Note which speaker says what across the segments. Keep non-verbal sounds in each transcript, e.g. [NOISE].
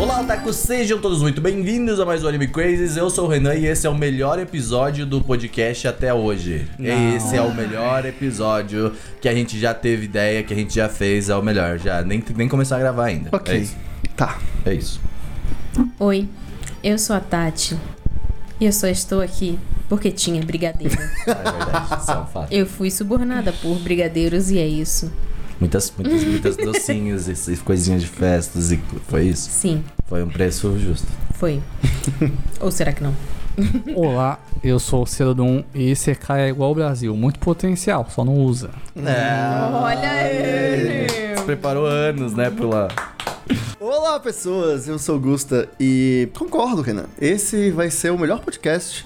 Speaker 1: Olá, otakus! Sejam todos muito bem-vindos a mais um Anime Crazes. Eu sou o Renan e esse é o melhor episódio do podcast até hoje.
Speaker 2: Não.
Speaker 1: Esse é o melhor episódio que a gente já teve ideia, que a gente já fez, é o melhor. Já nem, nem começou a gravar ainda.
Speaker 2: Ok.
Speaker 1: É isso.
Speaker 2: Tá.
Speaker 1: É isso.
Speaker 3: Oi, eu sou a Tati e eu só estou aqui porque tinha
Speaker 1: [LAUGHS]
Speaker 3: brigadeiro.
Speaker 1: É verdade. Isso é um fato.
Speaker 3: eu fui subornada por brigadeiros e é isso.
Speaker 1: Muitas, muitas, muitas docinhos e, e coisinhas de festas e foi isso.
Speaker 3: Sim,
Speaker 1: Foi um preço justo. [LAUGHS]
Speaker 3: foi. Ou será que não?
Speaker 4: Olá, eu sou o Cerodum e esse EK é igual ao Brasil, muito potencial, só não usa.
Speaker 1: Ah,
Speaker 3: Olha ele!
Speaker 1: Se preparou anos, né, pela...
Speaker 2: Olá, pessoas. Eu sou o Gusta e concordo, Renan. Esse vai ser o melhor podcast,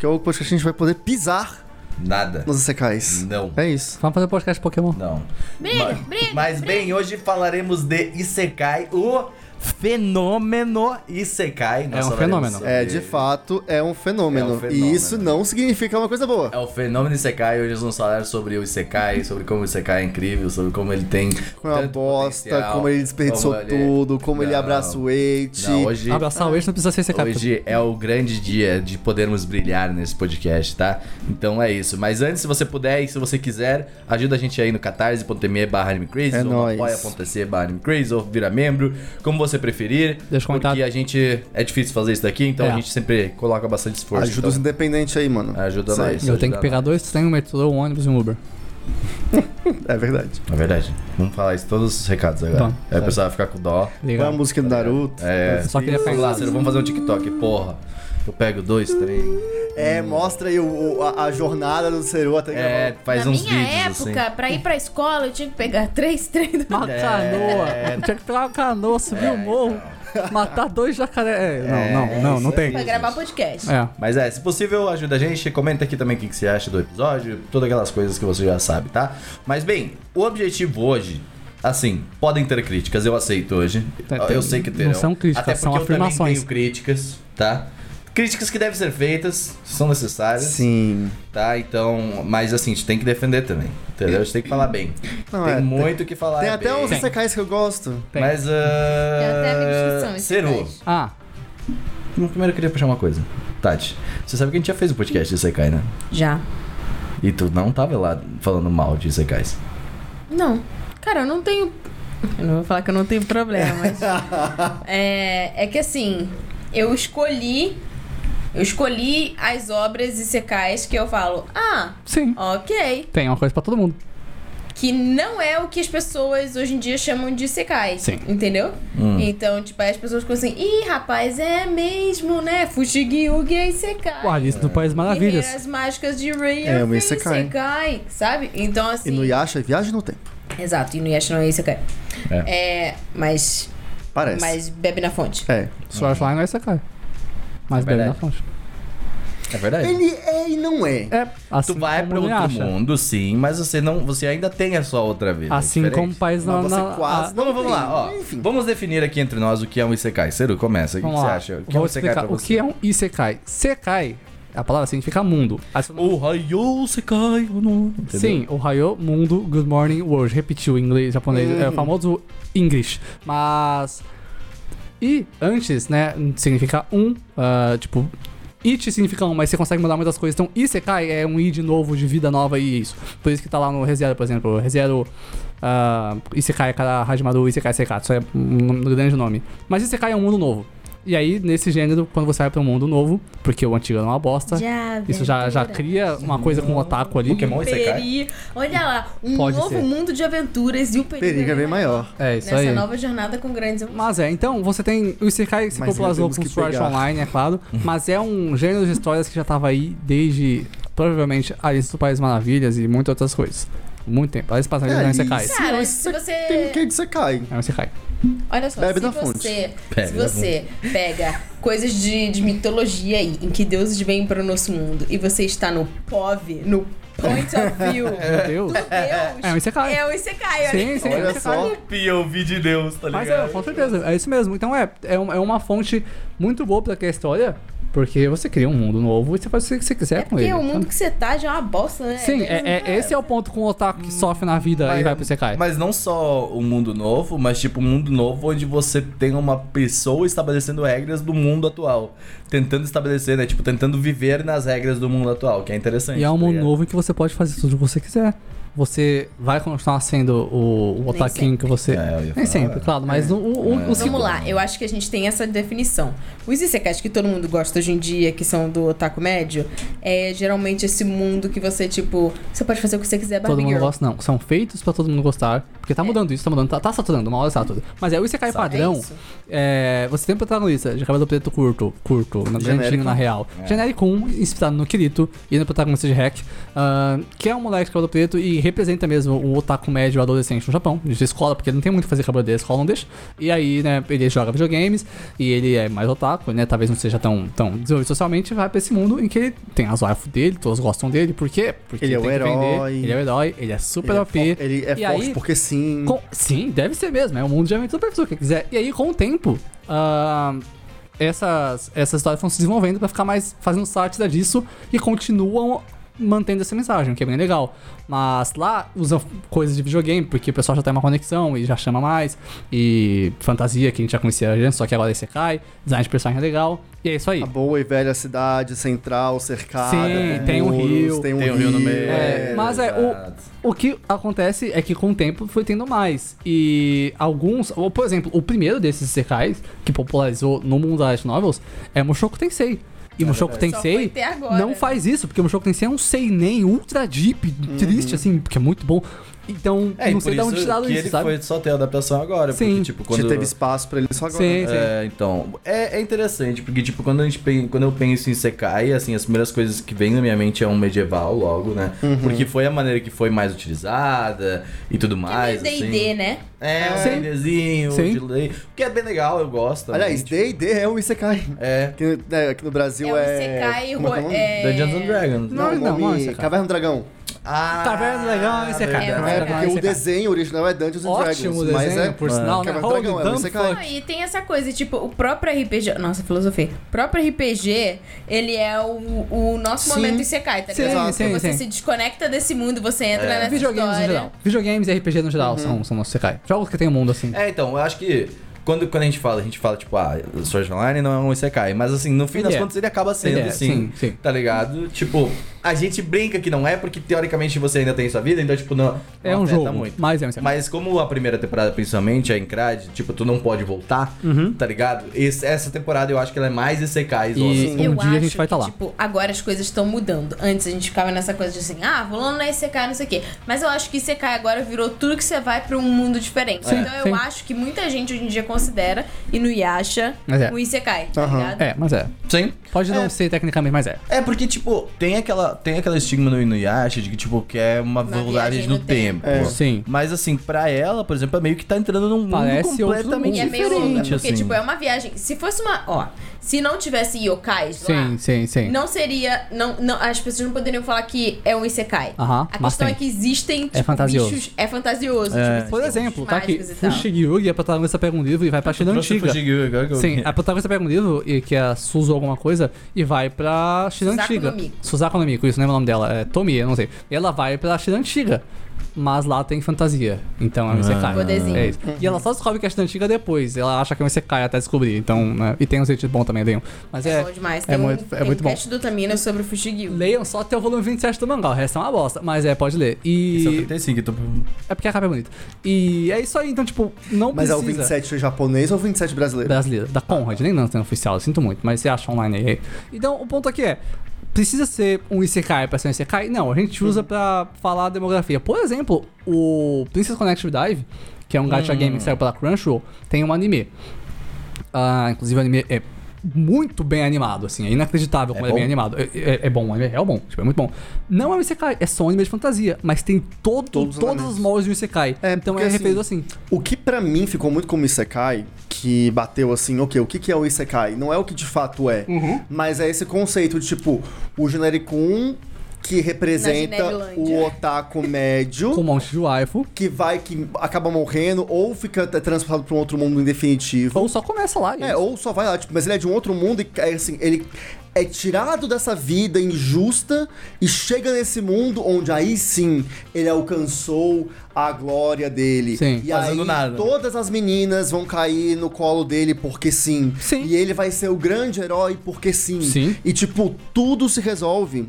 Speaker 2: que é o podcast que a gente vai poder pisar
Speaker 1: Nada.
Speaker 2: nos secais.
Speaker 1: Não.
Speaker 2: É isso.
Speaker 4: Vamos fazer podcast de Pokémon.
Speaker 1: Não.
Speaker 3: Briga,
Speaker 1: mas,
Speaker 3: briga,
Speaker 1: mas bem, hoje falaremos de Isekai, o fenômeno Isekai. Nós
Speaker 4: É um
Speaker 1: falaremos
Speaker 4: fenômeno.
Speaker 1: sobre-
Speaker 2: É, de fato, é um
Speaker 1: É
Speaker 2: fenômeno.
Speaker 1: um fenômeno.
Speaker 2: E isso não significa uma coisa boa.
Speaker 1: É o fenômeno Isekai, hoje nós vamos falar sobre o Isekai, sobre como o Isekai é incrível, sobre como ele tem
Speaker 2: Como é uma
Speaker 1: um tanto
Speaker 2: bosta,
Speaker 1: potencial,
Speaker 2: como ele desperdiçou
Speaker 1: como ele-
Speaker 2: tudo, como ele
Speaker 1: Não.
Speaker 2: abraça o Eight.
Speaker 1: Não, hoje...
Speaker 4: Abraçar o eixo não precisa ser EK.
Speaker 1: Hoje é o grande dia de podermos brilhar nesse podcast, tá? Então é isso. Mas antes, se você puder e se você quiser, ajuda a gente aí no catarse.me barra animecrazy,
Speaker 2: É
Speaker 1: ou no
Speaker 2: nóis.
Speaker 1: apoia.se barra animecrazy, ou vira membro, como você preferir.
Speaker 4: Deixa eu
Speaker 1: porque
Speaker 4: comentar.
Speaker 1: a gente... É difícil fazer isso daqui, então
Speaker 4: É.
Speaker 1: a gente sempre coloca bastante esforço.
Speaker 2: Ajuda os
Speaker 1: então,
Speaker 2: independentes aí, mano.
Speaker 1: Ajuda
Speaker 2: Isso aí.
Speaker 1: nós.
Speaker 4: Eu tenho que pegar dois trem, um metrô, um ônibus e um Uber.
Speaker 2: É verdade.
Speaker 1: Na verdade, vamos falar isso todos os recados agora.
Speaker 4: Tá.
Speaker 1: Aí o pessoal vai ficar com dó.
Speaker 2: Qual é a
Speaker 4: Legal.
Speaker 2: música do Naruto?
Speaker 1: É.
Speaker 4: Só queria
Speaker 1: Vamos
Speaker 4: pegar.
Speaker 1: lá, Ciro, vamos fazer um TikTok, porra. Eu pego dois, três...
Speaker 2: É, mostra aí o- o- a, a jornada do Seru até
Speaker 1: É,
Speaker 2: gravar.
Speaker 1: faz
Speaker 3: Na
Speaker 1: uns
Speaker 3: minha
Speaker 1: vídeos assim.
Speaker 3: época, pra ir pra escola, eu tinha que pegar [LAUGHS] três treinos.
Speaker 4: Uma
Speaker 1: É. então.
Speaker 4: canoa. Tinha que pegar uma canoa, subir o morro, matar dois jacaré. É, não, não, não, não tem.
Speaker 3: Pra gravar podcast.
Speaker 4: É.
Speaker 1: Mas é, se possível, ajuda a gente, comenta aqui também o que, que você acha do episódio, todas aquelas coisas que você já sabe, tá? Mas bem, o objetivo hoje, assim, podem ter críticas, eu aceito hoje.
Speaker 4: Tá,
Speaker 1: eu
Speaker 4: tem-
Speaker 1: sei que terão.
Speaker 4: não são críticas,
Speaker 1: Até porque
Speaker 4: são
Speaker 1: eu também
Speaker 4: afirmações.
Speaker 1: tenho críticas, tá? Críticas que devem ser feitas, são necessárias,
Speaker 2: Sim.
Speaker 1: tá? Então, mas assim, a gente tem que defender também, entendeu? A gente tem que falar bem.
Speaker 2: Não,
Speaker 1: tem
Speaker 2: é,
Speaker 1: muito o que falar bem.
Speaker 2: Tem até uns
Speaker 4: Tem.
Speaker 2: secais que eu gosto.
Speaker 4: Tem.
Speaker 1: Mas, uh...
Speaker 3: Tem até minha descrição. isso
Speaker 1: Seru,
Speaker 3: faz.
Speaker 4: Ah,
Speaker 1: primeiro eu queria puxar uma coisa. Tati, você sabe que a gente já fez o podcast de Sekai, né?
Speaker 3: Já.
Speaker 1: E tu não tava lá falando mal de Isekais.
Speaker 3: Não. Cara, eu não tenho. Eu não vou falar que eu não tenho problema,
Speaker 2: [LAUGHS]
Speaker 3: mas. é, é que assim, eu escolhi. Eu escolhi as obras e secais que eu falo, ah,
Speaker 4: sim.
Speaker 3: ok.
Speaker 4: Tem uma coisa pra todo mundo.
Speaker 3: Que não é o que as pessoas hoje em dia chamam de secais.
Speaker 4: Sim.
Speaker 3: Entendeu?
Speaker 1: Hum.
Speaker 3: Então, tipo, aí as pessoas ficam assim, ih, rapaz, é mesmo, né? Fushigi-ugi é
Speaker 4: O
Speaker 3: secai.
Speaker 4: Alice do País Maravilhas.
Speaker 1: Uhum.
Speaker 3: As mágicas de Ray
Speaker 2: É,
Speaker 3: é
Speaker 2: uma
Speaker 3: uma
Speaker 2: isekai.
Speaker 3: isekai, sabe? Então, assim.
Speaker 2: E no Yasha, viagem no tempo.
Speaker 3: Exato, e no Yash não é isso que é. É, mas,
Speaker 2: Parece.
Speaker 3: mas bebe na fonte.
Speaker 2: É.
Speaker 4: Swordline não é Sekai. Mas
Speaker 1: É
Speaker 4: bebe na
Speaker 1: verdade.
Speaker 4: fonte.
Speaker 1: É verdade.
Speaker 2: Ele é e não é.
Speaker 4: É, assim
Speaker 1: Tu vai
Speaker 4: como
Speaker 1: pra
Speaker 4: ele
Speaker 1: outro
Speaker 4: acha.
Speaker 1: mundo, sim, mas você não, você ainda tem a sua outra vida. é
Speaker 4: Assim
Speaker 1: diferente.
Speaker 4: como o País na,
Speaker 2: Mas você
Speaker 4: na,
Speaker 2: quase
Speaker 4: a-
Speaker 1: Vamos, vamos lá, ó.
Speaker 2: Enfim.
Speaker 1: Vamos definir aqui entre nós o que é um Isekai. Seru, começa. O que, que
Speaker 4: Vamos
Speaker 1: você
Speaker 4: lá.
Speaker 1: acha? O que
Speaker 4: Vou
Speaker 1: é um Isekai pra
Speaker 4: explicar o
Speaker 1: você?
Speaker 4: que é um isekai. Sekai, a palavra significa mundo. Aí Ah, você-
Speaker 1: O Hayou Isekai. ou não, entendeu?
Speaker 4: Sim, o Hayo, mundo, good morning, world. Repetiu em inglês, japonês. É o
Speaker 1: Uhum.
Speaker 4: famoso English. Mas. E antes, né? Significa um. ah, tipo. It significa um, mas você consegue mudar muitas coisas. Então, Isekai é um I de novo, de vida nova e isso. Por isso que tá lá no ReZero, por exemplo. ReZero. ah, isekai Kara Hajimaru, Isekai Sekatsu. É um um grande nome. Mas Isekai é um mundo novo. E aí, nesse gênero, quando você vai pra um mundo novo, porque o antigo é uma bosta.
Speaker 3: Já,
Speaker 4: Isso já, já cria uma coisa com o otaku ali.
Speaker 1: Pokémon é um Isekai.
Speaker 3: Peri, olha lá, um
Speaker 4: Pode
Speaker 3: novo
Speaker 4: ser.
Speaker 3: mundo de aventuras e o perigo,
Speaker 2: Periga
Speaker 3: é
Speaker 2: bem maior.
Speaker 4: É isso
Speaker 3: Nessa
Speaker 4: aí.
Speaker 3: nova jornada com grandes emoções.
Speaker 4: Mas é, então você tem. O Isekai se
Speaker 2: Mas
Speaker 4: popularizou
Speaker 2: temos
Speaker 4: com
Speaker 2: que
Speaker 4: Sword
Speaker 2: pegar.
Speaker 4: Art Online, é claro.
Speaker 2: [LAUGHS]
Speaker 4: mas é um gênero de histórias que já tava aí desde, provavelmente, Alice do País Maravilhas e muitas outras coisas. Muito tempo. Alice do País Maravilhas é um Isekai.
Speaker 2: Alice.
Speaker 3: Cara,
Speaker 2: Não,
Speaker 3: se você.
Speaker 2: Tem um quê de secai.
Speaker 4: É um Isekai.
Speaker 3: Olha só,
Speaker 2: Bebe
Speaker 3: se
Speaker 2: da fonte.
Speaker 3: você,
Speaker 1: Bebe
Speaker 3: se
Speaker 1: da
Speaker 3: você pega coisas de, de mitologia aí, em que deuses vêm para o nosso mundo, e você está no POV, no Point
Speaker 2: [LAUGHS]
Speaker 3: of View
Speaker 4: Meu
Speaker 3: do
Speaker 4: Deus.
Speaker 3: Deus,
Speaker 4: É um Isekai.
Speaker 3: é o Isekai, olha.
Speaker 4: Sim, sim, é um
Speaker 2: Olha
Speaker 4: Isekai.
Speaker 2: só.
Speaker 1: POV de Deus, tá
Speaker 4: um, é Mas é, com certeza, é isso mesmo. Então é, é, uma, é uma fonte muito boa pra que a história Porque você cria um mundo novo e você faz o que você quiser
Speaker 3: É
Speaker 4: com
Speaker 3: porque
Speaker 4: ele.
Speaker 3: o
Speaker 4: sabe?
Speaker 3: mundo que você tá já é uma bosta, né?
Speaker 4: Sim, é, é- esse é o ponto com o otaku que sofre na vida e vai pro Sekai.
Speaker 1: Mas não só um mundo novo, mas tipo um mundo novo onde você tem uma pessoa estabelecendo regras do mundo atual. Tentando estabelecer, né? Tipo, tentando viver nas regras do mundo atual, que é interessante.
Speaker 4: E é um
Speaker 1: tá
Speaker 4: mundo
Speaker 1: ligado?
Speaker 4: novo em que você pode fazer tudo o que você quiser. Você vai continuar sendo o, o otaquinho que você.
Speaker 1: É, eu ia
Speaker 4: Nem
Speaker 1: falar.
Speaker 4: sempre, claro, mas o, o, o-
Speaker 1: É.
Speaker 4: o ciclo-
Speaker 3: Vamos lá, eu acho que a gente tem essa definição. Os isekais que todo mundo gosta hoje em dia, que são do otaku médio, é geralmente esse mundo que você, tipo, você pode fazer o que você quiser, Barbie
Speaker 4: Todo mundo
Speaker 3: Girl.
Speaker 4: gosta, não. São feitos pra todo mundo gostar. Porque tá mudando isso, tá mudando, tá, tá saturando, uma hora satura. Mas é o Isekai
Speaker 1: Sabe.
Speaker 4: padrão.
Speaker 3: É isso.
Speaker 4: é, você tem um protagonista de cabelo preto curto, curto, na-
Speaker 2: Genérico. É.
Speaker 4: grandinho na real. Genérico 1, inspirado no Kirito e no protagonista de Hack, ah, que é um moleque de cabelo preto e representa mesmo o otaku médio adolescente no Japão, de escola, porque ele não tem muito o que fazer com cabelo dele, a escola não deixa. E aí, né, ele joga videogames e ele é mais otaku, né, talvez não seja tão, tão desenvolvido socialmente, vai pra esse mundo em que ele tem as wife dele, todos gostam dele, por quê? Porque
Speaker 2: Ele é o
Speaker 4: tem que
Speaker 2: herói.
Speaker 4: vender, ele é o herói, ele é super
Speaker 2: ele
Speaker 4: OP.
Speaker 2: É fo- ele é
Speaker 4: E
Speaker 2: forte
Speaker 4: aí-
Speaker 2: porque sim.
Speaker 4: Com- Sim, deve ser mesmo. É um mundo de aventura pra pessoa que quiser. E aí, com o tempo, ah, essas, essas histórias foram se desenvolvendo pra ficar mais fazendo sátira disso e continuam mantendo essa mensagem, o que é bem legal. Mas lá usam coisas de videogame, porque o pessoal já tem uma conexão e já chama mais. E fantasia que a gente já conhecia antes, só que agora você cai. Design de personagem é legal. E é isso aí.
Speaker 2: A boa e velha cidade central, cercada.
Speaker 4: Sim,
Speaker 2: com
Speaker 4: tem um
Speaker 2: muros,
Speaker 4: rio.
Speaker 2: Tem um,
Speaker 1: Tem um rio no meio.
Speaker 4: É, mas é, o-
Speaker 1: exato.
Speaker 4: O que acontece é que com o tempo foi tendo mais. E alguns. Ou, por exemplo, o primeiro desses secais que popularizou no mundo das light novels é Mushoku Tensei. E Mushoku
Speaker 1: É verdade.
Speaker 3: Só foi
Speaker 4: Tensei
Speaker 3: até agora. né?
Speaker 4: não faz isso, porque Mushoku Tensei é um seinen ultra deep, triste, assim, porque é muito bom. Então,
Speaker 1: Uhum. É, e
Speaker 4: não
Speaker 1: por
Speaker 4: sei de
Speaker 1: isso
Speaker 4: onde tiraram
Speaker 1: que
Speaker 4: isso,
Speaker 1: ele
Speaker 4: sabe?
Speaker 1: foi só ter adaptação agora.
Speaker 4: Sim.
Speaker 1: Porque, tipo,
Speaker 2: Já
Speaker 1: quando...
Speaker 2: teve espaço pra ele só agora.
Speaker 4: Sim, sim.
Speaker 1: É, então, é, é interessante, porque, tipo, quando, a gente, pen- quando eu penso em Sekai, assim, as primeiras coisas que vem na minha mente é um medieval logo, né?
Speaker 4: Uhum.
Speaker 1: Porque foi a maneira que foi mais utilizada e tudo
Speaker 3: Que é meio
Speaker 1: mais,
Speaker 3: D&D,
Speaker 1: assim.
Speaker 3: né?
Speaker 1: É,
Speaker 4: Sim.
Speaker 1: um desenho,
Speaker 4: Sim.
Speaker 1: de lei, o que é bem legal, eu gosto. também,
Speaker 2: Aliás,
Speaker 1: tipo,
Speaker 2: D&D é o Isekai.
Speaker 1: É,
Speaker 2: Aqui, né, aqui no
Speaker 3: É
Speaker 2: Brasil
Speaker 3: o
Speaker 2: é...
Speaker 3: Isekai...
Speaker 2: como é que é o
Speaker 3: ro-
Speaker 2: nome?
Speaker 3: é-
Speaker 1: Dungeons and Dragons.
Speaker 2: Não,
Speaker 4: Não,
Speaker 2: o
Speaker 4: não,
Speaker 2: nome...
Speaker 4: não é Isekai.
Speaker 2: Caverna do Dragão.
Speaker 1: Ah,
Speaker 4: Caverna do Dragão, Isekai.
Speaker 1: verdade.
Speaker 3: É,
Speaker 2: Não
Speaker 3: é
Speaker 2: é,
Speaker 3: Isekai.
Speaker 2: porque o desenho original é Dungeons and Dragons.
Speaker 4: Ótimo desenho,
Speaker 2: mas é...
Speaker 4: por sinal, né?
Speaker 2: Caverna do
Speaker 4: Holy
Speaker 2: Dragão, é
Speaker 4: dumb
Speaker 2: um Isekai.
Speaker 4: fuck.
Speaker 3: Não, e tem essa coisa, tipo, o próprio RPG. Nossa, filosofei. O próprio RPG, ele é o, o nosso
Speaker 2: Sim.
Speaker 3: momento em Sekai, tá
Speaker 4: Sim,
Speaker 3: ligado?
Speaker 4: sim,
Speaker 3: você
Speaker 4: sim.
Speaker 3: se desconecta desse mundo, você entra
Speaker 2: É.
Speaker 3: nessa
Speaker 4: É Videogames no
Speaker 3: história.
Speaker 4: geral. Videogames e RPG no
Speaker 1: Uhum.
Speaker 4: geral são, são nossos secai. Jogos que tem um mundo assim.
Speaker 1: É, então, eu acho que quando, quando a gente fala, a gente fala, tipo, ah, Sword Art Online não é um Isekai, mas assim, no fim
Speaker 4: Ele
Speaker 1: das
Speaker 4: é.
Speaker 1: contas ele acaba sendo,
Speaker 4: Ele é,
Speaker 1: sim,
Speaker 4: sim, sim.
Speaker 1: Tá ligado? Tipo, a gente brinca que não é, porque teoricamente você ainda tem sua vida, então, tipo, não.
Speaker 4: É
Speaker 1: não
Speaker 4: um
Speaker 1: afeta
Speaker 4: jogo, mas é um Isekai.
Speaker 1: Mas como a primeira temporada, principalmente, é em crad, tipo, tu não pode voltar, tá ligado? Esse- essa temporada eu acho que ela é mais Isekais,
Speaker 4: Uhum. E-
Speaker 1: nossa.
Speaker 4: Um
Speaker 3: eu
Speaker 4: dia a
Speaker 3: acho
Speaker 4: gente vai
Speaker 3: que,
Speaker 4: tá lá.
Speaker 3: Tipo, agora as coisas estão mudando. Antes a gente ficava nessa coisa de assim, ah, rolando na ICK, não sei o quê. Mas eu acho que ICK agora virou tudo que você vai pra um mundo diferente.
Speaker 4: Sim,
Speaker 3: então eu
Speaker 4: sim.
Speaker 3: acho que muita gente hoje em dia considera e no Yasha
Speaker 4: Mas é.
Speaker 3: o Isekai, tá
Speaker 2: Aham.
Speaker 3: ligado?
Speaker 4: É, mas é.
Speaker 1: Sim.
Speaker 4: Pode não
Speaker 1: É.
Speaker 4: ser tecnicamente, mas é.
Speaker 1: É porque, tipo, tem aquela, tem aquela estigma no Inuyasha de que, tipo, que é uma
Speaker 3: Uma
Speaker 1: viagem
Speaker 3: viagem
Speaker 1: no
Speaker 3: no
Speaker 1: tempo.
Speaker 2: É.
Speaker 4: Sim.
Speaker 1: Mas assim, pra ela, por exemplo, é meio que tá entrando num mundo
Speaker 4: Parece outro
Speaker 1: completamente
Speaker 4: mundo.
Speaker 3: E é meio
Speaker 1: diferente,
Speaker 3: louca, porque,
Speaker 1: assim.
Speaker 3: tipo, é uma viagem. Se fosse uma. Ó, se não tivesse yokais
Speaker 4: Sim,
Speaker 3: lá,
Speaker 4: sim, sim.
Speaker 3: não seria. Não, não, as pessoas não poderiam falar que é um isekai.
Speaker 4: Aham,
Speaker 3: A
Speaker 4: mas
Speaker 3: questão é
Speaker 4: tem.
Speaker 3: que existem
Speaker 4: É fantasioso.
Speaker 3: bichos. É fantasioso.
Speaker 1: É.
Speaker 3: tipo,
Speaker 4: Por
Speaker 3: existem
Speaker 4: exemplo,
Speaker 3: bichos
Speaker 4: tá aqui.
Speaker 3: mágicos e tal.
Speaker 4: Fushigi a protagonista pega um livro e vai pra China
Speaker 1: Trouxe
Speaker 4: Antiga.
Speaker 1: Fushigi, agora que eu-
Speaker 4: Sim, a protagonista pega um livro, e que é a Suzu alguma coisa, e vai pra China
Speaker 3: Suzaku
Speaker 4: Antiga.
Speaker 3: no Mico.
Speaker 4: Suzaku no Mico, isso não é o nome dela, é Tomi, eu não sei. E ela vai pra China Antiga. Mas lá tem fantasia. Então é um Isekai.
Speaker 3: Poderzinho.
Speaker 4: É isso. E ela só descobre que é a China Antiga depois. Ela acha que é um Isekai até descobrir. Então, né? E tem um sentido bom também, Leon. Mas
Speaker 3: É
Speaker 4: é.
Speaker 3: bom demais.
Speaker 4: É,
Speaker 3: Tem um-
Speaker 4: muito, é
Speaker 3: tem
Speaker 4: muito
Speaker 3: um
Speaker 4: bom.
Speaker 3: cast do Tamina sobre o Fushigyu.
Speaker 4: Leiam só até o volume 27 do mangá, o resto é uma bosta. Mas é, pode ler.
Speaker 1: Esse é o
Speaker 4: E.
Speaker 1: 35, eu tô...
Speaker 4: É porque a capa é bonita. E é isso aí, então, tipo, não
Speaker 2: Mas é
Speaker 4: precisa.
Speaker 2: o 27 japonês ou o 27 brasileiro?
Speaker 4: brasileira, da Conrad, nem não tem oficial, eu sinto muito, mas você acha online aí. Então, o ponto aqui é, precisa ser um Isekai pra ser um Isekai? Não, a gente
Speaker 2: Uhum.
Speaker 4: usa pra falar a demografia. Por exemplo, o Princess Connective Dive, que é um
Speaker 2: Hum.
Speaker 4: gacha game que saiu pela Crunchyroll, tem um anime. Ah, inclusive, o anime é muito bem animado, assim, é inacreditável como
Speaker 1: É
Speaker 4: ele é bem
Speaker 1: bom?
Speaker 4: animado. É, é- é bom, o anime é real bom, tipo, é muito bom. Não é um Isekai, é só um anime de fantasia, mas tem todo,
Speaker 2: Todos
Speaker 4: todos,
Speaker 2: os elementos.
Speaker 4: os moldes de um Isekai.
Speaker 2: É,
Speaker 4: então
Speaker 2: porque,
Speaker 4: é
Speaker 2: assim,
Speaker 4: referido assim.
Speaker 2: O que pra mim ficou muito como Isekai, que bateu assim, ok, o que, que é o Isekai? Não é o que de fato é,
Speaker 4: Uhum.
Speaker 2: mas é esse conceito de tipo, o genérico 1 que representa
Speaker 3: Ginebilândia.
Speaker 2: o otaku médio.
Speaker 4: [LAUGHS] Com um monte de waifu.
Speaker 2: Que vai, que acaba morrendo, ou fica t- transportado pra um outro mundo indefinitivo.
Speaker 4: Ou só começa lá. e
Speaker 2: É, ou só vai lá, tipo, mas ele é de um outro mundo e, é, assim, ele é tirado dessa vida injusta e chega nesse mundo onde aí sim ele alcançou a glória dele.
Speaker 4: Sim.
Speaker 2: e
Speaker 1: Fazendo
Speaker 2: aí
Speaker 1: nada. né?
Speaker 2: todas as meninas vão cair no colo dele porque sim.
Speaker 4: Sim.
Speaker 2: E ele vai ser o grande herói porque sim.
Speaker 4: Sim.
Speaker 2: E tipo, tudo se resolve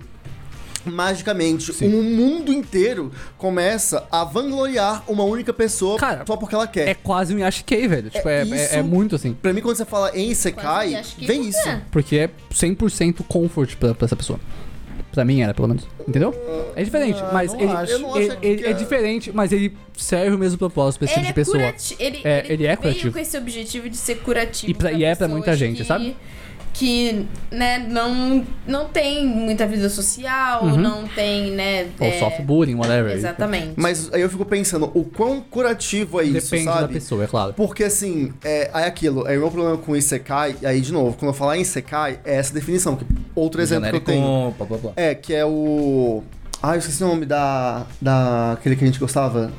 Speaker 2: magicamente.
Speaker 4: Sim.
Speaker 2: Um mundo inteiro começa a vangloriar uma única pessoa
Speaker 4: Cara,
Speaker 2: só porque ela quer.
Speaker 4: É quase um Yashikei, velho. Tipo,
Speaker 2: É
Speaker 4: é, é,
Speaker 2: isso-
Speaker 4: é muito assim.
Speaker 2: Pra mim, quando você fala em Isekai,
Speaker 3: acho que
Speaker 2: vem
Speaker 3: por
Speaker 2: isso.
Speaker 3: quê?
Speaker 4: Porque é 100% comfort pra, pra essa pessoa. Pra mim era, pelo menos. Entendeu? É diferente,
Speaker 2: Ah,
Speaker 4: mas
Speaker 2: não
Speaker 4: ele,
Speaker 2: acho. Eu não
Speaker 4: ele-
Speaker 2: acho que
Speaker 4: ele é
Speaker 2: é.
Speaker 4: diferente, mas ele serve o mesmo propósito pra esse tipo
Speaker 3: Ele
Speaker 4: de
Speaker 3: é
Speaker 4: pessoa.
Speaker 3: curati- Ele,
Speaker 4: É,
Speaker 3: ele,
Speaker 4: ele é
Speaker 3: veio
Speaker 4: curativo.
Speaker 3: com esse objetivo de ser curativo.
Speaker 4: E pra- e é pra
Speaker 3: pessoas
Speaker 4: muita gente,
Speaker 3: que-
Speaker 4: sabe?
Speaker 3: Que, né, não, não tem muita vida social,
Speaker 4: Uhum.
Speaker 3: não tem, né...
Speaker 4: Ou
Speaker 3: é,
Speaker 4: soft bullying, whatever.
Speaker 3: Exatamente.
Speaker 2: Mas aí eu fico pensando, o quão curativo é isso,
Speaker 4: Depende da
Speaker 2: sabe?
Speaker 4: pessoa, é claro.
Speaker 2: Porque assim, é, aí aquilo, é o meu problema com Isekai, e aí de novo, quando eu falar em Isekai, é essa definição. que- Outro exemplo que eu
Speaker 1: Genérico,
Speaker 2: tenho.
Speaker 1: blá, blá, blá.
Speaker 2: É, que é o. Ah, eu esqueci o nome da. da aquele que a gente gostava.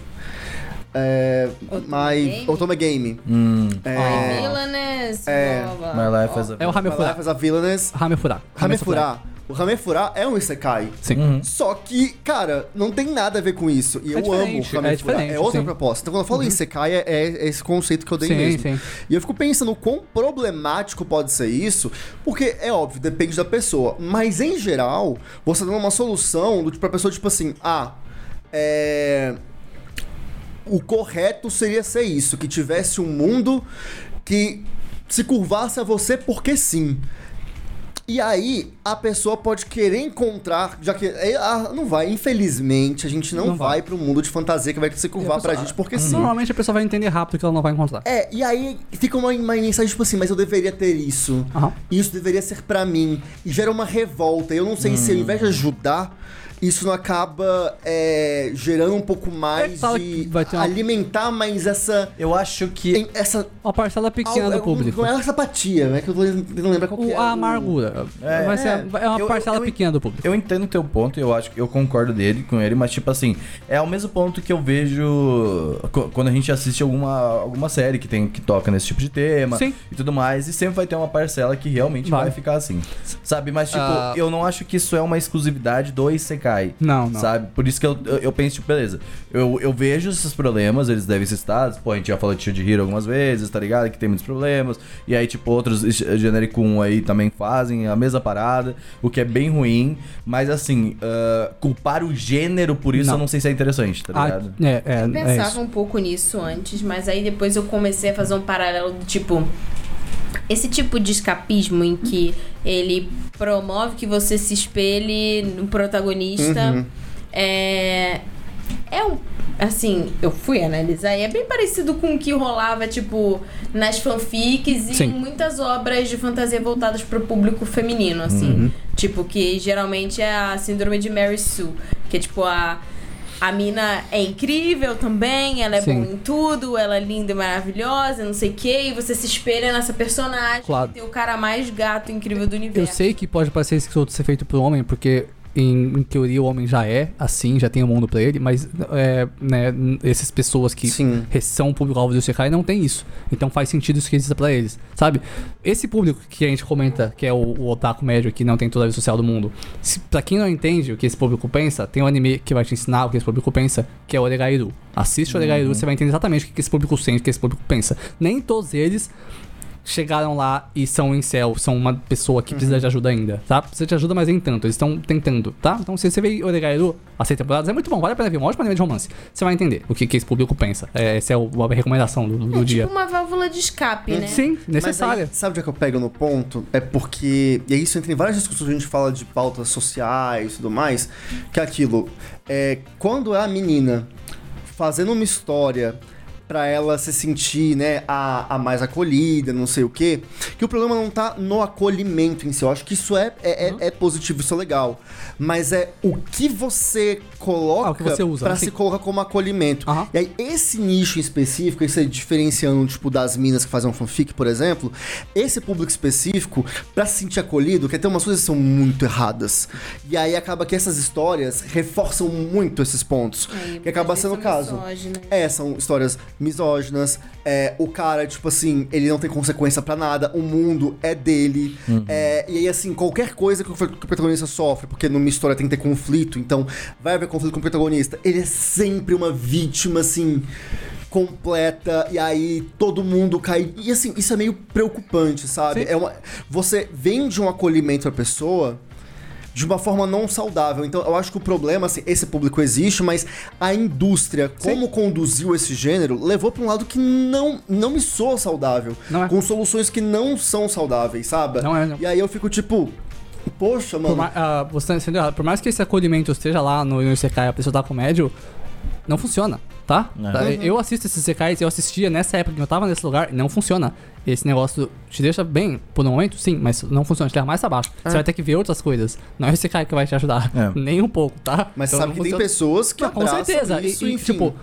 Speaker 2: É.
Speaker 3: Otome
Speaker 2: Mas.
Speaker 3: Game?
Speaker 2: Otome Game.
Speaker 1: Hum,
Speaker 3: Ó,
Speaker 2: É.
Speaker 3: Villainess,
Speaker 2: É.
Speaker 3: blá, blá, blá.
Speaker 1: My Life as a...
Speaker 4: É o
Speaker 2: My
Speaker 4: Hamefura.
Speaker 2: Life as a Villainess.
Speaker 4: Hamefura.
Speaker 2: Hamefura. O Hamefura é um Isekai.
Speaker 4: Sim.
Speaker 1: Uhum.
Speaker 2: Só que, cara, não tem nada a ver com isso. E
Speaker 4: É
Speaker 2: eu amo o
Speaker 4: diferente,
Speaker 2: Kame Fura.
Speaker 4: é diferente,
Speaker 2: É outra
Speaker 4: sim. Uhum.
Speaker 2: proposta. Então, quando eu falo em Sekai, é, é esse conceito que eu dei
Speaker 4: Sim,
Speaker 2: mesmo.
Speaker 4: sim.
Speaker 2: E eu fico pensando o quão problemático pode ser isso, porque é óbvio, depende da pessoa. Mas em geral, você tá dando uma solução do tipo pra pessoa, tipo assim, ah, é. O correto seria ser isso, que tivesse um mundo que se curvasse a você porque sim. E aí, a pessoa pode querer encontrar, já que. eh, ah, não vai, infelizmente, a gente não,
Speaker 4: Não vai.
Speaker 2: vai, pro mundo de fantasia que vai se curvar pra gente
Speaker 4: Ah,
Speaker 2: porque sim.
Speaker 4: Uhum. Normalmente a pessoa vai entender rápido que ela não vai encontrar.
Speaker 2: É, e aí fica uma, uma mensagem tipo assim, mas eu deveria ter isso.
Speaker 4: Aham.
Speaker 2: Isso deveria ser pra mim. E gera uma revolta. Eu não sei se ao invés de ajudar, isso não acaba é, gerando um pouco mais
Speaker 4: fala
Speaker 2: de
Speaker 4: que vai ter uma-
Speaker 2: alimentar mais essa.
Speaker 1: Eu acho que...
Speaker 2: em- essa
Speaker 4: Uma parcela pequena
Speaker 2: algo-
Speaker 4: do público.
Speaker 2: Não é essa apatia, né? Que eu tô tentando lembrar qual que
Speaker 4: O,
Speaker 2: é.
Speaker 4: a amargura.
Speaker 1: É.
Speaker 4: vai ser, é uma
Speaker 1: Eu- eu-
Speaker 4: parcela
Speaker 1: eu-
Speaker 4: pequena do público.
Speaker 1: Eu entendo o teu ponto, eu acho que eu concordo dele com ele, mas tipo assim, é ao mesmo ponto que eu vejo co- quando a gente assiste alguma, alguma série que tem que toca nesse tipo de tema
Speaker 4: Sim.
Speaker 1: e tudo mais, e sempre vai ter uma parcela que realmente
Speaker 4: Vai.
Speaker 1: vai, ficar assim. Sabe, mas tipo,
Speaker 4: Ah.
Speaker 1: eu não acho que isso é uma exclusividade do Isekai.
Speaker 4: Não, não.
Speaker 1: Sabe? Por isso que eu, eu, eu penso, tipo, beleza, eu, eu vejo esses problemas, eles devem ser citados, pô, a gente já falou de Shield Hero algumas vezes, tá ligado? Que tem muitos problemas, e aí, tipo, outros eh, genérico 1 aí também fazem a mesma parada, o que é bem ruim, mas assim, ah, culpar o gênero por isso
Speaker 4: Não.
Speaker 1: eu não sei se é interessante, tá
Speaker 4: Ah,
Speaker 1: ligado?
Speaker 4: é, é,
Speaker 3: Eu
Speaker 4: é isso.
Speaker 3: pensava um pouco nisso antes, mas aí depois eu comecei a fazer um paralelo do tipo. Esse tipo de escapismo em que ele promove que você se espelhe no protagonista
Speaker 4: Uhum.
Speaker 3: é. É um. Assim, eu fui analisar e é bem parecido com o que rolava, tipo, nas fanfics e
Speaker 4: Sim.
Speaker 3: em muitas obras de fantasia voltadas pro público feminino, assim.
Speaker 4: Uhum.
Speaker 3: Tipo, que geralmente é a síndrome de Mary Sue, que é tipo a. A mina é incrível também, ela é
Speaker 4: Sim.
Speaker 3: boa em tudo, ela é linda e maravilhosa, não sei o que, e você se espelha nessa personagem,
Speaker 4: Claro.
Speaker 3: tem o cara mais gato incrível do
Speaker 4: Eu
Speaker 3: universo.
Speaker 4: sei que pode parecer isso que outro ser feito pro homem, porque em, em teoria o homem já é assim, já tem o mundo pra ele, mas é, né, n- essas pessoas que
Speaker 2: Sim.
Speaker 4: re- são público-alvo do Isekai não tem isso. Então faz sentido isso que exista pra eles, sabe? Esse público que a gente comenta, que é o, o otaku médio que não tem toda a vida social do mundo, se, pra quem não entende o que esse público pensa, tem um anime que vai te ensinar o que esse público pensa, que é o Oregairu. Assiste o Oregairu,
Speaker 1: Uhum.
Speaker 4: você vai entender exatamente o que que esse público sente, o que esse público pensa. Nem todos eles chegaram lá e são em céu, são uma pessoa que precisa
Speaker 2: Uhum.
Speaker 4: de ajuda ainda, tá? Precisa de ajuda, mas nem tanto. Eles estão tentando, tá? Então se você vê Oregairu, as seis temporadas, é muito bom, vale a pena ver. Um ótimo anime de romance. Você vai entender o que, que esse público pensa. É, essa é o- a recomendação do, do
Speaker 3: É
Speaker 4: dia.
Speaker 3: tipo uma válvula de escape, né?
Speaker 4: Sim,
Speaker 2: Mas
Speaker 4: necessária.
Speaker 2: aí, sabe onde é que eu pego no ponto? É porque. E isso entra em várias discussões, a gente fala de pautas sociais e tudo mais. Que é aquilo. É, quando é a menina fazendo uma história pra ela se sentir, né, a, a mais acolhida, não sei o quê, que o problema não tá no acolhimento em si. Eu acho que isso é, é, é-
Speaker 4: Uhum.
Speaker 2: é positivo, isso é legal. Mas é o que você coloca
Speaker 4: Ah, o que você usa,
Speaker 2: pra
Speaker 4: assim.
Speaker 2: se colocar como acolhimento.
Speaker 4: Aham.
Speaker 2: E aí, esse nicho em específico, esse diferenciando, tipo, das minas que fazem um fanfic, por exemplo, esse público específico, pra se sentir acolhido, quer ter umas coisas que são muito erradas. E aí acaba que essas histórias reforçam muito esses pontos.
Speaker 3: Aí,
Speaker 2: e acaba
Speaker 3: às vezes
Speaker 2: sendo o
Speaker 3: é
Speaker 2: caso.
Speaker 3: misógino.
Speaker 2: É, são histórias misóginas. É, o cara, tipo assim, ele não tem consequência pra nada, o mundo é dele. É, e aí, assim, qualquer coisa que o, que o protagonista sofre, porque numa história tem que ter conflito, então vai haver conflito com o protagonista. Ele é sempre uma vítima, assim, completa, e aí todo mundo cai. E assim, isso é meio preocupante, sabe?
Speaker 4: Sim.
Speaker 2: É uma, você vende um acolhimento pra pessoa de uma forma não saudável. Então, eu acho que o problema, assim, esse público existe, mas a indústria, como conduziu esse gênero, levou pra um lado que não, não me soa saudável.
Speaker 4: Não é.
Speaker 2: Com soluções que não são saudáveis, sabe?
Speaker 4: Não é, não.
Speaker 2: E aí eu fico tipo, poxa,
Speaker 4: Por,
Speaker 2: mano.
Speaker 4: mais, ah, você tá entendendo errado. Por mais que esse acolhimento esteja lá no, no Isekai, a pessoa tá com médio, não funciona, tá? Tá,
Speaker 2: Uhum.
Speaker 4: Eu assisto esses Isekais, eu assistia nessa época que eu tava nesse lugar, e não funciona. Esse negócio te deixa bem por um momento, sim, mas não funciona, te leva mais abaixo.
Speaker 2: É.
Speaker 4: Você vai ter que ver outras coisas. Não é o Isekai que vai te ajudar,
Speaker 1: É.
Speaker 4: [LAUGHS] nem um pouco, tá?
Speaker 2: Mas
Speaker 4: Então
Speaker 2: sabe
Speaker 4: não
Speaker 2: que tem
Speaker 4: funciona.
Speaker 2: pessoas que
Speaker 4: Não, Ah, com
Speaker 2: abraçam
Speaker 4: certeza. E-
Speaker 2: isso,
Speaker 4: e,
Speaker 2: enfim.
Speaker 4: tipo,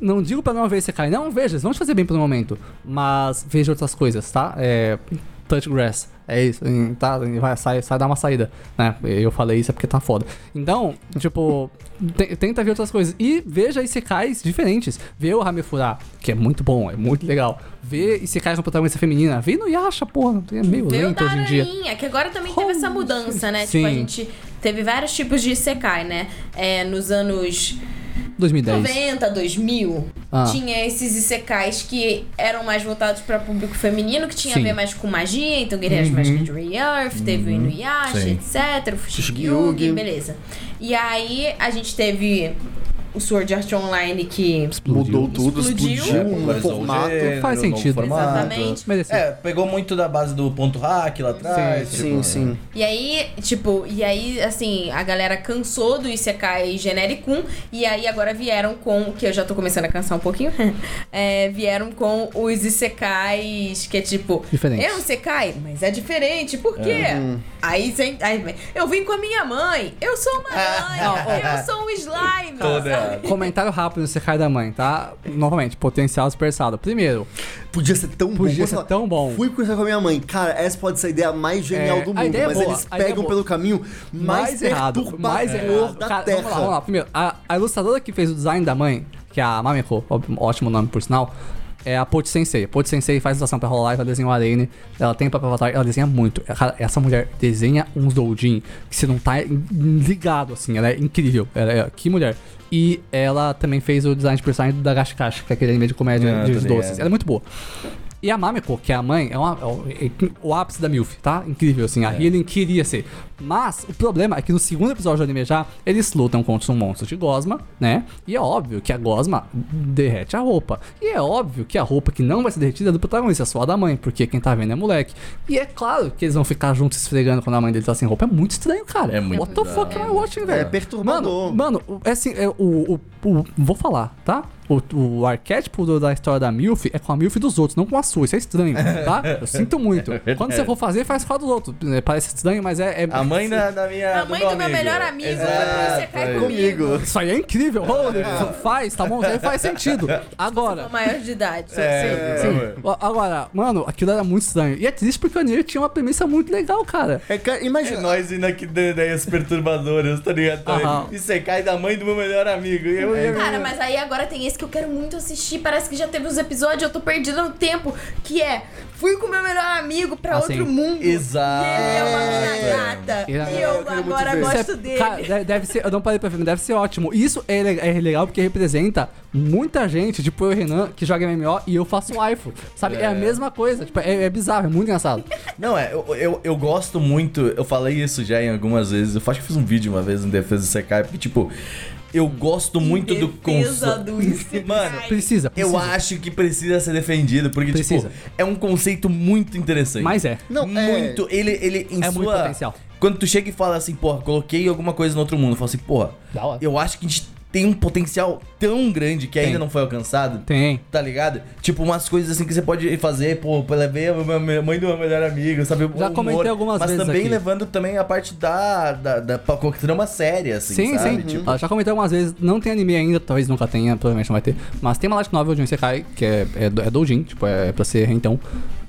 Speaker 4: não digo pra não ver esse cara. Não, veja, eles vão te fazer bem pelo momento. Mas veja outras coisas, tá? É. Touch grass. É isso, em- tá? em- Vai, sai, sai dar uma saída, né? Eu falei isso é porque tá foda. Então, tipo, [LAUGHS] te- tenta ver outras coisas. E veja Isekais diferentes. Vê o Hamefura, que é muito bom, é muito legal. Vê Isekais com protagonista feminina. Vê no Yasha, porra, é meio
Speaker 3: Veio
Speaker 4: lento
Speaker 3: da
Speaker 4: hoje em dia.
Speaker 3: aranha, que agora também teve essa
Speaker 4: Oh,
Speaker 3: mudança, né?
Speaker 4: sim.
Speaker 3: Tipo, a gente teve vários tipos de Isekai, né? É, nos anos
Speaker 4: 2010.
Speaker 3: 90, 2000,
Speaker 4: Ah.
Speaker 3: tinha esses Isekais que eram mais voltados para público feminino, que tinha
Speaker 4: Sim. Uhum.
Speaker 3: a ver mais com magia, então Guerreiras Mágicas de Re-Earth, teve o Inuyasha,
Speaker 1: Sim.
Speaker 3: etc, o Fushigi-Yugi,
Speaker 2: Fushigi-Yugi.
Speaker 3: beleza. E aí, a gente teve o Sword Art Online que...
Speaker 2: Mudou tudo,
Speaker 3: Explodiu.
Speaker 2: explodiu
Speaker 1: É,
Speaker 2: um
Speaker 1: popularizou o
Speaker 2: formato.
Speaker 1: gênero,
Speaker 4: Faz
Speaker 1: novo
Speaker 4: sentido.
Speaker 1: formato.
Speaker 3: Exatamente.
Speaker 4: Mereceu.
Speaker 1: É, pegou muito da base do ponto hack lá atrás.
Speaker 2: Sim,
Speaker 1: tipo,
Speaker 2: sim.
Speaker 3: E aí, tipo, e aí, assim, a galera cansou do Isekai Genericum, e aí agora vieram com, que eu já tô começando a cansar um pouquinho, [LAUGHS] é, vieram com os Isekais, que é tipo,
Speaker 4: Diferentes.
Speaker 3: é um Isekai, mas é diferente, por quê?
Speaker 1: É.
Speaker 3: Aí, sem, aí, eu vim com a minha mãe, eu sou uma mãe,
Speaker 1: [LAUGHS]
Speaker 3: eu sou um slime,
Speaker 1: Ah. Toda
Speaker 3: sabe?
Speaker 4: Comentário rápido no Sekai da Mãe, tá? Novamente, potencial dispersado. Primeiro,
Speaker 2: Podia ser tão bom.
Speaker 4: Podia
Speaker 2: sei
Speaker 4: ser
Speaker 2: lá,
Speaker 4: tão bom.
Speaker 2: Fui conversar com a minha mãe. Cara, essa pode ser a ideia mais genial
Speaker 4: É,
Speaker 2: do
Speaker 4: a
Speaker 2: mundo.
Speaker 4: ideia é
Speaker 2: Mas
Speaker 4: boa,
Speaker 2: eles
Speaker 4: a ideia é
Speaker 2: pegam
Speaker 4: boa.
Speaker 2: pelo caminho mais,
Speaker 4: mais errado.
Speaker 2: perturbador
Speaker 4: Mais errado.
Speaker 2: da
Speaker 4: Cara,
Speaker 2: Terra.
Speaker 4: Vamos lá, vamos lá. Primeiro, a, a ilustradora que fez o design da mãe, que é a Mameko, ó- ótimo nome por sinal, é a Pochi Sensei. A Pochi Sensei faz ilustração pra Hololive, ela desenha o Arane, ela tem papel avatar, ela desenha muito. É, Cara, essa mulher desenha uns doujin que você não tá em- ligado, assim, ela é incrível. Ela é- que mulher. E ela também fez o design de personagem do Dagashikashi, que é aquele anime de comédia
Speaker 1: Ah,
Speaker 4: de
Speaker 1: tô
Speaker 4: doces.
Speaker 1: ligado.
Speaker 4: Ela é muito boa. E a Mameko, que é a mãe, é, uma- é o- é o ápice da MILF, tá? Incrível, assim. A
Speaker 1: É.
Speaker 4: Healing queria ser. Mas o problema é que no segundo episódio do anime já, eles lutam contra um monstro de gosma, né? E é óbvio que a gosma derrete a roupa. E é óbvio que a roupa que não vai ser derretida é do protagonista, é só a da mãe, porque quem tá vendo é moleque. E é claro que eles vão ficar juntos esfregando quando a mãe dele tá sem roupa. É muito estranho, cara.
Speaker 1: É muito
Speaker 4: What the fuck am I watching, velho?
Speaker 2: É perturbador.
Speaker 4: Mano, mano é assim, é, o, o, o- Vou falar, tá? O, o arquétipo do- da história da MILF é com a MILF dos outros, não com a sua. Isso é estranho, tá? Eu
Speaker 1: [LAUGHS]
Speaker 4: sinto muito. Quando você for fazer, faz com a dos outros. É, Parece estranho, mas é. é-
Speaker 1: É A mãe da, da minha.
Speaker 3: A mãe do meu
Speaker 1: amigo.
Speaker 3: melhor amigo foi pro
Speaker 1: Exato,
Speaker 3: Isekai
Speaker 1: é.
Speaker 3: comigo.
Speaker 2: Comigo.
Speaker 4: Isso aí é incrível. Holy, faz, tá bom? Isso aí faz sentido. Agora.
Speaker 3: Maior de idade.
Speaker 1: É,
Speaker 4: Sim.
Speaker 1: vamos.
Speaker 4: Agora, mano, aquilo era muito estranho. E é triste porque o anime tinha uma premissa muito legal, cara.
Speaker 2: É, cara,
Speaker 1: É
Speaker 2: imagina.
Speaker 1: nós indo aqui de ideias perturbadoras, tá ligado?
Speaker 4: Aham.
Speaker 1: E você cai da mãe do meu melhor amigo. E
Speaker 2: É.
Speaker 1: eu- eu-
Speaker 4: Uhum.
Speaker 3: Cara, mas aí agora tem esse que eu quero muito assistir. Parece que já teve uns episódios, eu tô perdida no tempo. Que é, fui com meu melhor amigo pra
Speaker 4: Ah,
Speaker 3: outro
Speaker 4: sim.
Speaker 3: mundo.
Speaker 1: Exato.
Speaker 3: E ele é uma mina gata.
Speaker 4: Ele é-
Speaker 3: E
Speaker 4: Eu
Speaker 3: eu,
Speaker 2: quero muito
Speaker 3: agora
Speaker 2: ver.
Speaker 4: Isso é-
Speaker 3: gosto dele.
Speaker 4: cara, de- deve ser, eu não parei pra ver, mas deve ser ótimo. Isso é, le- é legal porque representa muita gente, tipo eu e o Renan, que joga MMO e eu faço waifu. Sabe? É, a mesma coisa. Tipo, é, é bizarro, é muito engraçado.
Speaker 3: [LAUGHS]
Speaker 1: Não, é, eu, eu, eu gosto muito. Eu falei isso já em algumas vezes. Eu acho que fiz um vídeo uma vez em defesa do Sekai, porque, tipo, eu gosto muito do
Speaker 3: Defesa
Speaker 1: conceito.
Speaker 3: do Isekai.
Speaker 1: Mano,
Speaker 4: Precisa, precisa.
Speaker 1: Eu acho que precisa ser defendido, porque,
Speaker 4: Precisa.
Speaker 1: tipo, é um conceito muito interessante.
Speaker 4: Mas é.
Speaker 2: Não, é-
Speaker 1: muito. Ele, ele em
Speaker 4: É
Speaker 1: sua.
Speaker 4: muito potencial.
Speaker 1: Quando tu chega e fala assim, porra, coloquei alguma coisa no outro mundo, eu falo assim, porra,
Speaker 4: Da hora.
Speaker 1: eu acho que a gente tem um potencial tão grande que ainda
Speaker 4: Tem.
Speaker 1: não foi alcançado.
Speaker 4: Tem.
Speaker 1: Tá ligado? Tipo, umas coisas assim que você pode fazer, pô, pra ver a minha- minha mãe do meu melhor amigo, sabe? O
Speaker 4: Já comentei algumas
Speaker 1: mas
Speaker 4: vezes
Speaker 1: também
Speaker 4: aqui.
Speaker 1: levando também a parte da. da, da, pra uma série, assim.
Speaker 4: Sim,
Speaker 1: sabe?
Speaker 4: sim. Ah, já comentei algumas vezes, não tem anime ainda, talvez nunca tenha, provavelmente não vai ter. Mas tem uma light novel de um Isekai, que é, é, do- é Doujin, tipo, é pra ser então.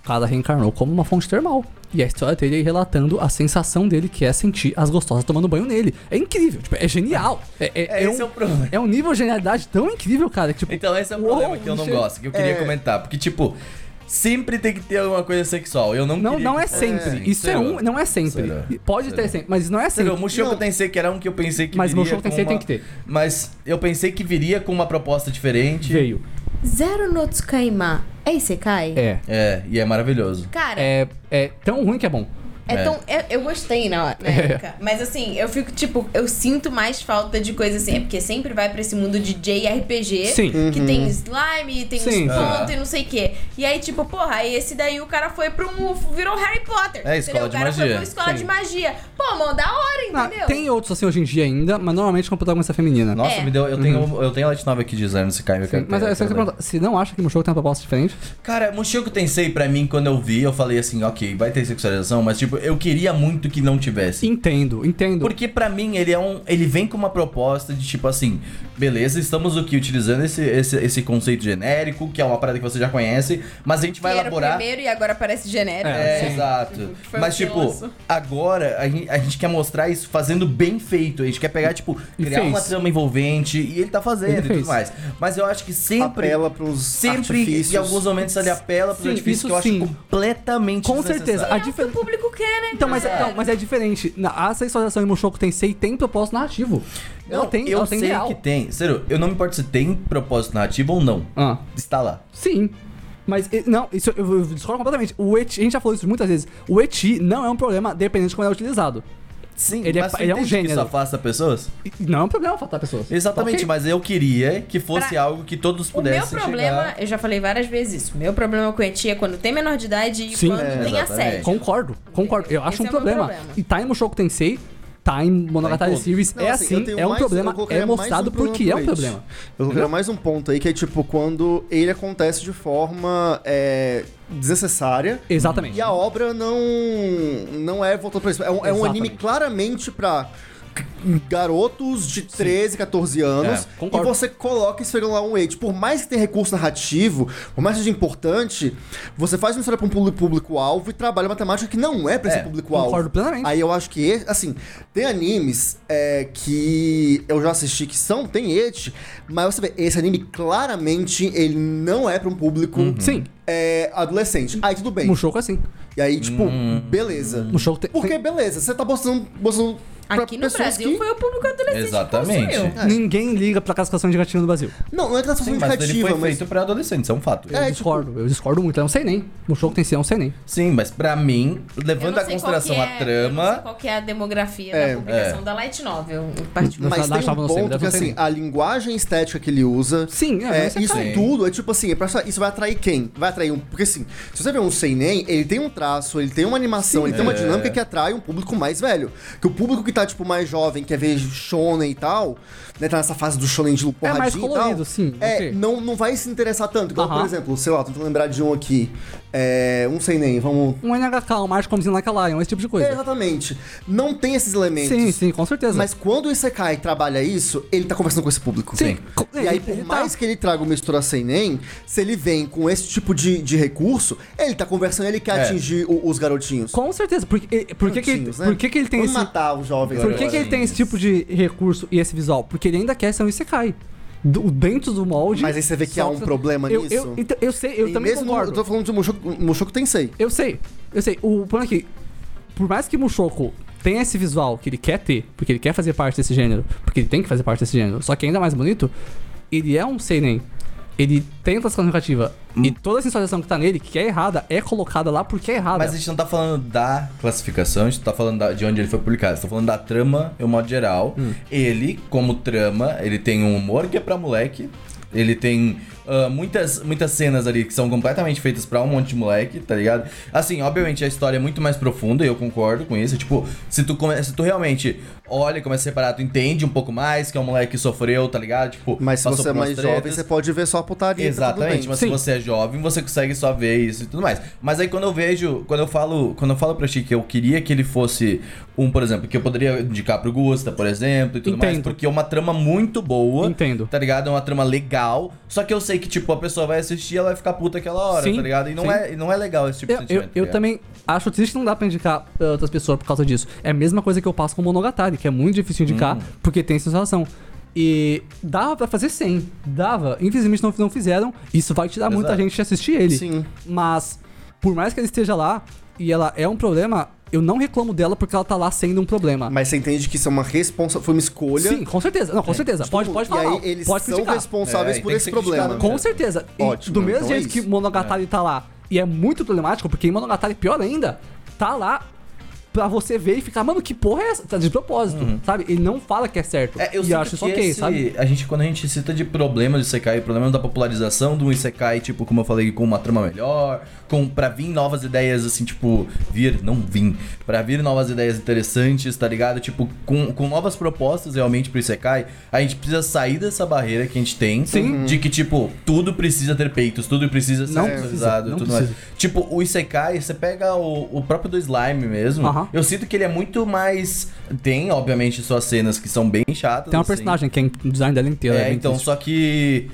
Speaker 4: cara reencarnou como uma fonte termal. E a história dele é relatando a sensação dele que é sentir as gostosas tomando banho nele. É incrível, tipo, é genial. É, é- é
Speaker 1: esse é
Speaker 4: um,
Speaker 1: o problema.
Speaker 4: é um nível de genialidade tão incrível, cara, que tipo...
Speaker 1: Então esse é o
Speaker 4: uou,
Speaker 1: problema que eu não
Speaker 4: chega-
Speaker 1: gosto, que eu queria
Speaker 2: É.
Speaker 1: comentar. Porque, tipo, sempre tem que ter alguma coisa sexual. Eu não
Speaker 4: Não,
Speaker 1: queria
Speaker 4: não
Speaker 1: que
Speaker 4: é
Speaker 1: fosse
Speaker 4: sempre.
Speaker 1: assim.
Speaker 4: Isso é
Speaker 1: Será?
Speaker 4: um, não é sempre.
Speaker 1: Será?
Speaker 4: Pode ter
Speaker 1: Será?
Speaker 4: sempre, mas não é
Speaker 1: Você
Speaker 4: sempre.
Speaker 1: viu, o Mushoku
Speaker 2: Não.
Speaker 1: Tensei, que era um que eu pensei que
Speaker 4: Mas
Speaker 1: viria
Speaker 4: Mushoku
Speaker 1: com
Speaker 4: Tensei
Speaker 1: uma...
Speaker 4: tem que ter.
Speaker 1: Mas eu pensei que viria com uma proposta diferente.
Speaker 4: Veio.
Speaker 3: Zero no Tsukaima é Isekai?
Speaker 4: É.
Speaker 1: É, e é maravilhoso.
Speaker 3: Cara, é,
Speaker 4: É, é tão ruim que é bom.
Speaker 3: tão. é- eu gostei
Speaker 4: [LAUGHS]
Speaker 3: na, na época. Mas assim, eu fico, tipo, eu sinto mais falta de coisa assim. É porque sempre vai pra esse mundo de JRPG.
Speaker 4: Sim.
Speaker 3: Que
Speaker 1: Uhum.
Speaker 3: tem slime, tem
Speaker 4: Sim. Ah.
Speaker 3: uns pontos
Speaker 1: É.
Speaker 3: e não sei o quê. E aí, tipo, porra, aí esse daí o cara foi pra um. virou Harry Potter.
Speaker 1: É, escola
Speaker 3: entendeu?
Speaker 1: de
Speaker 3: o cara foi
Speaker 1: magia. um
Speaker 3: pra uma escola
Speaker 4: Sim.
Speaker 3: de magia. Pô, mão da hora,
Speaker 4: Ah,
Speaker 3: entendeu?
Speaker 4: tem outros assim hoje em dia ainda, mas normalmente com protagonista feminina.
Speaker 1: Nossa,
Speaker 3: É.
Speaker 1: me deu. Eu tenho, eu tenho a Light 9 aqui de Zero nesse Caio.
Speaker 4: Uhum. Sim, mas é só que você pergunta, se não acha que Mushoku tem uma proposta diferente,
Speaker 1: Cara, Mushoku Tensei, pra mim, quando eu vi, eu falei assim, ok, vai ter sexualização, mas tipo, eu queria muito que não tivesse.
Speaker 4: entendo, entendo.
Speaker 1: Porque pra mim ele é um. Ele vem com uma proposta de tipo assim, beleza, estamos aqui utilizando esse, esse, esse conceito genérico, que é uma parada que você já conhece, mas a gente vai
Speaker 3: que
Speaker 1: elaborar.
Speaker 3: Era o primeiro e agora parece genérico.
Speaker 1: É,
Speaker 4: Sim.
Speaker 1: exato.
Speaker 3: Foi
Speaker 1: Mas,
Speaker 3: um
Speaker 1: tipo,
Speaker 3: filósofo.
Speaker 1: agora a gente, a gente quer mostrar isso fazendo bem feito. A gente quer pegar, tipo,
Speaker 4: E
Speaker 1: criar
Speaker 4: fez.
Speaker 1: uma trama envolvente e ele tá fazendo
Speaker 4: Ele
Speaker 1: e tudo
Speaker 4: fez.
Speaker 1: mais. Mas eu acho que sempre.
Speaker 2: Apela pros
Speaker 1: sempre
Speaker 2: artifícios.
Speaker 1: em alguns momentos ele apela pros
Speaker 4: Sim,
Speaker 1: artifícios
Speaker 4: isso
Speaker 1: que eu
Speaker 4: sim.
Speaker 1: acho completamente
Speaker 4: Com certeza.
Speaker 1: desnecessário.
Speaker 4: A
Speaker 3: É o que o
Speaker 4: diferença.
Speaker 3: público quer, né?
Speaker 4: Então, mas,
Speaker 3: cara?
Speaker 4: não, mas é diferente. Na, a sexualização em Mushoku Tensei tem propósito narrativo. ela
Speaker 1: Não,
Speaker 4: tem,
Speaker 1: eu
Speaker 4: ela tem
Speaker 1: sei
Speaker 4: real.
Speaker 1: que tem. Sério, eu não me importo se tem propósito narrativo ou não.
Speaker 4: Ah,
Speaker 1: Está lá.
Speaker 4: sim. Mas, e- não, isso eu, eu discordo completamente. O eti, a gente já falou isso muitas vezes. O eti não é um problema dependente de como ele é utilizado.
Speaker 1: Sim,
Speaker 4: Ele é
Speaker 1: mas
Speaker 4: pa-
Speaker 1: você
Speaker 4: ele é um
Speaker 1: entende que
Speaker 4: gênero.
Speaker 1: Isso afasta pessoas?
Speaker 4: E Não é um problema fatar pessoas.
Speaker 1: Exatamente,
Speaker 4: Ok?
Speaker 1: mas eu queria que fosse
Speaker 3: Pra-
Speaker 1: algo que todos
Speaker 3: O meu
Speaker 1: pudessem
Speaker 3: problema, é
Speaker 1: chegar.
Speaker 3: eu já falei várias vezes isso. Meu problema com ET é quando tem menor de idade e
Speaker 4: Sim.
Speaker 3: quando
Speaker 4: É,
Speaker 3: tem
Speaker 1: exatamente.
Speaker 3: assédio.
Speaker 4: Concordo, concordo. Eu acho
Speaker 3: Esse
Speaker 4: um
Speaker 3: é o meu
Speaker 4: problema.
Speaker 3: problema.
Speaker 4: E um Time Mushoku Tensei, Time tá Monogatari
Speaker 1: todos.
Speaker 4: Series
Speaker 2: Não,
Speaker 4: é
Speaker 2: assim, eu
Speaker 4: assim,
Speaker 2: tenho
Speaker 4: é um
Speaker 2: mais- eu
Speaker 4: problema,
Speaker 2: colocaria
Speaker 4: é
Speaker 2: mais um
Speaker 4: mostrado
Speaker 2: problema
Speaker 4: porque é um
Speaker 2: pro It.
Speaker 4: problema.
Speaker 2: Eu vou criar mais um ponto aí que é tipo quando ele acontece de forma é, desnecessária.
Speaker 4: Exatamente.
Speaker 2: E a obra não não é voltada pra isso. É um, é um
Speaker 4: Exatamente.
Speaker 2: anime claramente pra c- garotos de 13, 14 anos.
Speaker 4: É,
Speaker 2: e
Speaker 4: concordo.
Speaker 2: você coloca esse lá um age. Por mais que tenha recurso narrativo, por mais que seja importante, você faz uma história pra um público- público-alvo e trabalha uma temática que não é pra
Speaker 1: É,
Speaker 2: esse público-alvo.
Speaker 4: concordo plenamente.
Speaker 2: Aí eu acho que, esse- assim, tem animes é, que eu já assisti que são, tem et, mas você vê, esse anime claramente ele não é pra um público
Speaker 4: Uhum. Sim,
Speaker 2: é, adolescente. Aí tudo bem.
Speaker 4: Mushoku é assim.
Speaker 2: E aí, tipo,
Speaker 1: Hum.
Speaker 2: beleza.
Speaker 4: Mushoku tem...
Speaker 2: Porque, beleza, você tá mostrando, mostrando pra
Speaker 3: Aqui no
Speaker 2: pessoas
Speaker 3: Brasil
Speaker 2: que...
Speaker 3: foi o público adolescente
Speaker 1: Exatamente.
Speaker 3: que consumiu.
Speaker 4: tem- Ninguém liga pra classificação indicativa no Brasil.
Speaker 2: Não, não é classificação
Speaker 1: Sim, mas ele
Speaker 2: indicativa,
Speaker 1: foi
Speaker 2: mas...
Speaker 1: feito pra adolescentes, é um fato.
Speaker 4: Eu
Speaker 2: É, tipo-
Speaker 4: discordo, eu discordo muito. É um seinen. Mushoku Tensei é um seinen.
Speaker 1: Sim, mas pra mim,
Speaker 3: Eu
Speaker 1: levando
Speaker 3: não
Speaker 1: a
Speaker 3: sei
Speaker 1: consideração
Speaker 3: qual
Speaker 1: a
Speaker 3: que é- Eu não sei
Speaker 1: trama.
Speaker 3: qual que é a demografia
Speaker 2: É,
Speaker 3: da publicação
Speaker 1: é.
Speaker 3: da Light Novel, em particular.
Speaker 2: Mas
Speaker 4: Mas
Speaker 2: tem
Speaker 4: lá estava
Speaker 2: um
Speaker 4: no semi,
Speaker 2: ponto
Speaker 4: deve
Speaker 2: que,
Speaker 4: não ser
Speaker 2: assim,
Speaker 4: nem.
Speaker 2: a linguagem estética que ele usa...
Speaker 4: Sim, é,
Speaker 2: é,
Speaker 4: mas é
Speaker 2: isso
Speaker 1: claro.
Speaker 2: tudo é tipo assim, é pra, isso vai atrair quem? Vai atrair um... Porque assim, se você vê um seinen, ele tem um traço, ele tem uma animação, ele tem uma dinâmica que atrai um público mais velho. Que o público que tá, tipo, mais jovem, quer ver shonen e tal, né, tá nessa fase do shonen de
Speaker 4: É
Speaker 2: porradinha
Speaker 4: mais
Speaker 2: e tal.
Speaker 4: colorido, sim.
Speaker 2: É,
Speaker 4: ok.
Speaker 2: não, não vai se interessar tanto. Igual, por
Speaker 4: Aham.
Speaker 2: exemplo, sei lá, tô tentando lembrar de um aqui. É, um sem nem, vamos.
Speaker 4: Um NHK, um March Comes in Like a Lion, esse tipo de
Speaker 2: É,
Speaker 4: coisa.
Speaker 2: exatamente. Não tem esses elementos.
Speaker 4: Sim, sim, com certeza.
Speaker 2: Mas quando o Isekai trabalha isso, ele tá conversando com esse público.
Speaker 4: Sim.
Speaker 2: E aí, por
Speaker 4: Ele tá-
Speaker 2: mais que ele traga uma mistura sem nem, se ele vem com esse tipo de, de recurso, ele tá conversando, ele quer
Speaker 1: É.
Speaker 2: atingir o- os garotinhos.
Speaker 4: Com certeza, porque, porque, que, ele-
Speaker 2: Garotinhos, né?
Speaker 4: por que, que ele tem
Speaker 2: Vamos
Speaker 4: esse.
Speaker 2: matar os jovens.
Speaker 4: Por
Speaker 2: agora.
Speaker 4: que, que ele tem esse tipo de recurso e esse visual? Porque ele ainda quer ser um Isekai. Do, dentro do molde.
Speaker 2: Mas aí você vê que
Speaker 4: só
Speaker 2: há um
Speaker 4: que-
Speaker 2: problema
Speaker 4: eu,
Speaker 2: nisso.
Speaker 4: Eu, então, eu sei, eu
Speaker 2: E
Speaker 4: também
Speaker 2: mesmo no-
Speaker 4: concordo.
Speaker 2: eu tô falando de Mushoku, Mushoku Tensei.
Speaker 4: Eu sei, eu sei. O problema é que, por mais que Mushoku tenha esse visual que ele quer ter, porque ele quer fazer parte desse gênero, porque ele tem que fazer parte desse gênero, só que ainda mais bonito, ele é um seinen. Ele tem classificação negativa. E toda essa instalação que tá nele, que é errada, é colocada lá porque é errada.
Speaker 1: Mas a gente não tá falando da classificação, a gente tá falando da- de onde ele foi publicado. Tá falando da trama, de um modo geral.
Speaker 2: Hum.
Speaker 1: Ele, como trama, ele tem um humor que é pra moleque. Ele tem ah, muitas, muitas cenas ali que são completamente feitas pra um monte de moleque, tá ligado? Assim, obviamente a história é muito mais profunda e eu concordo com isso. Tipo, se tu, come- se tu realmente olha e começa a separar, tu entende um pouco mais que é um moleque que sofreu, tá ligado? Tipo,
Speaker 2: Mas se
Speaker 1: passou
Speaker 2: você é
Speaker 1: por umas
Speaker 2: mais jovem,
Speaker 1: tretas.
Speaker 2: você pode ver só a putaria. tá tudo
Speaker 1: Exatamente,
Speaker 2: bem.
Speaker 1: mas
Speaker 4: Sim.
Speaker 1: se você é jovem, você consegue só ver isso e tudo mais. Mas aí quando eu vejo, quando eu falo, quando eu falo pra Chico que eu queria que ele fosse um, por exemplo, que eu poderia indicar pro Gusta, por exemplo, e tudo mais,
Speaker 4: Entendo.
Speaker 1: porque é uma trama muito boa.
Speaker 4: Entendo.
Speaker 1: Tá ligado? É uma trama legal. Só que eu sei sei que, tipo, a pessoa vai assistir e ela vai ficar puta aquela hora,
Speaker 4: Sim,
Speaker 1: tá ligado? E não,
Speaker 4: sim.
Speaker 1: é, e não é legal esse tipo
Speaker 4: Eu,
Speaker 1: de
Speaker 4: eu,
Speaker 1: sentimento.
Speaker 4: eu
Speaker 1: tá ligado?
Speaker 4: também acho triste que não dá pra indicar eh, outras pessoas por causa disso. É a mesma coisa que eu passo com Monogatari, que é muito difícil
Speaker 2: Hum.
Speaker 4: indicar, porque tem sensação. E dava pra fazer 100. Dava. Infelizmente não, não fizeram. Isso vai tirar muita
Speaker 1: Exato.
Speaker 4: gente de assistir ele.
Speaker 2: Sim.
Speaker 4: Mas, por mais que ele esteja lá e ela é um problema, eu não reclamo dela porque ela tá lá sendo um problema.
Speaker 2: Mas você entende que isso é uma responsa, foi uma escolha.
Speaker 4: Sim, com certeza. Não, com certeza. Pode, pode falar.
Speaker 2: tipo, E
Speaker 4: mal,
Speaker 2: aí eles
Speaker 4: pode
Speaker 2: são
Speaker 4: criticar.
Speaker 2: responsáveis
Speaker 1: É, e
Speaker 2: por
Speaker 1: tem
Speaker 2: esse
Speaker 1: que ser criticado
Speaker 2: problema.
Speaker 1: mesmo.
Speaker 4: Com certeza. E
Speaker 2: Ótimo,
Speaker 4: do mesmo
Speaker 2: então é
Speaker 4: jeito que
Speaker 2: isso.
Speaker 4: Monogatari tá lá e é muito problemático, porque em Monogatari, pior ainda, tá lá pra você ver e ficar, mano, que porra é essa? Tá de propósito, sabe? Ele não fala que é certo.
Speaker 1: Uhum. É, eu
Speaker 4: e
Speaker 1: sinto
Speaker 4: acho isso
Speaker 1: que
Speaker 4: ok,
Speaker 1: esse-
Speaker 4: sabe?
Speaker 1: A gente, quando a gente cita de problemas de Isekai, problemas da popularização do Isekai, tipo, como eu falei, com uma trama melhor, com pra vir novas ideias, assim, tipo, vir, não vim, pra vir novas ideias interessantes, tá ligado? Tipo, com, com novas propostas realmente pro Isekai, a gente precisa sair dessa barreira que a gente tem
Speaker 4: Sim.
Speaker 1: de que, tipo, tudo precisa ter peitos, tudo precisa ser
Speaker 4: Não
Speaker 1: sexualizado e
Speaker 4: precisa, não
Speaker 1: tudo mais.
Speaker 4: precisa.
Speaker 1: Tipo, o Isekai, você pega o, o próprio do Slime mesmo,
Speaker 4: Aham.
Speaker 1: eu sinto que ele é muito mais. Tem, obviamente, suas cenas que são bem chatas.
Speaker 4: Tem uma
Speaker 1: assim.
Speaker 4: personagem que é o design dela inteira.
Speaker 1: É,
Speaker 4: bem
Speaker 1: então,
Speaker 4: triste.
Speaker 1: só que.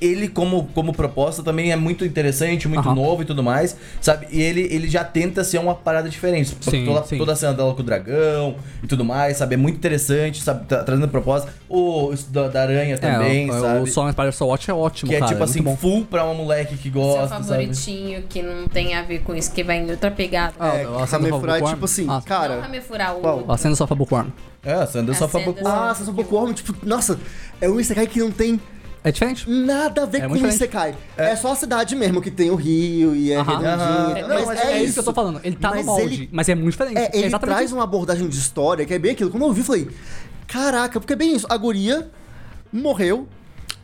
Speaker 1: Ele, como, como proposta, também é muito interessante, muito
Speaker 4: Aham.
Speaker 1: novo e tudo mais, sabe? E ele, ele já tenta ser uma parada diferente.
Speaker 4: Sim,
Speaker 1: toda,
Speaker 4: sim.
Speaker 1: toda a cena dela com o dragão e tudo mais, sabe? É muito interessante, sabe? Tá, trazendo proposta. O isso da, da aranha também,
Speaker 4: é, o-
Speaker 1: sabe?
Speaker 4: O Song Spider Soul Watch é ótimo,
Speaker 1: que é
Speaker 4: cara.
Speaker 1: tipo
Speaker 4: muito
Speaker 1: assim,
Speaker 4: bom.
Speaker 1: full pra uma moleque que
Speaker 3: Seu
Speaker 1: gosta, sabe?
Speaker 3: favoritinho que não tem a ver com isso, que vai em outra pegada.
Speaker 4: Ah,
Speaker 2: É,
Speaker 4: a cena do
Speaker 2: Kamefura é
Speaker 4: Fabucorn?
Speaker 2: tipo assim,
Speaker 4: Ah,
Speaker 3: Não pra
Speaker 2: cara.
Speaker 3: me furar o
Speaker 2: Qual?
Speaker 3: outro.
Speaker 4: A cena do Sofa Bookworm.
Speaker 1: É, a Sandra
Speaker 3: A
Speaker 1: só
Speaker 3: Sandra-
Speaker 1: fala pouco.
Speaker 2: Ah, Sassu Bookworm, tipo, nossa, é um Isekai que não tem
Speaker 4: É diferente.
Speaker 2: nada a ver
Speaker 4: É
Speaker 2: com
Speaker 4: muito
Speaker 2: o
Speaker 4: diferente.
Speaker 2: Isekai. É. só a cidade mesmo que tem o rio e é
Speaker 4: Aham.
Speaker 2: redondinho.
Speaker 1: Aham.
Speaker 4: Não,
Speaker 2: Mas
Speaker 4: mas
Speaker 2: é, isso
Speaker 4: que eu tô falando. Ele tá
Speaker 2: Mas
Speaker 4: no molde,
Speaker 2: ele-
Speaker 4: mas é muito diferente.
Speaker 2: É, ele
Speaker 4: exatamente
Speaker 2: traz
Speaker 4: isso.
Speaker 2: uma abordagem de história que é bem aquilo. Quando eu ouvi, eu falei: Caraca, porque é bem isso. A guria morreu,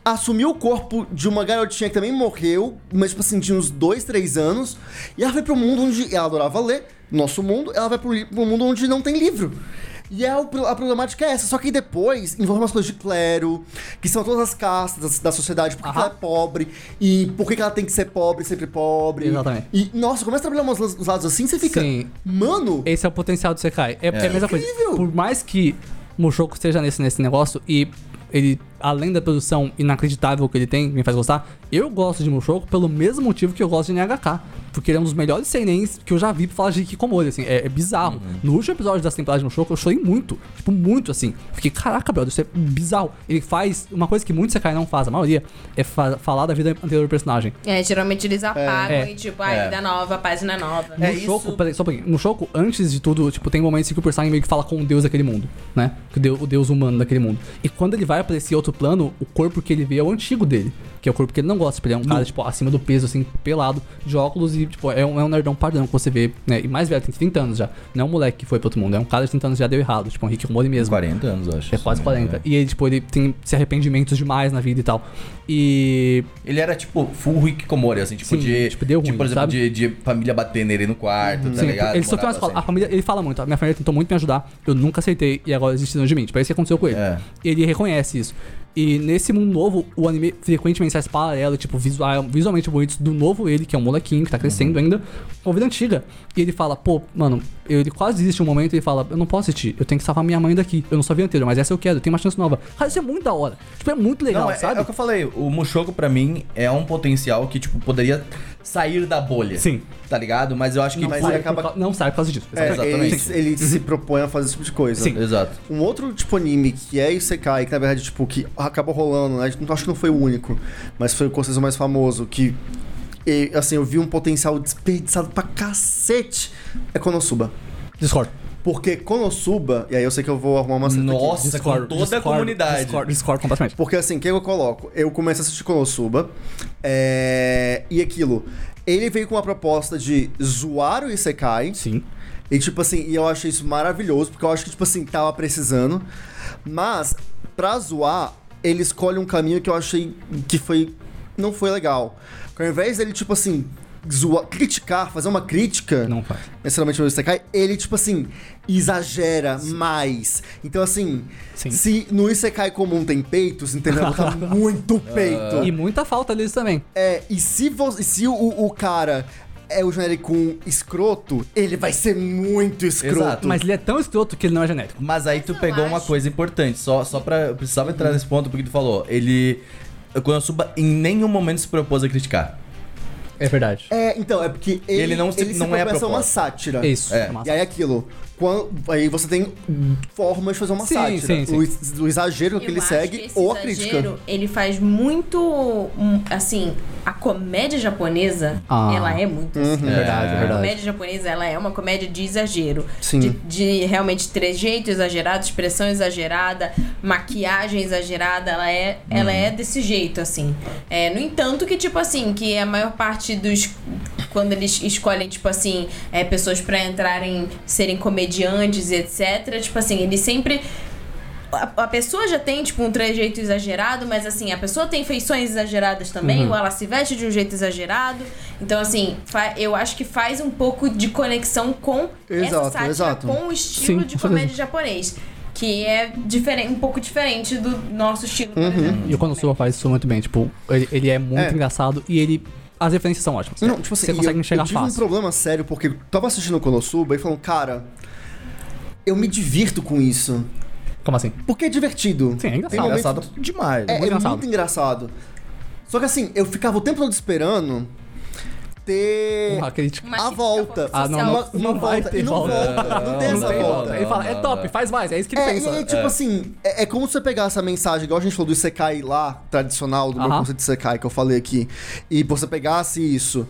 Speaker 2: assumiu o corpo de uma garotinha que também morreu, mas tipo assim, tinha uns dois, três anos. E ela foi pro mundo onde ela adorava ler, nosso mundo, ela vai pro, li- pro mundo onde não tem livro. E é o pro- a problemática é essa, só que depois envolve umas coisas de clero, que são todas as castas da, da sociedade, porque
Speaker 4: Aham.
Speaker 2: ela é pobre, e por que que ela tem que ser pobre, sempre pobre.
Speaker 4: Exatamente.
Speaker 2: E, nossa, começa a trabalhar uns la- uns lados assim, você fica.
Speaker 4: Sim.
Speaker 2: Mano,
Speaker 4: Esse é o potencial do Sekai. É, é. a mesma coisa.
Speaker 2: Incrível!
Speaker 4: Por mais que Mushoku esteja nesse, nesse negócio e ele, além da produção inacreditável que ele tem, me faz gostar, eu gosto de Mushoku pelo mesmo motivo que eu gosto de NHK. Porque ele é um dos melhores seinens que eu já vi pra falar de Kikomori, assim. É, é bizarro. No último episódio da temporada de Mushoku, eu chorei muito. Tipo, muito, assim. Fiquei, caraca, brother, isso é bizarro. Ele faz uma coisa que muito Sekai não faz, a maioria, é fa- falar da vida anterior do personagem.
Speaker 3: É, geralmente eles apagam
Speaker 4: É.
Speaker 3: e tipo, ah,
Speaker 1: É.
Speaker 3: vida nova, página nova.
Speaker 1: É,
Speaker 4: No Choco,
Speaker 1: isso-
Speaker 4: peraí, só um pouquinho. No Choco, antes de tudo, tipo, tem momentos em que o personagem meio que fala com o deus daquele mundo, né? Que o deu- o deus humano daquele mundo. E quando ele vai pra esse outro plano, o corpo que ele vê é o antigo dele. Que é o corpo que ele não gosta, tipo, ele é um cara, tipo, acima do peso, assim, pelado, de óculos e, tipo, é um, é um nerdão padrão que você vê, né? E mais velho, tem 30 anos já. Não é um moleque que foi pro outro mundo, é um cara de 30 anos que já deu errado, tipo, um Rick Rumori mesmo.
Speaker 1: 40 anos, eu acho.
Speaker 4: É quase
Speaker 1: Sim,
Speaker 4: 40.
Speaker 1: é.
Speaker 4: E ele, tipo, ele tem se arrependimentos demais na vida e tal. E
Speaker 1: Ele era tipo full Hikikomori, assim, tipo
Speaker 4: Sim,
Speaker 1: de.
Speaker 4: tipo, deu ruim,
Speaker 1: por exemplo,
Speaker 4: sabe?
Speaker 1: de, de família bater nele no quarto, tá
Speaker 4: Sim,
Speaker 1: ligado?
Speaker 4: ele só tem uma
Speaker 1: Morava assim.
Speaker 4: escola. A
Speaker 1: sempre.
Speaker 4: família, ele fala muito, a minha família tentou muito me ajudar, eu nunca aceitei e agora eles desistiram de mim. Tipo, é isso que aconteceu com ele.
Speaker 1: É.
Speaker 4: Ele reconhece isso. E nesse mundo novo, o anime frequentemente faz paralelo, tipo, visual, visualmente bonitos do novo ele, que é um molequinho que tá crescendo ainda, com a vida antiga. E ele fala, pô, mano, ele quase desiste um momento e ele fala, eu não posso assistir, eu tenho que salvar minha mãe daqui. Eu não sou a vida anterior, mas essa eu quero, eu tenho uma chance nova. Cara, isso é muito da hora. Tipo, é muito legal,
Speaker 1: Não, é,
Speaker 4: sabe?
Speaker 1: é o que eu falei, o Mushoku pra mim é um potencial que, tipo, poderia sair da bolha.
Speaker 4: Sim.
Speaker 1: Tá ligado? Mas eu acho que.
Speaker 2: Não, mas é
Speaker 1: por-
Speaker 2: ele
Speaker 4: Sai por
Speaker 2: acaba-
Speaker 4: cau- Não sai por causa disso.
Speaker 2: É,
Speaker 4: exatamente.
Speaker 1: exatamente.
Speaker 2: Ele, ele se propõe a fazer esse tipo de coisa.
Speaker 4: Sim.
Speaker 1: Exato.
Speaker 2: Um outro tipo anime que é Isekai, que na verdade, tipo, que acabou rolando, né? Não- Acho que não foi o único, mas foi o consenso mais famoso, que e, assim, eu vi um potencial desperdiçado pra cacete. É Konosuba.
Speaker 4: Discord.
Speaker 2: Porque Konosuba, e aí eu sei que eu vou arrumar uma treta aqui.
Speaker 1: Nossa, com toda a comunidade.
Speaker 4: Discord, Discord completamente.
Speaker 2: Porque assim, o que eu coloco? Eu comecei a assistir Konosuba, é... e aquilo. Ele veio com uma proposta de zoar o Isekai.
Speaker 4: Sim.
Speaker 2: E tipo assim, e eu achei isso maravilhoso, porque eu acho que, tipo assim, tava precisando. Mas, pra zoar, ele escolhe um caminho que eu achei que foi. não foi legal. Porque ao invés dele, tipo assim, zoar, criticar, fazer uma crítica
Speaker 4: Não faz.
Speaker 2: necessariamente o Isekai, ele, tipo assim, exagera mais. Então, assim,
Speaker 4: Sim.
Speaker 2: se no Isekai comum tem peitos, entendeu?
Speaker 4: [LAUGHS]
Speaker 2: Tá muito peito.
Speaker 4: E muita falta deles também.
Speaker 2: É, e se, vo- e se o, o cara é o genérico um escroto, ele vai ser muito escroto.
Speaker 1: Exato.
Speaker 4: Mas ele é tão escroto que ele não é genérico.
Speaker 1: Mas aí tu
Speaker 3: eu
Speaker 1: pegou uma
Speaker 3: acho-
Speaker 4: Uhum.
Speaker 1: coisa importante, só, só pra. Eu precisava entrar nesse ponto porque tu falou, ele. o Konosuba em nenhum momento se propôs a criticar.
Speaker 4: É verdade.
Speaker 2: É, então, é porque ele,
Speaker 1: Ele não se- não é a
Speaker 2: propõe a ser uma
Speaker 1: proposta.
Speaker 2: sátira.
Speaker 4: Isso.
Speaker 1: É.
Speaker 4: Massa.
Speaker 2: E aí é aquilo. Quando- aí você tem formas de fazer uma
Speaker 4: Sim,
Speaker 2: sátira.
Speaker 4: sim, sim.
Speaker 2: O, ex- o exagero que
Speaker 3: Eu
Speaker 2: ele
Speaker 3: acho que
Speaker 2: segue
Speaker 3: esse
Speaker 2: ou a
Speaker 3: exagero,
Speaker 2: crítica.
Speaker 3: Ele faz muito. hum, Assim, a comédia japonesa,
Speaker 4: Ah.
Speaker 3: ela é muito assim.
Speaker 2: Uhum.
Speaker 4: É verdade, é,
Speaker 3: A
Speaker 4: verdade.
Speaker 3: comédia japonesa, ela é uma comédia de exagero.
Speaker 2: Sim.
Speaker 3: De, de realmente trejeito exagerado, expressão exagerada, maquiagem exagerada, ela é, ela é desse jeito, assim. É, no entanto, que, tipo assim, que a maior parte dos. Quando eles escolhem, tipo assim, é, pessoas pra entrarem, serem comediantes e etc., tipo assim, eles sempre a, a pessoa já tem, tipo, um trejeito exagerado, mas assim, a pessoa tem feições exageradas também,
Speaker 4: Uhum.
Speaker 3: ou ela se veste de um jeito exagerado. Então, assim, fa- eu acho que faz um pouco de conexão com
Speaker 2: Exato,
Speaker 3: essa sátira,
Speaker 2: exato.
Speaker 3: com o estilo
Speaker 4: Sim,
Speaker 3: de
Speaker 4: com
Speaker 3: comédia
Speaker 4: certeza.
Speaker 3: japonês. Que é diferente, um pouco diferente do nosso estilo,
Speaker 4: Uhum.
Speaker 3: por exemplo.
Speaker 4: E o Konosuba faz isso muito bem. Tipo, ele, ele é muito
Speaker 2: É.
Speaker 4: engraçado e ele. As referências são ótimas.
Speaker 2: Não, tipo assim,
Speaker 4: você
Speaker 2: e
Speaker 4: consegue
Speaker 2: eu,
Speaker 4: enxergar
Speaker 2: eu tive um
Speaker 4: fácil.
Speaker 2: problema sério, porque eu tava assistindo o Konosuba e falando, cara, eu me divirto com isso.
Speaker 4: Como assim?
Speaker 2: Porque é divertido.
Speaker 4: Sim, é engraçado.
Speaker 2: Tem momentos-
Speaker 1: Engraçado demais.
Speaker 2: É, é
Speaker 4: Muito engraçado.
Speaker 2: muito engraçado. Só que assim, eu ficava o tempo todo esperando ter
Speaker 4: Uma crítica.
Speaker 3: Uma
Speaker 2: a
Speaker 3: crítica
Speaker 2: volta.
Speaker 3: social.
Speaker 4: Um Ah, não,
Speaker 2: uma, uma
Speaker 4: não vai
Speaker 2: volta.
Speaker 4: ter
Speaker 2: E não
Speaker 4: volta.
Speaker 2: volta. Não tem
Speaker 1: Não
Speaker 2: essa
Speaker 1: tem
Speaker 2: volta.
Speaker 1: volta.
Speaker 4: Ele fala, é
Speaker 1: Não,
Speaker 4: top,
Speaker 1: não.
Speaker 4: faz mais. É isso que ele
Speaker 2: É,
Speaker 4: pensa.
Speaker 2: e, e, tipo
Speaker 1: é.
Speaker 2: assim, é, é como você pegar essa mensagem, igual a gente falou do Isekai lá, tradicional, do meu
Speaker 4: Aham.
Speaker 2: conceito de Isekai que eu falei aqui, e você pegasse isso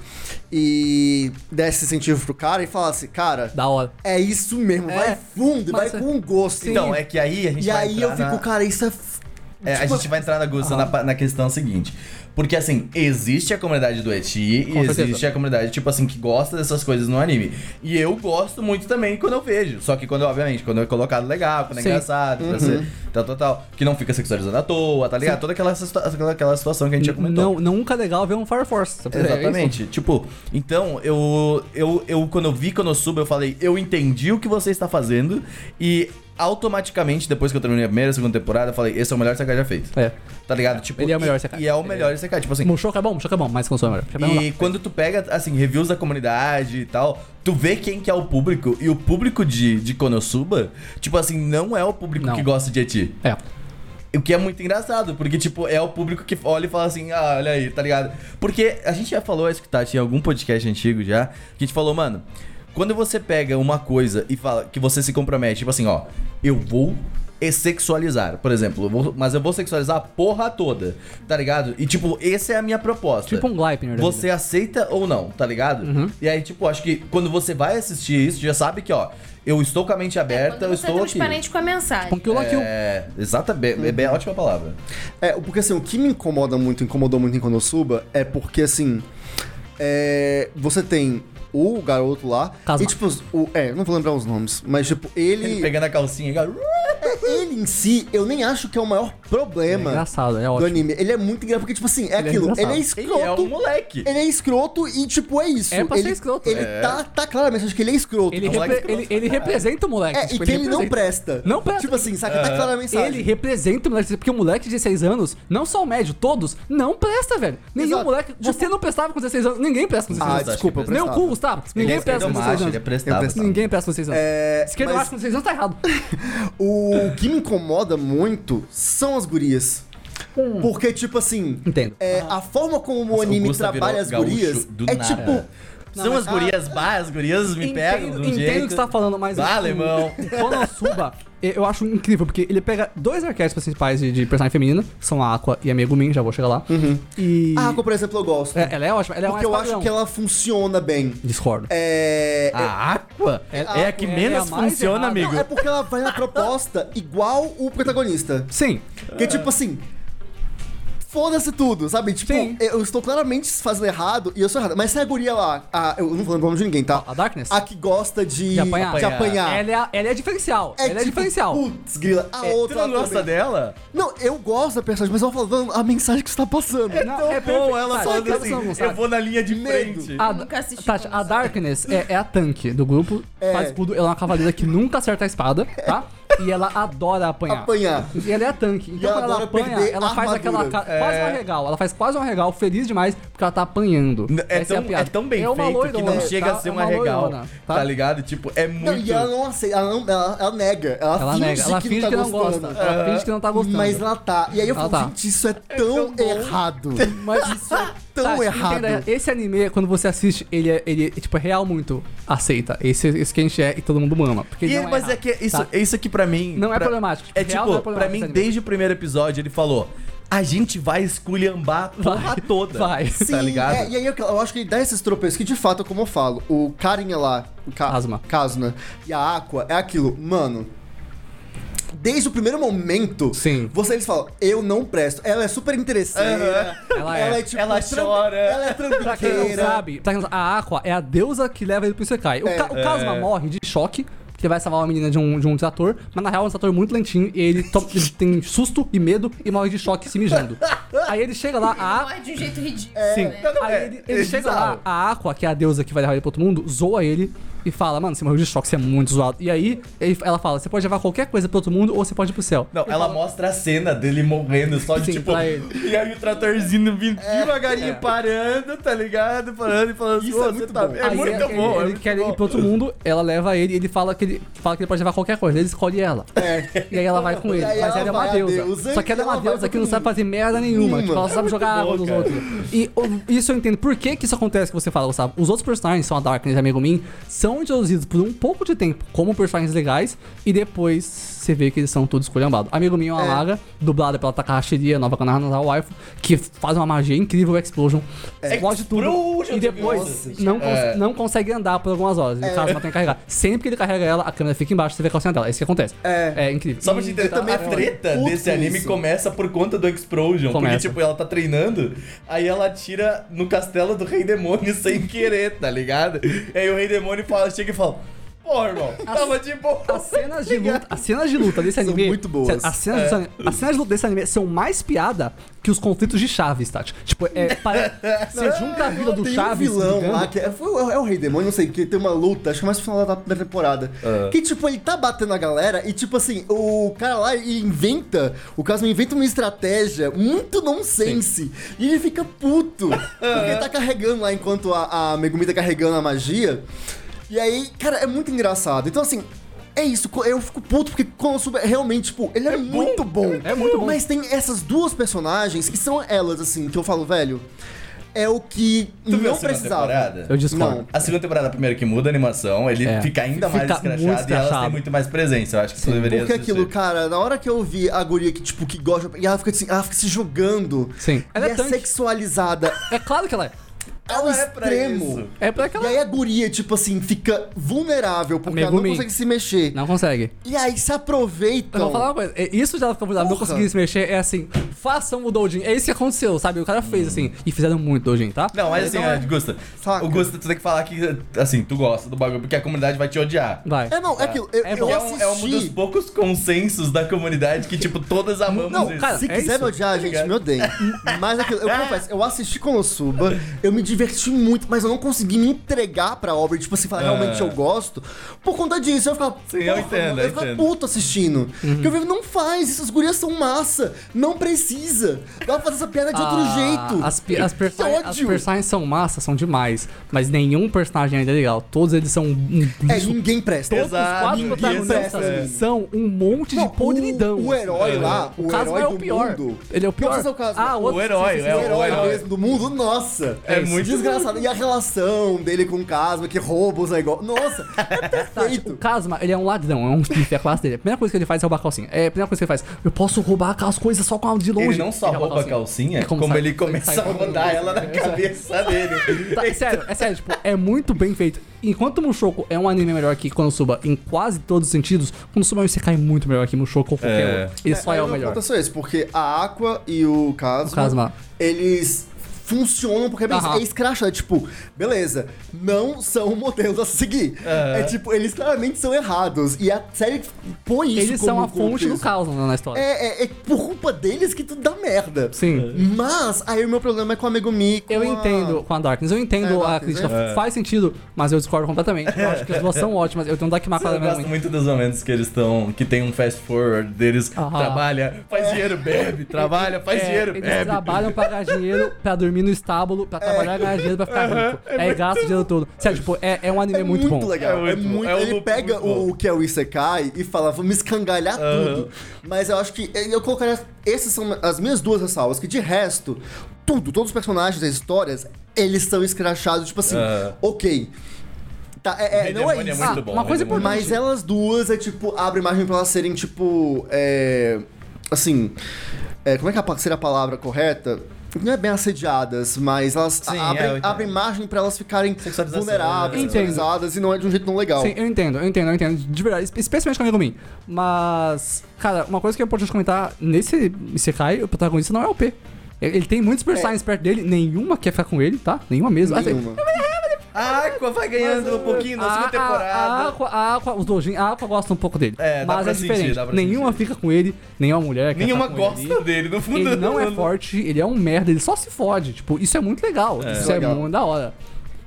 Speaker 2: e desse incentivo pro cara e falasse, cara,
Speaker 4: Da hora.
Speaker 2: é isso mesmo,
Speaker 4: É.
Speaker 2: vai fundo,
Speaker 4: Mas
Speaker 2: vai
Speaker 4: é-
Speaker 2: com gosto.
Speaker 1: Então, é que aí a gente
Speaker 2: e
Speaker 1: vai
Speaker 2: aí eu
Speaker 1: entrar
Speaker 2: fico,
Speaker 1: na-
Speaker 2: cara, isso é. f-
Speaker 1: É, a
Speaker 2: tipo-
Speaker 1: gente vai entrar na Gusta na, pa- na questão seguinte. Porque assim, existe a comunidade do Eti e
Speaker 4: Com certeza.
Speaker 1: existe a comunidade, tipo assim, que gosta dessas coisas no anime. E eu gosto muito também quando eu vejo. Só que quando, obviamente, quando é colocado legal, quando é
Speaker 4: Sim. Uhum.
Speaker 1: engraçado, pra ser tal, tal, tal. Que não fica sexualizando à toa, tá ligado? Toda aquela, situa- aquela, aquela situação que a gente já comentou.
Speaker 4: Não, nunca é legal ver um Fire Force. sabe? É isso.
Speaker 1: Exatamente. tipo, então, eu, eu, eu quando eu vi Konosuba, eu falei, eu entendi o que você está fazendo e automaticamente, depois que eu terminei a primeira e segunda temporada, eu falei, esse é o melhor Sekai já feito.
Speaker 4: É.
Speaker 1: Tá ligado? Tipo,
Speaker 4: Ele é o melhor
Speaker 1: e-
Speaker 4: Sekai.
Speaker 1: E é o melhor Sekai. Tipo assim,
Speaker 4: Mushoku é bom, Mushoku é bom, mas Konosuba é melhor. Mushoku é melhor.
Speaker 1: e quando tu pega, assim, reviews da comunidade e tal, tu vê quem que é o público e o público de, de Konosuba, tipo assim, não é o público
Speaker 4: Não.
Speaker 1: que gosta de Eti.
Speaker 4: É.
Speaker 1: O que é muito engraçado, porque, tipo, é o público que olha e fala assim, ah, olha aí, tá ligado? Porque a gente já falou isso que tá, tinha algum podcast antigo já, que a gente falou, mano, quando você pega uma coisa e fala que você se compromete, tipo assim, ó, eu vou e sexualizar, por exemplo, eu vou- mas eu vou sexualizar a porra toda, tá ligado? E, tipo, essa é a minha proposta.
Speaker 4: Tipo um Uhum. Gleipnir da
Speaker 1: Você aceita ou não, tá ligado? E aí, tipo, acho que quando você vai assistir isso, já sabe que, ó, eu estou com a mente aberta, eu
Speaker 3: Quando você é
Speaker 1: estou aqui.
Speaker 3: transparente com a mensagem.
Speaker 4: Tipo um Kill la Kill.
Speaker 1: É, exatamente, é bem a ótima palavra.
Speaker 2: É, porque assim, o que me incomoda muito, incomodou muito em Konosuba, é porque assim. é, você tem o garoto lá.
Speaker 4: Kazuma.
Speaker 2: E tipo, o, é, não vou lembrar os nomes, mas tipo,
Speaker 1: Ele
Speaker 2: ele. é,
Speaker 1: pegando a calcinha e cara,
Speaker 2: ele em si, eu nem acho que é o maior
Speaker 4: É
Speaker 2: problema
Speaker 4: engraçado, é
Speaker 2: do
Speaker 4: ótimo.
Speaker 2: anime. Ele é muito engraçado, porque, tipo assim, é
Speaker 4: Ele é
Speaker 2: aquilo. ele é
Speaker 4: engraçado.
Speaker 1: ele é um
Speaker 2: escroto.
Speaker 1: moleque.
Speaker 2: Ele é escroto e, tipo, é isso.
Speaker 4: É pra ser
Speaker 2: ele,
Speaker 4: escroto.
Speaker 2: Ele
Speaker 4: É.
Speaker 2: tá, tá claramente, acho que ele é escroto.
Speaker 4: Ele,
Speaker 1: É um moleque
Speaker 4: repre- ele,
Speaker 1: escroto.
Speaker 4: ele representa o moleque.
Speaker 2: É,
Speaker 4: tipo,
Speaker 2: e que ele, não
Speaker 4: representa-
Speaker 2: presta.
Speaker 4: Não presta.
Speaker 2: Tipo assim, saca?
Speaker 1: É.
Speaker 2: Tá claramente
Speaker 4: Ele representa o moleque, porque o moleque de 16 anos, não só o médio, todos, não presta, velho. Nenhum
Speaker 2: Exato. Tipo,
Speaker 4: moleque. Você não prestava com 16 anos, ninguém presta com 16
Speaker 2: Ah,
Speaker 4: anos.
Speaker 2: desculpa, eu
Speaker 4: Nem o
Speaker 2: prestava.
Speaker 4: cu, Gustavo. Ninguém presta
Speaker 1: é
Speaker 4: com 16
Speaker 1: macho, ele é
Speaker 4: anos.
Speaker 1: prestado.
Speaker 2: prestado.
Speaker 4: Ninguém presta com 16 anos.
Speaker 2: É,
Speaker 4: Esquerda
Speaker 2: mas-
Speaker 4: acho que com 16 anos tá errado.
Speaker 2: [LAUGHS] O que me incomoda muito são as gurias. Porque, tipo assim.
Speaker 4: Entendo.
Speaker 2: é, a forma como o anime
Speaker 1: Gusta virou
Speaker 2: trabalha as
Speaker 1: gaúcho
Speaker 2: gurias
Speaker 1: do
Speaker 2: é
Speaker 1: nada.
Speaker 2: tipo.
Speaker 1: São as gurias, bah, as gurias me pegam.
Speaker 4: entendo
Speaker 1: de um
Speaker 4: entendo
Speaker 1: jeito.
Speaker 4: o que você tá falando, mas.
Speaker 1: Bah,
Speaker 4: o-
Speaker 1: alemão.
Speaker 4: O Konosuba, eu eu acho incrível, porque ele pega dois arquétipos principais de, de personagem feminina, que são a Aqua e a Megumin, já vou chegar lá.
Speaker 2: Uhum.
Speaker 4: E.
Speaker 2: A Aqua, Ah, por exemplo, eu gosto.
Speaker 4: É, ela é ótima, ela é
Speaker 2: porque eu
Speaker 4: uma
Speaker 2: acho que ela funciona bem.
Speaker 4: Discordo.
Speaker 2: É.
Speaker 1: A Aqua é, é a que
Speaker 4: é a
Speaker 1: menos
Speaker 4: mais
Speaker 1: funciona,
Speaker 4: errada.
Speaker 1: amigo.
Speaker 2: Não, é porque ela vai na proposta igual o protagonista.
Speaker 4: Sim.
Speaker 2: Que é tipo assim. Foda-se tudo, sabe? Tipo,
Speaker 4: Sim.
Speaker 2: eu estou claramente fazendo errado e eu sou errado. Mas se a guria lá, a- eu não vou lembrar o nome de ninguém, tá?
Speaker 4: A Darkness?
Speaker 2: A que gosta de,
Speaker 4: De apanhar.
Speaker 2: de apanhar.
Speaker 4: Ela é, a- ela é diferencial. ela é
Speaker 2: tipo,
Speaker 4: diferencial.
Speaker 2: Putz, grila. A
Speaker 1: É, tu
Speaker 2: outra.
Speaker 1: não
Speaker 2: ela
Speaker 1: gosta
Speaker 2: também.
Speaker 1: dela?
Speaker 2: Não, eu gosto da personagem, mas eu vou falando a mensagem que você tá passando.
Speaker 4: Não,
Speaker 1: Tão
Speaker 4: é
Speaker 1: bom
Speaker 4: perfeito,
Speaker 1: ela
Speaker 4: sabe?
Speaker 1: falando
Speaker 4: Sabe,
Speaker 1: assim,
Speaker 4: sabe, sabe?
Speaker 1: eu vou na linha de
Speaker 2: Medo.
Speaker 1: frente.
Speaker 4: A,
Speaker 3: Eu nunca assisti
Speaker 4: Tati,
Speaker 3: como
Speaker 4: a
Speaker 3: você.
Speaker 4: Darkness é, é a tanque do grupo,
Speaker 2: É.
Speaker 4: faz tudo, ela é uma cavaleira que nunca acerta a espada, tá? e ela adora apanhar.
Speaker 2: Apanhar.
Speaker 4: E ela é tanque. Então,
Speaker 2: ela
Speaker 4: quando ela
Speaker 2: adora
Speaker 4: apanha,
Speaker 2: perder
Speaker 4: ela faz
Speaker 2: armadura.
Speaker 4: aquela. ca- Quase um regal. Ela faz quase um regal, feliz demais, porque ela tá apanhando.
Speaker 1: É
Speaker 4: Essa
Speaker 1: tão,
Speaker 4: a piada.
Speaker 1: é tão bem
Speaker 4: uma
Speaker 1: feito que
Speaker 4: loirona,
Speaker 1: não chega
Speaker 4: tá?
Speaker 1: a ser
Speaker 4: É
Speaker 1: uma regal,
Speaker 4: loirona, tá?
Speaker 1: tá ligado? Tipo, é muito...
Speaker 2: Não, e ela não aceita, ela, não, ela, ela nega. Ela,
Speaker 4: Ela
Speaker 2: finge
Speaker 4: nega, ela
Speaker 2: que
Speaker 4: finge
Speaker 2: não tá
Speaker 4: que não
Speaker 2: gostando.
Speaker 4: gosta. Ela finge que não tá gostando.
Speaker 2: Mas ela tá. E aí eu falo,
Speaker 4: Ela tá.
Speaker 2: gente, isso é tão
Speaker 1: [LAUGHS]
Speaker 2: errado.
Speaker 4: Mas isso é
Speaker 2: [LAUGHS] tão errado.
Speaker 4: entenda, esse anime, quando você assiste, ele é, ele, é, tipo, é real muito. Aceita. Esse, esse que a gente é e todo mundo ama. Porque
Speaker 1: E,
Speaker 4: ele não
Speaker 1: mas é,
Speaker 4: errado,
Speaker 1: que isso,
Speaker 4: tá?
Speaker 1: isso aqui pra mim...
Speaker 4: Não é
Speaker 1: pra-
Speaker 4: problemático. Tipo,
Speaker 1: É
Speaker 4: real não
Speaker 1: tipo,
Speaker 4: é problemático
Speaker 1: pra mim,
Speaker 4: esse anime.
Speaker 1: desde o primeiro episódio, ele falou... A gente vai esculhambar a porra toda.
Speaker 4: vai.
Speaker 1: Tá ligado?
Speaker 2: é, e aí eu, eu acho que ele dá esses tropeços que, de fato, é como eu falo, o carinha lá, o Ka
Speaker 4: Asma.
Speaker 2: Kazuna e a Aqua, é aquilo, mano. Desde o primeiro momento,
Speaker 4: Sim.
Speaker 2: você eles falam, eu não presto. Ela é super interesseira.
Speaker 4: Ela é.
Speaker 2: tipo,
Speaker 1: Ela
Speaker 2: tran-
Speaker 1: chora.
Speaker 2: Ela é
Speaker 4: [LAUGHS] Pra quem não
Speaker 2: tranqueira.
Speaker 4: sabe, pra quem não sabe, a Aqua é a deusa que leva ele pro Isekai. O,
Speaker 2: É.
Speaker 4: Ca- o Kazuma morre de choque, porque vai salvar uma menina de um, de um desator, mas na real é um desator muito lentinho e ele, to- ele tem susto e medo e morre de choque se mijando. Aí ele chega lá, a
Speaker 3: Morre de um jeito ridículo.
Speaker 4: Sim.
Speaker 3: né?
Speaker 1: é,
Speaker 4: Aí ele, ele
Speaker 1: é
Speaker 4: chega
Speaker 1: bizarro.
Speaker 4: lá, a Aqua, que é a deusa que vai levar ele pro outro mundo, zoa ele e fala, mano, você morreu de choque, você é muito zoado. E aí ele- ela fala, você pode levar qualquer coisa pro outro mundo ou você pode ir pro céu.
Speaker 1: Não, ela mostra a cena dele morrendo, só de
Speaker 4: Sim,
Speaker 1: tipo.
Speaker 4: pra ele. É,
Speaker 1: E aí o tratorzinho vindo devagarinho parando, tá ligado? Parando e falando assim,
Speaker 2: Isso é
Speaker 1: "Ô, você
Speaker 2: muito
Speaker 1: tá
Speaker 2: bom."
Speaker 1: bem?" É
Speaker 4: Aí
Speaker 1: muito
Speaker 4: ele,
Speaker 1: bom,
Speaker 4: ele,
Speaker 1: é
Speaker 4: ele
Speaker 1: muito
Speaker 4: quer
Speaker 1: bom.
Speaker 4: ir pro outro mundo, ela leva ele e ele fala que ele fala que ele pode levar qualquer coisa, ele escolhe ela.
Speaker 2: É.
Speaker 4: E aí ela vai com ele.
Speaker 2: E aí
Speaker 4: Mas
Speaker 2: ela
Speaker 4: ela, é uma
Speaker 2: vai, a
Speaker 4: deusa.
Speaker 2: deusa,
Speaker 4: Só que ela é
Speaker 2: e
Speaker 4: uma
Speaker 2: ela vai
Speaker 4: deusa
Speaker 2: pra
Speaker 4: que não
Speaker 2: todo
Speaker 4: sabe fazer merda nenhuma.
Speaker 2: Nenhuma.
Speaker 4: Tipo, ela só sabe jogar
Speaker 1: bom,
Speaker 4: água nos
Speaker 1: cara.
Speaker 4: outros. E o- isso eu entendo. Por que, que isso acontece que você fala, Gustavo? Os outros personagens, são a Darkness e amigo Min, são introduzidos por um pouco de tempo como personagens legais. E depois você vê que eles são todos esculhambados. Amigo Min é uma
Speaker 2: É.
Speaker 4: maga, dublada pela Takahashi Rie, nova Kanahana Waifu, que faz uma magia incrível, Explosion.
Speaker 2: É.
Speaker 4: Explode tudo.
Speaker 1: Explosion,
Speaker 4: E depois
Speaker 1: nossa,
Speaker 4: não, cons-
Speaker 1: é.
Speaker 4: não consegue andar por algumas horas.
Speaker 2: É.
Speaker 4: O Kazuma tem que carregar. Sempre que ele carrega ela, a câmera fica embaixo, você vê a calcinha dela. É isso que acontece.
Speaker 2: É.
Speaker 4: É incrível.
Speaker 1: Só pra te entender,
Speaker 2: Eu também
Speaker 4: tá.
Speaker 1: a
Speaker 2: fico
Speaker 1: treta
Speaker 2: puto
Speaker 1: desse anime
Speaker 2: nisso.
Speaker 1: começa por conta do Explosion. Porque,
Speaker 4: Começa.
Speaker 1: tipo, ela tá treinando, aí ela tira no castelo do Rei Demônio [LAUGHS] sem querer, tá ligado? E aí o Rei Demônio fala, chega e fala: Pô, irmão, tava de boa.
Speaker 4: As cenas de luta, as cenas de luta desse
Speaker 2: São
Speaker 4: anime
Speaker 2: muito boas. É.
Speaker 4: As cenas, desse anime- as cenas de luta desse anime são mais piada que os conflitos de Chaves, Tati. Tipo, é,
Speaker 2: [LAUGHS]
Speaker 4: pare- você junta a vila do
Speaker 2: Tem um
Speaker 4: Chaves
Speaker 2: vilão
Speaker 4: brigando.
Speaker 2: lá, que é, foi o- é o Rei Demônio, não sei o que, tem uma luta, acho que é mais no final da primeira temporada. Que, tipo, ele tá batendo a galera e, tipo assim, o cara lá ele inventa, o Cosmo inventa uma estratégia muito nonsense. E ele fica puto. Porque ele tá carregando lá enquanto a, a Megumi tá carregando a magia. E aí, cara, é muito engraçado. Então, assim. É isso, co- eu fico puto porque Konosuba é realmente, tipo, ele é, muito bom.
Speaker 4: é muito bom.
Speaker 2: Mas tem essas duas personagens que são elas, assim, que eu falo, velho, é o que
Speaker 1: Tu viu a
Speaker 2: não
Speaker 1: segunda
Speaker 2: precisava.
Speaker 1: temporada?
Speaker 4: Eu discordo.
Speaker 2: Não.
Speaker 1: A segunda temporada, primeiro, que muda a animação, ele
Speaker 4: É.
Speaker 1: fica ainda mais
Speaker 4: Fica
Speaker 1: escrachado,
Speaker 4: muito
Speaker 1: e elas têm
Speaker 4: escrachado.
Speaker 1: muito mais presença. Eu acho que tu deveria
Speaker 2: Porque
Speaker 1: assistir.
Speaker 2: aquilo, cara, na hora que eu vi a guria que, tipo, que gosta. E ela fica assim, ela fica se jogando.
Speaker 4: Sim. Ela
Speaker 2: e
Speaker 4: é
Speaker 2: é
Speaker 4: tanque.
Speaker 1: [LAUGHS]
Speaker 2: sexualizada
Speaker 4: É claro que ela é.
Speaker 2: ao
Speaker 1: Ela é pra
Speaker 2: extremo.
Speaker 1: isso.
Speaker 4: É pra aquela.
Speaker 2: e aí a guria, tipo assim, fica vulnerável porque ela não
Speaker 4: Megumi.
Speaker 2: consegue se mexer.
Speaker 4: Não consegue.
Speaker 2: E aí se aproveitam.
Speaker 4: Eu vou falar uma coisa. é- Isso já ela ficou não
Speaker 2: Então. Porra.
Speaker 4: conseguir se mexer. É assim, façam o Doujin. É isso que aconteceu, sabe? O cara
Speaker 2: Hum.
Speaker 4: fez assim. E fizeram muito Doujin, tá?
Speaker 1: Não, mas assim, é, Gusta,
Speaker 2: Saca.
Speaker 1: o Gusta, tu tem que falar que, assim, tu gosta do bagulho, porque a comunidade vai te odiar.
Speaker 4: Vai.
Speaker 2: É, não, é aquilo. Eu,
Speaker 4: É
Speaker 2: eu
Speaker 4: bom.
Speaker 1: Que é, um,
Speaker 2: assisti.
Speaker 1: é um dos poucos consensos da comunidade que, tipo, todas amamos
Speaker 4: Não,
Speaker 1: isso.
Speaker 4: cara,
Speaker 2: Se
Speaker 4: É
Speaker 2: quiser
Speaker 4: isso. É.
Speaker 2: me odiar, gente, me
Speaker 4: [LAUGHS]
Speaker 2: odeia. Mas aquilo, eu confesso, eu assisti Konosuba, eu me diverti muito, mas eu não consegui me entregar pra obra, tipo assim, falar, realmente
Speaker 1: É.
Speaker 2: eu gosto. Por conta disso, eu ficava.
Speaker 1: Sim, eu
Speaker 2: "Porra,
Speaker 1: entendo,
Speaker 2: mano",
Speaker 1: eu
Speaker 2: Eu ficava
Speaker 1: entendo.
Speaker 2: puto assistindo.
Speaker 4: Uhum.
Speaker 2: Porque eu vivo, não faz, essas gurias são massa. Não precisa. Dá pra fazer essa piada de outro
Speaker 4: Ah,
Speaker 2: jeito.
Speaker 4: As, pi- as, perso-
Speaker 2: Que ódio.
Speaker 4: as personagens são massa, são demais. Mas nenhum personagem ainda é legal. Todos eles são um, um
Speaker 2: É,
Speaker 4: lixo.
Speaker 2: ninguém presta.
Speaker 1: Exato.
Speaker 4: Os quatro
Speaker 1: ninguém
Speaker 4: protagonistas
Speaker 2: presta, né?
Speaker 4: são um monte
Speaker 2: Não,
Speaker 4: de podridão. assim,
Speaker 2: O, o herói lá, o,
Speaker 4: O Kazuma
Speaker 2: herói
Speaker 4: é
Speaker 2: do
Speaker 4: o pior.
Speaker 2: mundo.
Speaker 4: Ele é o
Speaker 2: Não
Speaker 4: pior.
Speaker 2: precisa o Kazuma.
Speaker 4: Ah, outro-
Speaker 1: O herói,
Speaker 4: sim, sim,
Speaker 1: é
Speaker 4: sim,
Speaker 2: o
Speaker 1: o
Speaker 2: herói
Speaker 1: herói.
Speaker 2: mesmo do mundo, nossa.
Speaker 1: É
Speaker 2: isso.
Speaker 1: muito-
Speaker 2: desgraçado. E a relação dele com o Casma, que rouba os negócios. Nossa, é
Speaker 4: [LAUGHS] O
Speaker 2: perfeito.
Speaker 4: Kazuma, ele é um ladrão, é um [LAUGHS] thief, é a classe dele. A primeira coisa que ele faz é roubar a calcinha. É, a primeira coisa que ele faz, eu posso roubar as coisas só com a de longe.
Speaker 1: Ele não só rouba a calcinha,
Speaker 4: É
Speaker 1: como,
Speaker 4: sai-
Speaker 1: ele começa
Speaker 4: sai
Speaker 1: a rodar ela na cabeça dele.
Speaker 4: Tá, é sério, é sério, tipo, é muito bem feito. Enquanto Mushoku é um anime melhor que Konosuba em quase todos os sentidos, Konosuba é um Isekai muito melhor que Mushoku ou qualquer
Speaker 1: É.
Speaker 4: outro. Ele só é, o melhor.
Speaker 2: Aconteceu isso, porque a Aqua e o Casma,
Speaker 4: O Kazuma.
Speaker 2: eles funcionam porque é, bem,
Speaker 4: Aham.
Speaker 2: é escrachado. É tipo, beleza, não são modelos a seguir. É tipo, eles claramente são errados. E a série põe isso
Speaker 4: Eles
Speaker 2: como
Speaker 4: são a fonte do
Speaker 2: contexto.
Speaker 4: caos na na história.
Speaker 2: É, é, é por culpa deles que tudo dá merda.
Speaker 4: Sim.
Speaker 2: Mas aí o meu problema é com a Megumi. Com
Speaker 4: Eu
Speaker 2: a-
Speaker 4: entendo com a Darkness, eu
Speaker 2: É,
Speaker 4: entendo a
Speaker 2: Darkness,
Speaker 4: crítica, faz sentido, mas eu discordo completamente. Eu acho que as duas são ótimas. Eu tenho um Darkmar
Speaker 1: Eu
Speaker 4: claramente.
Speaker 1: gosto muito dos momentos que eles estão. Que tem um fast forward deles.
Speaker 4: Aham.
Speaker 1: Trabalha, faz dinheiro,
Speaker 4: [LAUGHS]
Speaker 1: bebe. Trabalha, faz
Speaker 4: É,
Speaker 1: dinheiro,
Speaker 4: eles
Speaker 1: bebe.
Speaker 4: trabalham pra ganhar dinheiro, pra dormir no estábulo,
Speaker 2: É.
Speaker 4: pra trabalhar, ganhar dinheiro, pra
Speaker 2: [LAUGHS]
Speaker 4: ficar rico. É, gasto o dinheiro todo. Sério, tipo, é, é um anime
Speaker 2: É
Speaker 4: muito,
Speaker 2: muito,
Speaker 4: bom.
Speaker 2: legal.
Speaker 1: É
Speaker 2: É
Speaker 1: muito
Speaker 2: muito,
Speaker 1: bom. É um
Speaker 2: ele
Speaker 1: loop
Speaker 2: pega
Speaker 1: muito bom.
Speaker 2: o, o que é o Isekai e fala, vamos escangalhar tudo. Mas eu acho que eh, eu colocaria. Essas são as minhas duas ressalvas, que de resto, tudo, todos os personagens, as histórias, eles são escrachados, tipo assim,
Speaker 1: Aham.
Speaker 2: ok. Tá, é, é, não é
Speaker 1: Hegemônia
Speaker 2: isso.
Speaker 1: muito
Speaker 4: Ah,
Speaker 1: bom.
Speaker 4: uma coisa
Speaker 1: Hegemônia.
Speaker 2: Mas elas duas é tipo, abre margem pra elas serem tipo. É, assim. é, como é que é a pa- seria a palavra correta? Não é bem assediadas, mas elas
Speaker 1: Sim,
Speaker 2: a-
Speaker 1: é, eu
Speaker 2: abrem,
Speaker 1: entendo.
Speaker 2: abrem margem pra elas ficarem
Speaker 1: Sexualização,
Speaker 2: vulneráveis,
Speaker 1: né?
Speaker 4: Entendo.
Speaker 2: sexualizadas e não é de um jeito não legal.
Speaker 4: Sim, eu entendo, eu entendo, eu entendo. De verdade, espe- especialmente com a Megumi. Mas, cara, uma coisa que é importante comentar: nesse Isekai, o protagonista não é OP. Ele ele tem muitos personagens perto dele, nenhuma quer ficar com ele, tá? Nenhuma mesmo. Ah, tem-
Speaker 2: É. Nenhuma.
Speaker 1: A Aqua vai ganhando um pouquinho na segunda
Speaker 4: A,
Speaker 1: temporada.
Speaker 4: Aqua, a Aqua, os doujin, a Aqua gosta um pouco dele.
Speaker 1: É, dá
Speaker 4: mas
Speaker 1: pra
Speaker 4: é diferente.
Speaker 1: sentir, dá pra
Speaker 4: nenhuma
Speaker 1: sentir.
Speaker 4: fica com ele, nenhuma mulher quer
Speaker 1: Nenhuma
Speaker 4: ficar com ele.
Speaker 1: gosta dele, no fundo.
Speaker 4: Ele não é forte, ele é um merda, ele só se fode. Tipo, isso é muito legal. Isso é
Speaker 2: Legal.
Speaker 4: muito da hora.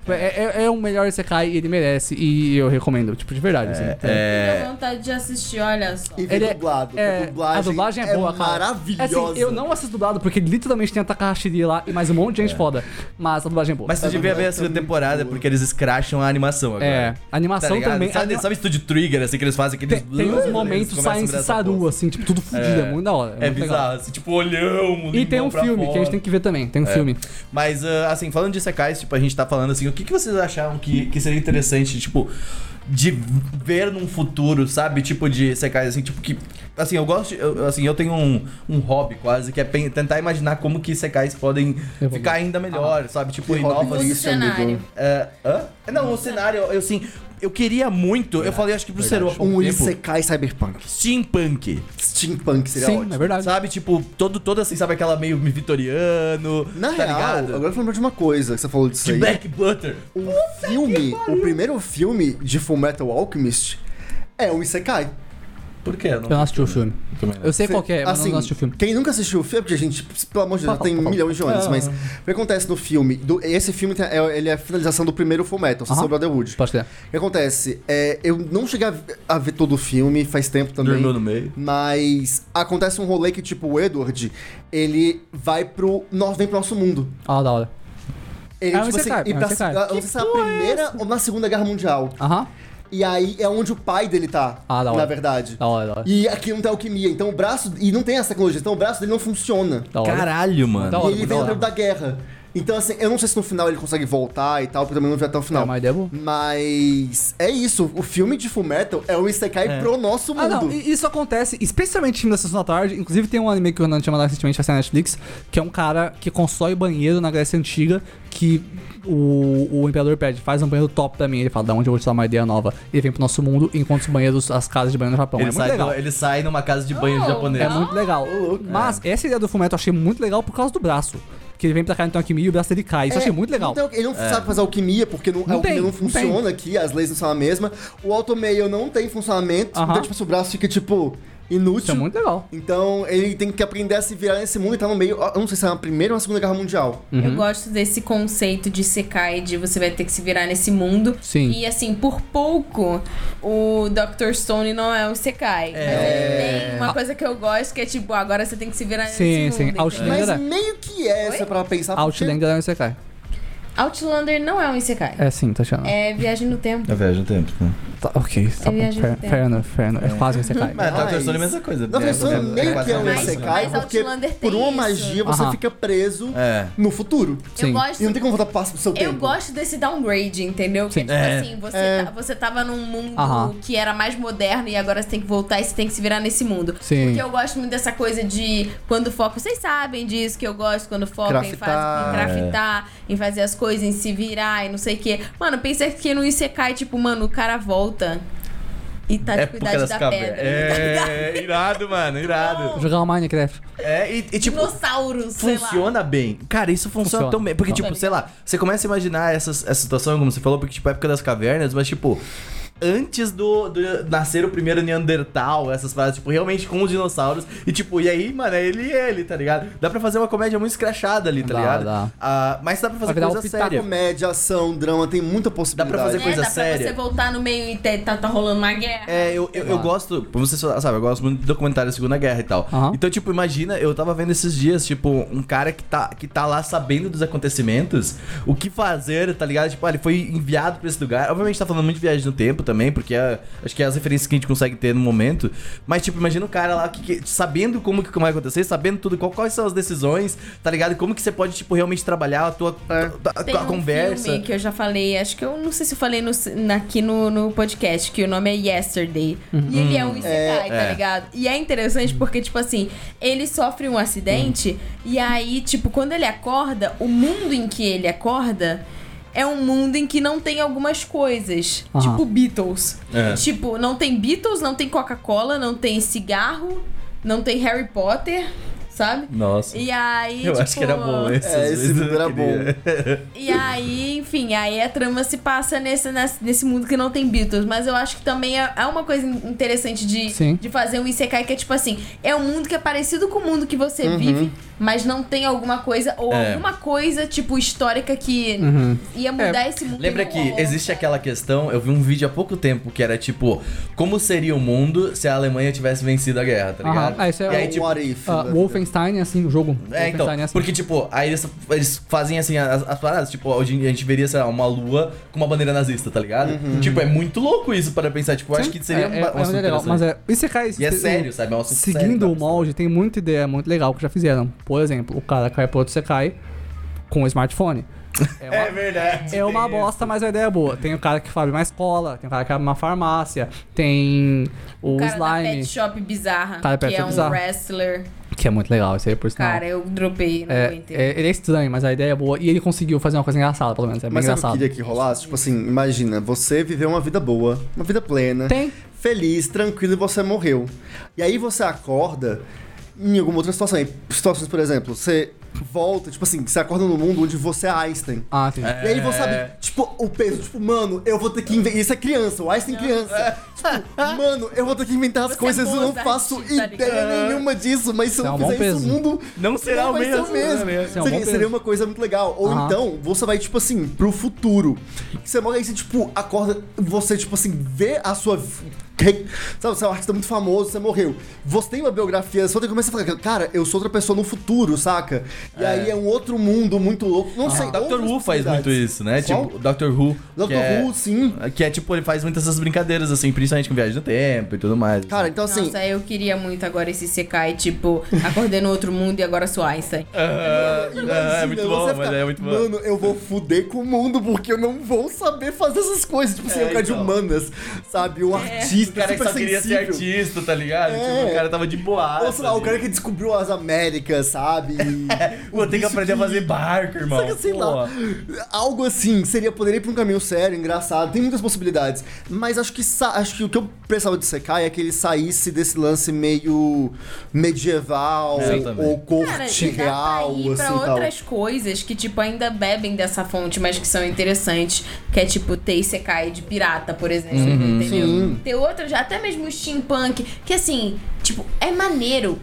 Speaker 4: Tipo, É, é, é o melhor Isekai, ele merece e eu recomendo, tipo, de verdade. assim.
Speaker 1: É.
Speaker 3: Tenho vontade de assistir, olha só.
Speaker 2: E vem
Speaker 4: Ele é-
Speaker 2: dublado.
Speaker 4: é,
Speaker 2: a dublagem,
Speaker 4: a dublagem é boa, cara. É
Speaker 2: maravilhosa.
Speaker 4: assim, eu não assisto dublado porque literalmente tem a Takahashi Lee lá e mais um monte de gente foda. Mas a dublagem é boa.
Speaker 1: Mas você
Speaker 2: Tá
Speaker 1: devia
Speaker 2: bom,
Speaker 1: ver a
Speaker 2: tá
Speaker 1: segunda
Speaker 2: muito
Speaker 1: temporada,
Speaker 2: boa.
Speaker 1: porque eles escracham a animação agora.
Speaker 4: é, a
Speaker 1: Tá
Speaker 4: animação
Speaker 1: ligado?
Speaker 4: também.
Speaker 1: Sabe,
Speaker 4: a-
Speaker 1: sabe Studio Trigger, assim, que eles fazem aqueles...
Speaker 4: tem, tem uns momentos
Speaker 1: Eles começam a
Speaker 4: saem
Speaker 1: virar essa
Speaker 4: Saru,
Speaker 1: porra.
Speaker 4: assim, tipo, tudo fudido, é, muito da hora.
Speaker 1: É
Speaker 4: muito legal.
Speaker 1: bizarro, assim, tipo, olhão,
Speaker 4: E tem um filme que a gente tem que ver também. Tem um
Speaker 1: É.
Speaker 4: filme.
Speaker 1: Mas, ah, assim, falando de secais, tipo, a gente tá falando assim, o que, que vocês acharam que, que seria interessante, tipo, de ver num futuro, sabe? Tipo, de secais, assim, tipo, que. Assim, eu gosto. de- eu- assim, eu tenho um, um hobby quase, que é pen- tentar imaginar como que secais podem
Speaker 4: Eu vou
Speaker 1: ficar ainda
Speaker 2: Ah,
Speaker 1: melhor, sabe? Tipo, em novas.
Speaker 3: é
Speaker 2: isso, amigo?
Speaker 3: cenário.
Speaker 1: É, hã? Não, o cenário, eu assim. Eu queria muito, eu falei acho que pro Seru há pouco
Speaker 4: Tipo,
Speaker 2: Um
Speaker 1: tempo,
Speaker 2: Isekai Cyberpunk.
Speaker 1: Steampunk.
Speaker 2: Steampunk seria
Speaker 4: Sim,
Speaker 2: ótimo.
Speaker 4: é verdade.
Speaker 1: Sabe, tipo, todo, todo assim, sabe, aquela meio vitoriano.
Speaker 2: Na
Speaker 1: tá
Speaker 2: real,
Speaker 1: ligado?
Speaker 2: agora eu lembro de uma coisa que você falou disso
Speaker 1: De
Speaker 2: aí.
Speaker 1: Black Butter.
Speaker 2: O filme, o primeiro filme de Full Metal Alchemist é um Isekai.
Speaker 1: Por quê?
Speaker 4: Eu não assisti o filme. Eu sei qual que é, mas eu
Speaker 2: Assim,
Speaker 4: não assisti o filme.
Speaker 2: Quem nunca assistiu o filme, porque, gente, pelo amor de Deus,
Speaker 4: Tá,
Speaker 2: tem
Speaker 4: tá, tá.
Speaker 2: milhões de anos, mas o que acontece no filme? do- esse filme tem- é, ele é a finalização do primeiro Full Metal, Sessão
Speaker 4: Aham. Tá.
Speaker 2: Brotherhood.
Speaker 4: Pode ser.
Speaker 2: O que acontece? É, eu não cheguei a, ver- a ver todo o filme, faz tempo também.
Speaker 1: Dormiu no meio.
Speaker 2: Mas acontece um rolê que, tipo, o Edward, ele vai pro. Nós vem pro nosso mundo.
Speaker 4: Ah, da hora.
Speaker 2: Ele,
Speaker 4: É um
Speaker 2: tipo assim,
Speaker 4: isekai,
Speaker 2: e
Speaker 4: é um
Speaker 2: pra-
Speaker 4: isekai.
Speaker 2: eu não sei se é a primeira ou na Segunda Guerra Mundial.
Speaker 4: Aham.
Speaker 2: E aí é onde o pai dele tá,
Speaker 4: Ah, da hora.
Speaker 2: na verdade.
Speaker 4: Da hora, da hora.
Speaker 2: E aqui não tem alquimia, então o braço. E não tem essa tecnologia, então o braço dele não funciona.
Speaker 4: Da hora.
Speaker 1: Caralho,
Speaker 4: Da
Speaker 1: mano.
Speaker 4: hora,
Speaker 2: e ele
Speaker 4: muito
Speaker 2: vem
Speaker 4: da
Speaker 2: no período da guerra. Então, assim, eu não sei se no final ele consegue voltar e tal, porque eu também não vi até o final.
Speaker 4: É uma ideia boa.
Speaker 2: Mas é isso, o filme de Fullmetal é o Isekai pro nosso mundo.
Speaker 4: Ah, não, e isso acontece, especialmente em filme da sessão da tarde. Inclusive, tem um anime que o Renan tinha mandado recentemente, vai sair na Netflix, que é um cara que constrói banheiro na Grécia Antiga, que o, o imperador pede, faz um banheiro top pra mim. Ele fala, da onde eu vou te dar uma ideia nova? Ele vem pro nosso mundo, encontra os banheiros, as casas de banheiro no Japão.
Speaker 1: Ele,
Speaker 4: é muito
Speaker 1: sai
Speaker 4: legal.
Speaker 1: do- ele sai numa casa de banho
Speaker 3: Oh,
Speaker 1: japonês.
Speaker 4: É muito legal. Mas
Speaker 1: É.
Speaker 4: essa ideia do Fumeto eu achei muito legal por causa do braço. Que ele vem pra cá, então, aqui, e o braço dele cai. Isso eu
Speaker 2: É,
Speaker 4: achei muito legal.
Speaker 1: então,
Speaker 2: não tem- ele não sabe fazer alquimia, porque não, a
Speaker 4: Não
Speaker 2: alquimia
Speaker 4: tem,
Speaker 2: não
Speaker 4: não tem.
Speaker 2: funciona aqui, as leis não são a mesma. O automail não tem funcionamento,
Speaker 4: Aham.
Speaker 2: então, tipo, seu braço fica, tipo, inútil.
Speaker 4: Isso é muito legal.
Speaker 2: Então, ele tem que aprender a se virar nesse mundo e tá no meio. Eu não sei se é na Primeira ou na Segunda Guerra Mundial.
Speaker 4: Uhum.
Speaker 3: Eu gosto desse conceito de Sekai, de você vai ter que se virar nesse mundo.
Speaker 4: Sim.
Speaker 3: E assim, por pouco, o Dr. Stone não é o Sekai. Mas ele tem uma coisa que eu gosto, que é tipo, agora você tem que se virar
Speaker 4: Sim,
Speaker 3: nesse
Speaker 4: sim.
Speaker 3: mundo.
Speaker 4: Outlander.
Speaker 3: entendeu?
Speaker 2: Mas
Speaker 4: Lembra?
Speaker 2: meio que é, essa pra pensar. porque-
Speaker 4: Outlander é um Isekai.
Speaker 3: Outlander não é um Sekai.
Speaker 4: É sim, tá achando.
Speaker 3: É viagem no tempo.
Speaker 1: É viagem no tempo, né?
Speaker 4: Tá, ok, tá bom.
Speaker 3: viagem no
Speaker 4: Fair,
Speaker 3: tempo.
Speaker 4: fair enough, fair enough. É quase um Isekai.
Speaker 1: Mas Doctor
Speaker 2: Mas-
Speaker 1: Stone é a mesma coisa.
Speaker 2: Na versão
Speaker 1: é,
Speaker 2: meio que é um
Speaker 3: Mas-
Speaker 2: Isekai,
Speaker 3: mas
Speaker 2: porque
Speaker 3: Outlander tem
Speaker 2: por uma
Speaker 3: isso.
Speaker 2: magia você
Speaker 4: Aham.
Speaker 2: fica preso
Speaker 1: É.
Speaker 2: no futuro.
Speaker 4: Sim.
Speaker 3: Eu gosto
Speaker 2: E um não tem como voltar pro passo do seu
Speaker 3: Eu
Speaker 2: tempo.
Speaker 3: gosto desse downgrade, entendeu? Que é tipo
Speaker 1: É.
Speaker 3: assim, você,
Speaker 2: É.
Speaker 3: tá- você tava num mundo
Speaker 4: Aham.
Speaker 3: que era mais moderno e agora você tem que voltar e você tem que se virar nesse mundo.
Speaker 4: Sim.
Speaker 3: Porque eu gosto muito dessa coisa de quando foco, vocês sabem disso, que eu gosto quando foco em,
Speaker 1: é.
Speaker 2: Craftar.
Speaker 3: faz, em craftar, em fazer as coisas, em se virar e não sei o quê. Mano, pensei que no Isekai, tipo, mano, o cara volta. E tá de
Speaker 1: É porque
Speaker 3: cuidado
Speaker 1: das
Speaker 3: da
Speaker 1: cavernas.
Speaker 3: pedra. [LAUGHS]
Speaker 1: É, irado, mano, irado.
Speaker 4: Jogar uma Minecraft.
Speaker 1: É, e, e tipo.
Speaker 3: Dinossauros, sei lá.
Speaker 1: Funciona bem. Cara, isso funciona,
Speaker 4: Funciona.
Speaker 1: tão bem. Porque,
Speaker 4: Funciona.
Speaker 1: tipo, sei lá, você começa a imaginar essas- essa situação, como você falou, porque, tipo, época das cavernas, mas, tipo, antes do, do nascer o primeiro Neandertal, essas paradas, tipo, realmente com os dinossauros. E, tipo, e aí, mano, é ele e ele, tá ligado? Dá pra fazer uma comédia muito escrachada ali, tá
Speaker 4: Dá,
Speaker 1: ligado?
Speaker 4: dá.
Speaker 1: Ah, mas dá pra fazer
Speaker 4: Vai dar um
Speaker 1: coisa
Speaker 4: pitaco
Speaker 2: É.
Speaker 1: séria.
Speaker 2: Comédia, ação, drama, tem muita
Speaker 1: Dá
Speaker 2: possibilidade.
Speaker 1: pra fazer
Speaker 3: É,
Speaker 1: coisa
Speaker 3: dá
Speaker 1: séria.
Speaker 3: pra você voltar no meio e ter- tá, tá rolando uma guerra.
Speaker 1: É, eu, eu, eu
Speaker 4: Tá.
Speaker 1: gosto, pra você sabe, eu gosto muito de documentário da Segunda Guerra e tal.
Speaker 4: Aham.
Speaker 1: Então, tipo, imagina, eu tava vendo esses dias, tipo, um cara que tá, que tá lá sabendo dos acontecimentos, o que fazer, tá ligado? Tipo, ah, ele foi enviado pra esse lugar. Obviamente tá falando muito de viagem no tempo também, porque é- acho que é as referências que a gente consegue ter no momento. Mas, tipo, imagina o cara lá que, que- sabendo como que como vai acontecer, sabendo tudo, qual- quais são as decisões, tá ligado? Como que você pode, tipo, realmente trabalhar a tua, a,
Speaker 3: Tem
Speaker 1: a- a
Speaker 3: um
Speaker 1: conversa.
Speaker 3: filme que eu já falei, acho que eu não sei se eu falei no, aqui no, no podcast, que o nome é Yesterday. E ele é um Isekai, tá
Speaker 1: Uhum. é.
Speaker 3: ligado? E é interessante porque, tipo assim, ele sofre um acidente
Speaker 1: Uhum.
Speaker 3: e aí, tipo, quando ele acorda, o mundo em que ele acorda é um mundo em que não tem algumas coisas.
Speaker 4: Aham.
Speaker 3: Tipo Beatles.
Speaker 1: É.
Speaker 3: Tipo, não tem Beatles, não tem Coca-Cola, não tem cigarro, não tem Harry Potter, sabe?
Speaker 1: Nossa.
Speaker 3: E aí,
Speaker 1: eu
Speaker 3: tipo,
Speaker 1: acho que era bom esse.
Speaker 2: É, esse filme era bom.
Speaker 3: e aí, enfim, aí a trama se passa nesse, nesse, nesse mundo que não tem Beatles. Mas eu acho que também é, é uma coisa in- interessante de,
Speaker 4: Sim.
Speaker 3: de fazer um Isekai que é tipo assim: é um mundo que é parecido com o mundo que você
Speaker 4: Uhum.
Speaker 3: vive, mas não tem alguma coisa, ou
Speaker 1: É.
Speaker 3: alguma coisa, tipo, histórica que
Speaker 4: Uhum.
Speaker 3: ia mudar esse mundo.
Speaker 1: É, Lembra
Speaker 3: e não
Speaker 1: que
Speaker 3: rolou,
Speaker 1: existe
Speaker 3: sabe?
Speaker 1: aquela questão, eu vi um vídeo há pouco tempo que era tipo, como seria o mundo se a Alemanha tivesse vencido a guerra, tá
Speaker 4: Aham.
Speaker 1: ligado?
Speaker 4: Ah, esse é
Speaker 1: e aí,
Speaker 4: o
Speaker 1: tipo,
Speaker 2: What if? né?
Speaker 4: Ah,
Speaker 2: da vida.
Speaker 4: Wolfenstein é assim, o jogo.
Speaker 1: é, então,
Speaker 4: Wolfenstein é assim.
Speaker 1: porque tipo, aí eles, eles fazem assim as, as paradas, tipo, hoje a gente veria, sei lá, uma lua com uma bandeira nazista, tá ligado? Tipo, é muito louco isso para pensar, tipo, eu acho
Speaker 4: Sim.
Speaker 1: que seria
Speaker 4: é,
Speaker 1: um
Speaker 4: é, é
Speaker 1: assunto
Speaker 4: legal,
Speaker 1: interessante.
Speaker 4: mas é, Isekai,
Speaker 1: E é sério, sabe? É um assunto sério, tá?
Speaker 4: Seguindo o molde, tem muita ideia é muito legal que já fizeram. Por exemplo, o cara cai pro outro Isekai com o
Speaker 1: [LAUGHS]
Speaker 4: smartphone. É uma,
Speaker 1: É verdade.
Speaker 4: É uma
Speaker 1: tem
Speaker 4: bosta, mas a ideia é boa. Tem o cara que abre uma escola, tem o cara que abre uma farmácia, tem o,
Speaker 3: O cara da
Speaker 4: slime,
Speaker 3: Pet Shop Bizarra,
Speaker 4: Cara,
Speaker 3: que
Speaker 4: Pet
Speaker 3: é
Speaker 4: Shop
Speaker 3: um
Speaker 4: Bizarra.
Speaker 3: wrestler.
Speaker 4: que é muito legal, isso aí por sinal.
Speaker 3: Cara, eu dropei, não
Speaker 4: é,
Speaker 3: aguentei.
Speaker 4: é, ele é estranho, mas a ideia é boa e ele conseguiu fazer uma coisa engraçada, pelo menos. É bem
Speaker 2: Mas sabe o que eu
Speaker 4: engraçado.
Speaker 2: queria que rolasse? Tipo assim, imagina, você viveu uma vida boa, uma vida plena,
Speaker 4: Tem.
Speaker 2: feliz, tranquilo e você morreu. E aí você acorda em alguma outra situação. Em situações, por exemplo, você volta, tipo assim, você acorda num mundo onde você é Einstein.
Speaker 4: Ah, sim.
Speaker 2: E aí você
Speaker 1: É.
Speaker 2: sabe, tipo, o peso, tipo, mano, eu vou ter que inventar. Isso é criança, o Einstein criança. Tipo, mano, eu vou ter que inventar as
Speaker 3: É. Você é
Speaker 2: coisas, eu não
Speaker 3: Mozart,
Speaker 2: faço
Speaker 3: tá ligado?
Speaker 2: ideia nenhuma disso, mas se eu
Speaker 4: Isso é
Speaker 2: não
Speaker 4: um bom
Speaker 2: fizer isso, o
Speaker 4: peso.
Speaker 2: mundo
Speaker 1: Não será o
Speaker 2: vai ser
Speaker 1: mesmo.
Speaker 4: Isso é um bom
Speaker 2: seria,
Speaker 4: peso.
Speaker 2: seria uma coisa muito legal. Ou
Speaker 4: Aham.
Speaker 2: então, você vai, tipo assim, pro futuro. Você morre aí, você, tipo, acorda, você, tipo assim, vê a sua. vi- Sabe, você é um artista muito famoso, você morreu. Você tem uma biografia, só tem começa a falar, cara, eu sou outra pessoa no futuro, saca? E aí é um outro mundo muito louco. Não sei.
Speaker 1: Doctor
Speaker 2: outras
Speaker 1: Who faz muito
Speaker 2: possibilidades.
Speaker 1: isso, né?
Speaker 2: Qual?
Speaker 1: Tipo, Doctor Who.
Speaker 2: Doctor
Speaker 1: que é-
Speaker 2: Who, sim.
Speaker 1: Que é tipo, ele faz muitas essas brincadeiras, assim, principalmente com viagem no tempo e tudo mais.
Speaker 2: Cara, então assim.
Speaker 3: Nossa, é eu queria muito agora esse Sekai, tipo, acordei no outro mundo e agora sou Einstein.
Speaker 1: Ah,
Speaker 2: imagina,
Speaker 1: é muito
Speaker 2: você
Speaker 1: bom,
Speaker 2: ficar,
Speaker 1: mas é muito bom.
Speaker 2: Mano, eu vou fuder com o mundo porque eu não vou saber fazer essas coisas. Tipo, assim,
Speaker 1: É,
Speaker 2: é, um cara de
Speaker 1: então.
Speaker 2: humanas, sabe? Um artista,
Speaker 1: o cara que
Speaker 2: super
Speaker 1: só queria ser
Speaker 2: sensível.
Speaker 1: artista, tá ligado?
Speaker 2: É.
Speaker 1: Tipo, o cara tava de boa.
Speaker 2: Ou sei lá, o cara que descobriu as Américas,
Speaker 1: [LAUGHS]
Speaker 2: sabe?
Speaker 1: Pô, tem que assim,
Speaker 2: bicho
Speaker 1: aprender a fazer barco, irmão.
Speaker 2: Saca, sei lá.
Speaker 1: Pô.
Speaker 2: Algo assim, seria poderia ir pra um caminho sério, engraçado, tem muitas possibilidades. Mas acho que, sa- acho que o que eu pensava de Sekai é que ele saísse desse lance meio medieval
Speaker 1: É, eu também.
Speaker 2: ou
Speaker 3: Cara,
Speaker 2: corte
Speaker 3: e dá pra
Speaker 2: real,
Speaker 3: ir
Speaker 2: assim
Speaker 3: pra
Speaker 2: tal.
Speaker 3: outras coisas que, tipo, ainda bebem dessa fonte, mas que são interessantes. Que é, tipo, ter Isekai de pirata, por exemplo, entendeu?
Speaker 2: Sim.
Speaker 3: Ter outras, até mesmo o steampunk, que assim, tipo, é maneiro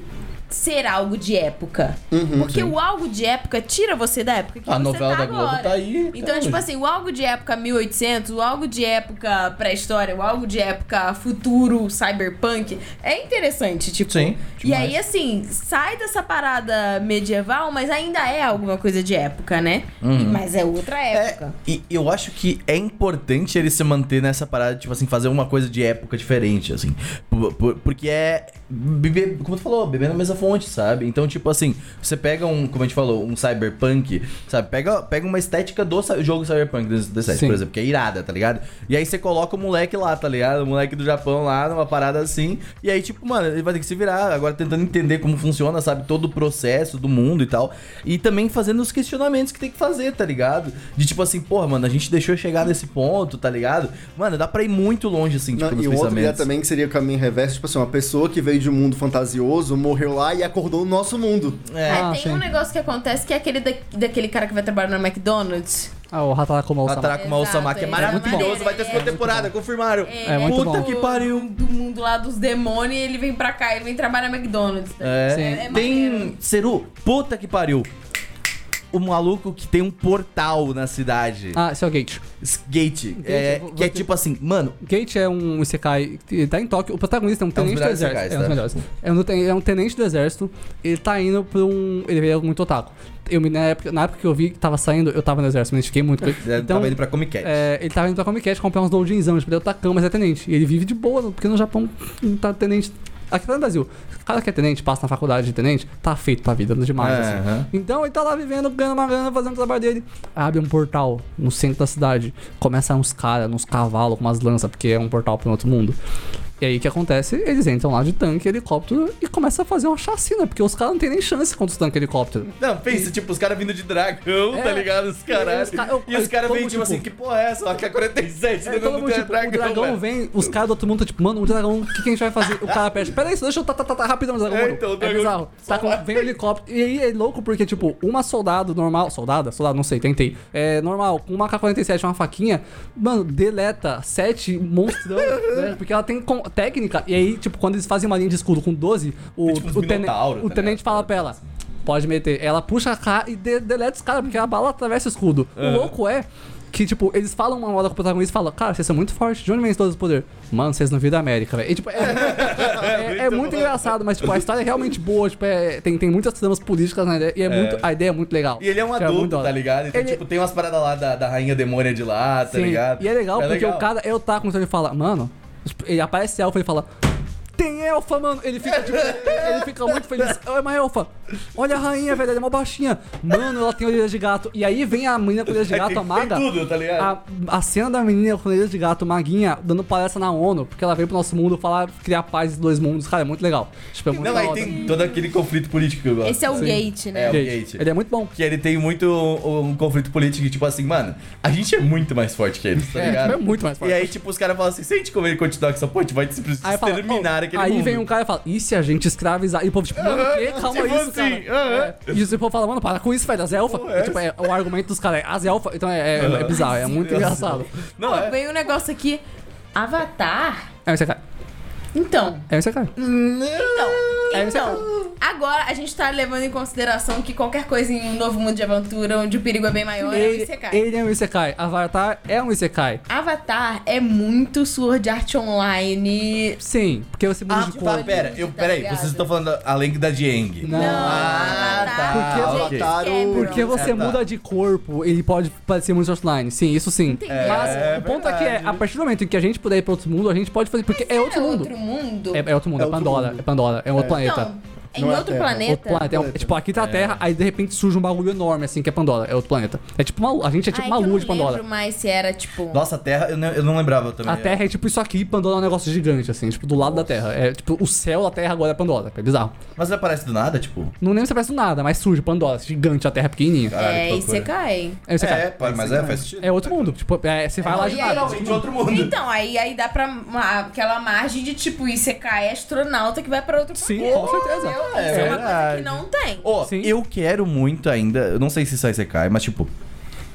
Speaker 3: ser algo de época. porque o algo de época tira você da época que
Speaker 1: A
Speaker 3: você
Speaker 1: novela
Speaker 3: tá
Speaker 1: da Globo
Speaker 3: agora.
Speaker 1: tá aí, até
Speaker 3: Então, é, tipo
Speaker 1: hoje.
Speaker 3: assim, o algo de época 1800, o algo de época pré-história, o algo de época futuro, cyberpunk, é interessante, tipo.
Speaker 1: Sim,
Speaker 3: E
Speaker 1: demais.
Speaker 3: aí, assim, sai dessa parada medieval, mas ainda é alguma coisa de época, né?
Speaker 1: Uhum.
Speaker 3: Mas é outra época.
Speaker 1: E eu acho que é importante ele se manter nessa parada, tipo assim, fazer uma coisa de época diferente, assim. Por- por- porque é. Beber, como tu falou, beber na mesma fonte, sabe? Então, tipo assim, você pega um, como a gente falou, um cyberpunk, sabe? Pega, pega uma estética do cy- jogo cyberpunk do 17,
Speaker 4: Sim.
Speaker 1: por exemplo, que é irada, tá ligado? E aí você coloca o moleque lá, tá ligado? O moleque do Japão lá, numa parada assim. E aí, tipo, mano, ele vai ter que se virar agora tentando entender como funciona, sabe? Todo o processo do mundo e tal. E também fazendo os questionamentos que tem que fazer, tá ligado? De tipo assim, porra, mano, a gente deixou chegar nesse ponto, tá ligado? Mano, dá pra ir muito longe, assim, tipo,
Speaker 2: Não,
Speaker 1: nos
Speaker 2: e outra ideia
Speaker 1: pensamentos.
Speaker 2: também que seria o caminho reverso, tipo assim, uma pessoa que veio de um mundo fantasioso, morreu lá e acordou no nosso mundo.
Speaker 1: É.
Speaker 3: É,
Speaker 4: Ah,
Speaker 3: tem
Speaker 4: sim.
Speaker 3: um negócio que acontece que é aquele da- daquele cara que vai trabalhar no McDonald's.
Speaker 4: Ah, o Hatara como
Speaker 1: Atraco uma
Speaker 3: Exato,
Speaker 1: Osama, que é
Speaker 3: é
Speaker 1: maravilhoso,
Speaker 3: maneiro,
Speaker 1: vai ter
Speaker 3: é.
Speaker 1: segunda temporada, confirmaram.
Speaker 4: É muito
Speaker 1: Puta
Speaker 4: bom.
Speaker 1: que pariu.
Speaker 3: Do mundo lá dos demônios, ele vem pra cá, ele vem trabalhar no McDonald's. né?
Speaker 1: É.
Speaker 4: Sim.
Speaker 3: É
Speaker 1: tem.
Speaker 3: maneiro.
Speaker 1: Seru, puta que pariu. O maluco que tem um portal na cidade.
Speaker 4: Ah, esse é o Gate.
Speaker 1: Esse Gate. é,
Speaker 4: eu vou-
Speaker 1: que é
Speaker 4: vou ter-
Speaker 1: tipo assim, mano.
Speaker 4: Gate é um Isekai que tá em Tóquio. O protagonista é um tenente do
Speaker 1: melhores
Speaker 4: exército.
Speaker 1: isekais,
Speaker 4: é um dos
Speaker 1: tá?
Speaker 4: melhores. É um, ten- é um tenente do exército. Ele tá indo pra um. Ele veio muito otaku. Eu, me- na, época, na época que eu vi que tava saindo, eu tava no exército, me identifiquei muito. com ele.
Speaker 1: Então,
Speaker 4: Então,
Speaker 1: tava indo pra Comic Cat.
Speaker 4: é, ele tava indo pra Comic Cat comprar uns doujinzão, tipo, ele é otacão, mas é tenente. E ele vive de boa, porque no Japão não tá tenente. Aqui tá no Brasil. O cara que é tenente, passa na faculdade de tenente, tá feito pra vida, demais,
Speaker 1: É,
Speaker 4: assim.
Speaker 1: aham.
Speaker 4: Então ele tá lá vivendo, ganhando uma grana, fazendo o trabalho dele. Abre um portal no centro da cidade. Começa uns caras, uns cavalos com umas lanças, porque é um portal pra um outro mundo. E aí o que acontece? Eles entram lá de tanque, helicóptero e começam a fazer uma chacina, porque os caras não tem nem chance contra os tanques e helicóptero.
Speaker 1: Não, pensa, tipo, os caras vindo de dragão,
Speaker 4: É.
Speaker 1: tá ligado? Os
Speaker 4: E
Speaker 1: caras.
Speaker 4: os ca- eu-
Speaker 1: E os
Speaker 4: eu-
Speaker 1: caras
Speaker 4: todo
Speaker 1: vêm,
Speaker 4: mundo,
Speaker 1: tipo assim, que
Speaker 4: tipo-
Speaker 1: porra é essa? Uma AK-47,
Speaker 4: É, todo mundo, tipo, o dragão
Speaker 1: um velho.
Speaker 4: vem, os caras do outro mundo tá tipo, mano, o dragão, o que, que a gente vai fazer? O cara pede, peraí, só deixa eu tá, tá, tá, tá rapidão, o dragão.
Speaker 1: É,
Speaker 4: morreu.
Speaker 1: então, o
Speaker 4: é
Speaker 1: dragão
Speaker 4: bizarro.
Speaker 1: só
Speaker 4: Tá com,
Speaker 1: vai.
Speaker 4: vem o helicóptero. E aí é louco porque, tipo, uma soldado normal, soldada, soldado, não sei, tentei. É normal, com uma AK-47, uma faquinha, mano, deleta
Speaker 1: [LAUGHS]
Speaker 4: sete monstrão, né? Porque ela tem com- técnica. E aí, tipo, quando eles fazem uma linha de escudo com 12, o,
Speaker 1: Tem, tipo, uns
Speaker 4: o, tenen-
Speaker 1: minotauro,
Speaker 4: o
Speaker 1: tá
Speaker 4: tenente
Speaker 1: ligado?
Speaker 4: fala pra ela. Pode meter. Ela puxa a cara e de- deleta os caras, porque a bala atravessa o escudo. O louco é que, tipo, eles falam uma hora com o protagonista e falam, cara, vocês são muito fortes, de onde vem todo esse poder? Mano, vocês não viram da América, velho. E, tipo, é, [LAUGHS] é- é muito engraçado, mas, tipo, a história é realmente boa, tipo, é- tem, tem muitas tramas políticas na ideia, e é, muito, a ideia é muito legal.
Speaker 1: E ele é um
Speaker 4: Tipo, muito
Speaker 1: adulto,
Speaker 4: da hora.
Speaker 1: tá ligado? Então,
Speaker 4: Ele-
Speaker 1: tipo, tem umas paradas lá da, da rainha demônia de lá, tá
Speaker 4: Sim,
Speaker 1: ligado?
Speaker 4: E é legal porque
Speaker 1: legal.
Speaker 4: o cara é otaku, então ele fala, mano, tipo, ele aparece elfa e fala. Tem elfa, mano! Ele
Speaker 1: [LAUGHS]
Speaker 4: fica, tipo, ele fica muito feliz. É uma elfa. Olha a rainha, velho, ela é mó baixinha. Mano, ela tem orelhas de gato. E aí vem a menina com orelhas de Ah,
Speaker 1: Aí
Speaker 4: gato,
Speaker 1: É tem-
Speaker 4: a maga.
Speaker 1: Tem tudo, tá ligado?
Speaker 4: A, a cena da menina com orelhas de gato, maguinha, dando palestra na ONU, porque ela veio pro nosso mundo falar, criar paz dos dois mundos. Cara, é muito legal. Tipo, é muito
Speaker 1: Não,
Speaker 4: da
Speaker 1: aí
Speaker 4: hora.
Speaker 1: tem todo aquele conflito político que eu gosto.
Speaker 3: Esse é o
Speaker 1: sabe?
Speaker 3: gate, né?
Speaker 1: É, o
Speaker 4: Gente,
Speaker 1: Gate.
Speaker 4: Ele é muito bom.
Speaker 1: Que ele tem muito um, um conflito político, que, tipo assim, mano, a gente é muito mais forte que eles, tá
Speaker 4: É, tipo,
Speaker 1: ligado?
Speaker 4: é muito mais forte.
Speaker 1: E aí, tipo, os caras falam assim, se a gente comer e continuar com essa ponte, vai se
Speaker 4: Aí, fala,
Speaker 1: terminar
Speaker 4: "Oh",
Speaker 1: aquele
Speaker 4: aí
Speaker 1: mundo. [LAUGHS]
Speaker 4: vem um cara e fala, e se a gente escravizar? E o povo, tipo, mano, o quê? Calma
Speaker 1: tipo
Speaker 4: isso,
Speaker 1: assim,
Speaker 4: cara. É. E o povo fala, mano, para com isso, velho, as elfas.
Speaker 1: Pô,
Speaker 4: É, tipo, é, o argumento dos caras é as elfas. Então é, é, é bizarro, é muito engraçado.
Speaker 1: Não, é.
Speaker 3: Veio um negócio aqui. Avatar?
Speaker 4: É um Isekai.
Speaker 3: Então,
Speaker 4: É um Isekai.
Speaker 3: então,
Speaker 4: É, você
Speaker 3: então. Agora a gente tá levando em consideração que qualquer coisa em um novo mundo de aventura, onde o perigo é bem maior, é o
Speaker 4: Ele,
Speaker 3: ICK.
Speaker 4: ele é um Isekai. Avatar é um Isekai.
Speaker 3: Avatar é muito Sword Art Online.
Speaker 4: Sim, porque você muda
Speaker 1: Ah,
Speaker 4: de
Speaker 1: tá,
Speaker 4: cor.
Speaker 1: pera, eu, pera aí,
Speaker 3: tipo, Tá ligado?
Speaker 1: vocês estão falando a lenda da Jiang.
Speaker 4: Não.
Speaker 1: Ah,
Speaker 3: Avatar,
Speaker 1: tá,
Speaker 3: James
Speaker 1: ok.
Speaker 3: Cameron.
Speaker 4: Porque você
Speaker 1: É, tá.
Speaker 4: muda de corpo, ele pode parecer muito offline. Sim, isso sim. Mas o ponto aqui é, a partir do momento em que a gente puder ir pra outro mundo, a gente pode fazer. Porque é outro
Speaker 3: É
Speaker 4: mundo.
Speaker 3: outro mundo?
Speaker 4: É, é outro mundo,
Speaker 2: É
Speaker 4: é,
Speaker 2: outro
Speaker 4: Pandora,
Speaker 2: mundo.
Speaker 4: é Pandora, é um outro planeta.
Speaker 3: Então, em
Speaker 2: Não é
Speaker 3: outro
Speaker 2: Terra.
Speaker 3: planeta.
Speaker 4: Outro planeta. É um-
Speaker 2: Planeta.
Speaker 4: tipo, aqui tá a Terra, aí de repente surge um bagulho enorme, assim, que é Pandora. É outro planeta. É tipo uma, a gente é tipo
Speaker 3: Ai,
Speaker 4: uma
Speaker 3: que eu
Speaker 4: lua de
Speaker 3: Não
Speaker 4: Pandora.
Speaker 3: lembro mais se era tipo.
Speaker 1: Nossa, a Terra, eu não, eu não lembrava também.
Speaker 4: A Terra é tipo isso aqui, Pandora é um negócio gigante, assim, tipo, do lado da Terra. É tipo, o céu da Terra agora é Pandora. É bizarro.
Speaker 1: Mas não aparece do nada, tipo...
Speaker 4: Não lembro se aparece do nada, mas surge Pandora, gigante, a Terra é pequenininha.
Speaker 1: Caralho,
Speaker 3: é,
Speaker 1: que
Speaker 3: e você
Speaker 1: loucura.
Speaker 3: cai.
Speaker 4: Aí você
Speaker 1: É,
Speaker 4: cai.
Speaker 1: pode, mas é, faz sentido.
Speaker 4: É outro mundo. Tipo, é, você vai lá de
Speaker 3: e
Speaker 4: nada.
Speaker 3: aí-
Speaker 1: Literalmente outro mundo.
Speaker 3: Então, aí, aí dá pra uma- aquela margem de tipo, você cai astronauta que vai pra outro
Speaker 4: Sim,
Speaker 3: planeta.
Speaker 4: com certeza.
Speaker 3: entendeu?
Speaker 1: É
Speaker 3: Isso é uma coisa
Speaker 1: verdade.
Speaker 3: que não tem.
Speaker 1: Ó,
Speaker 4: Sim.
Speaker 1: eu quero muito ainda. Eu não sei se sai cai, mas tipo.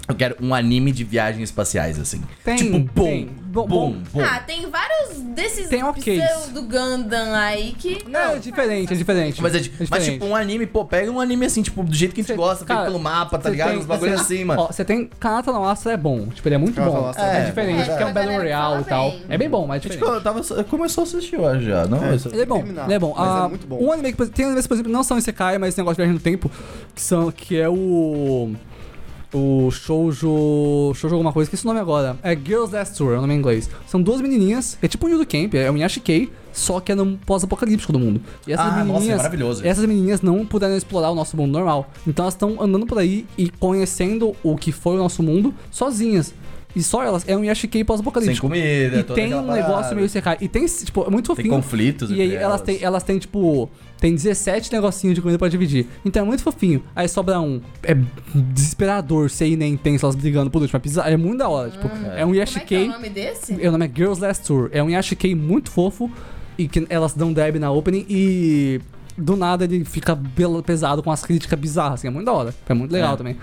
Speaker 1: Eu quero um anime de viagens espaciais, assim.
Speaker 4: Tem,
Speaker 1: tipo, bom.
Speaker 4: tem.
Speaker 1: Bom,
Speaker 4: Bom,
Speaker 1: bom.
Speaker 4: bom.
Speaker 3: Ah, tem vários desses
Speaker 4: Tem ok's.
Speaker 3: do Gundam aí que.
Speaker 4: Não, é diferente, é diferente.
Speaker 1: Mas, é, tipo- mas, tipo, um anime, pô, pega um anime assim, tipo, do jeito que a gente
Speaker 4: Cê-
Speaker 1: gosta, feito
Speaker 4: cara,
Speaker 1: pelo mapa, tá
Speaker 4: Você
Speaker 1: ligado?
Speaker 4: tem-
Speaker 1: Uns bagulho
Speaker 4: você-
Speaker 1: assim, mano.
Speaker 4: Ó, você tem. Kanata no Astra é bom. Tipo, ele é muito
Speaker 2: Kanata no
Speaker 4: bom.
Speaker 2: Astra
Speaker 4: É,
Speaker 1: é
Speaker 4: diferente,
Speaker 3: bom.
Speaker 4: porque é
Speaker 3: É,
Speaker 4: um Battle
Speaker 3: a galera
Speaker 4: Royale e tal.
Speaker 3: fala bem.
Speaker 4: É bem bom, mas é
Speaker 1: tipo,
Speaker 4: diferente.
Speaker 1: eu tava. só- eu Começou a assistir hoje já, não? Isso-
Speaker 4: Ele é bom,
Speaker 2: terminar,
Speaker 4: ele é bom.
Speaker 2: mas é
Speaker 4: Ah,
Speaker 2: muito bom.
Speaker 4: Um anime que tem animes, por exemplo, não são Isekai, mas esse negócio de viagem no tempo, que são que é o o Shoujo. Shoujo alguma coisa, esqueci o nome agora. É Girls Last Tour, é o nome em inglês. São duas menininhas, é tipo um Yudo Camp, é um Yashikei, só que é num pós-apocalíptico do mundo. E essas
Speaker 1: Ah, nossa, é
Speaker 4: menininhas.
Speaker 1: maravilhoso.
Speaker 4: Essas menininhas não puderam explorar o nosso mundo normal. Então elas estão andando por aí e conhecendo o que foi o nosso mundo sozinhas. E só elas, é um Yashikei
Speaker 1: Sem
Speaker 4: pós-apocalíptico.
Speaker 1: comida,
Speaker 4: E
Speaker 1: toda
Speaker 4: tem
Speaker 1: aquela
Speaker 4: um
Speaker 1: parada.
Speaker 4: negócio meio secai. E tem, tipo, é muito
Speaker 1: Tem
Speaker 4: fofinho.
Speaker 1: conflitos
Speaker 4: E aí
Speaker 1: entre
Speaker 4: elas têm, elas têm, tipo, tem 17 negocinhos de comida pra dividir. Então é muito fofinho. Aí sobra um. É desesperador ser e nem intenso elas brigando por último. É, bizarro, é muito da hora. tipo, é, um
Speaker 3: Como é que é
Speaker 4: Yashikei.
Speaker 3: o nome desse?
Speaker 4: o nome é Girls Last Tour. É um Yashikei muito fofo. E que elas dão deb na opening e. Do nada ele fica bela- pesado com as críticas bizarras, assim, é muito da hora. É muito legal
Speaker 1: É.
Speaker 4: também.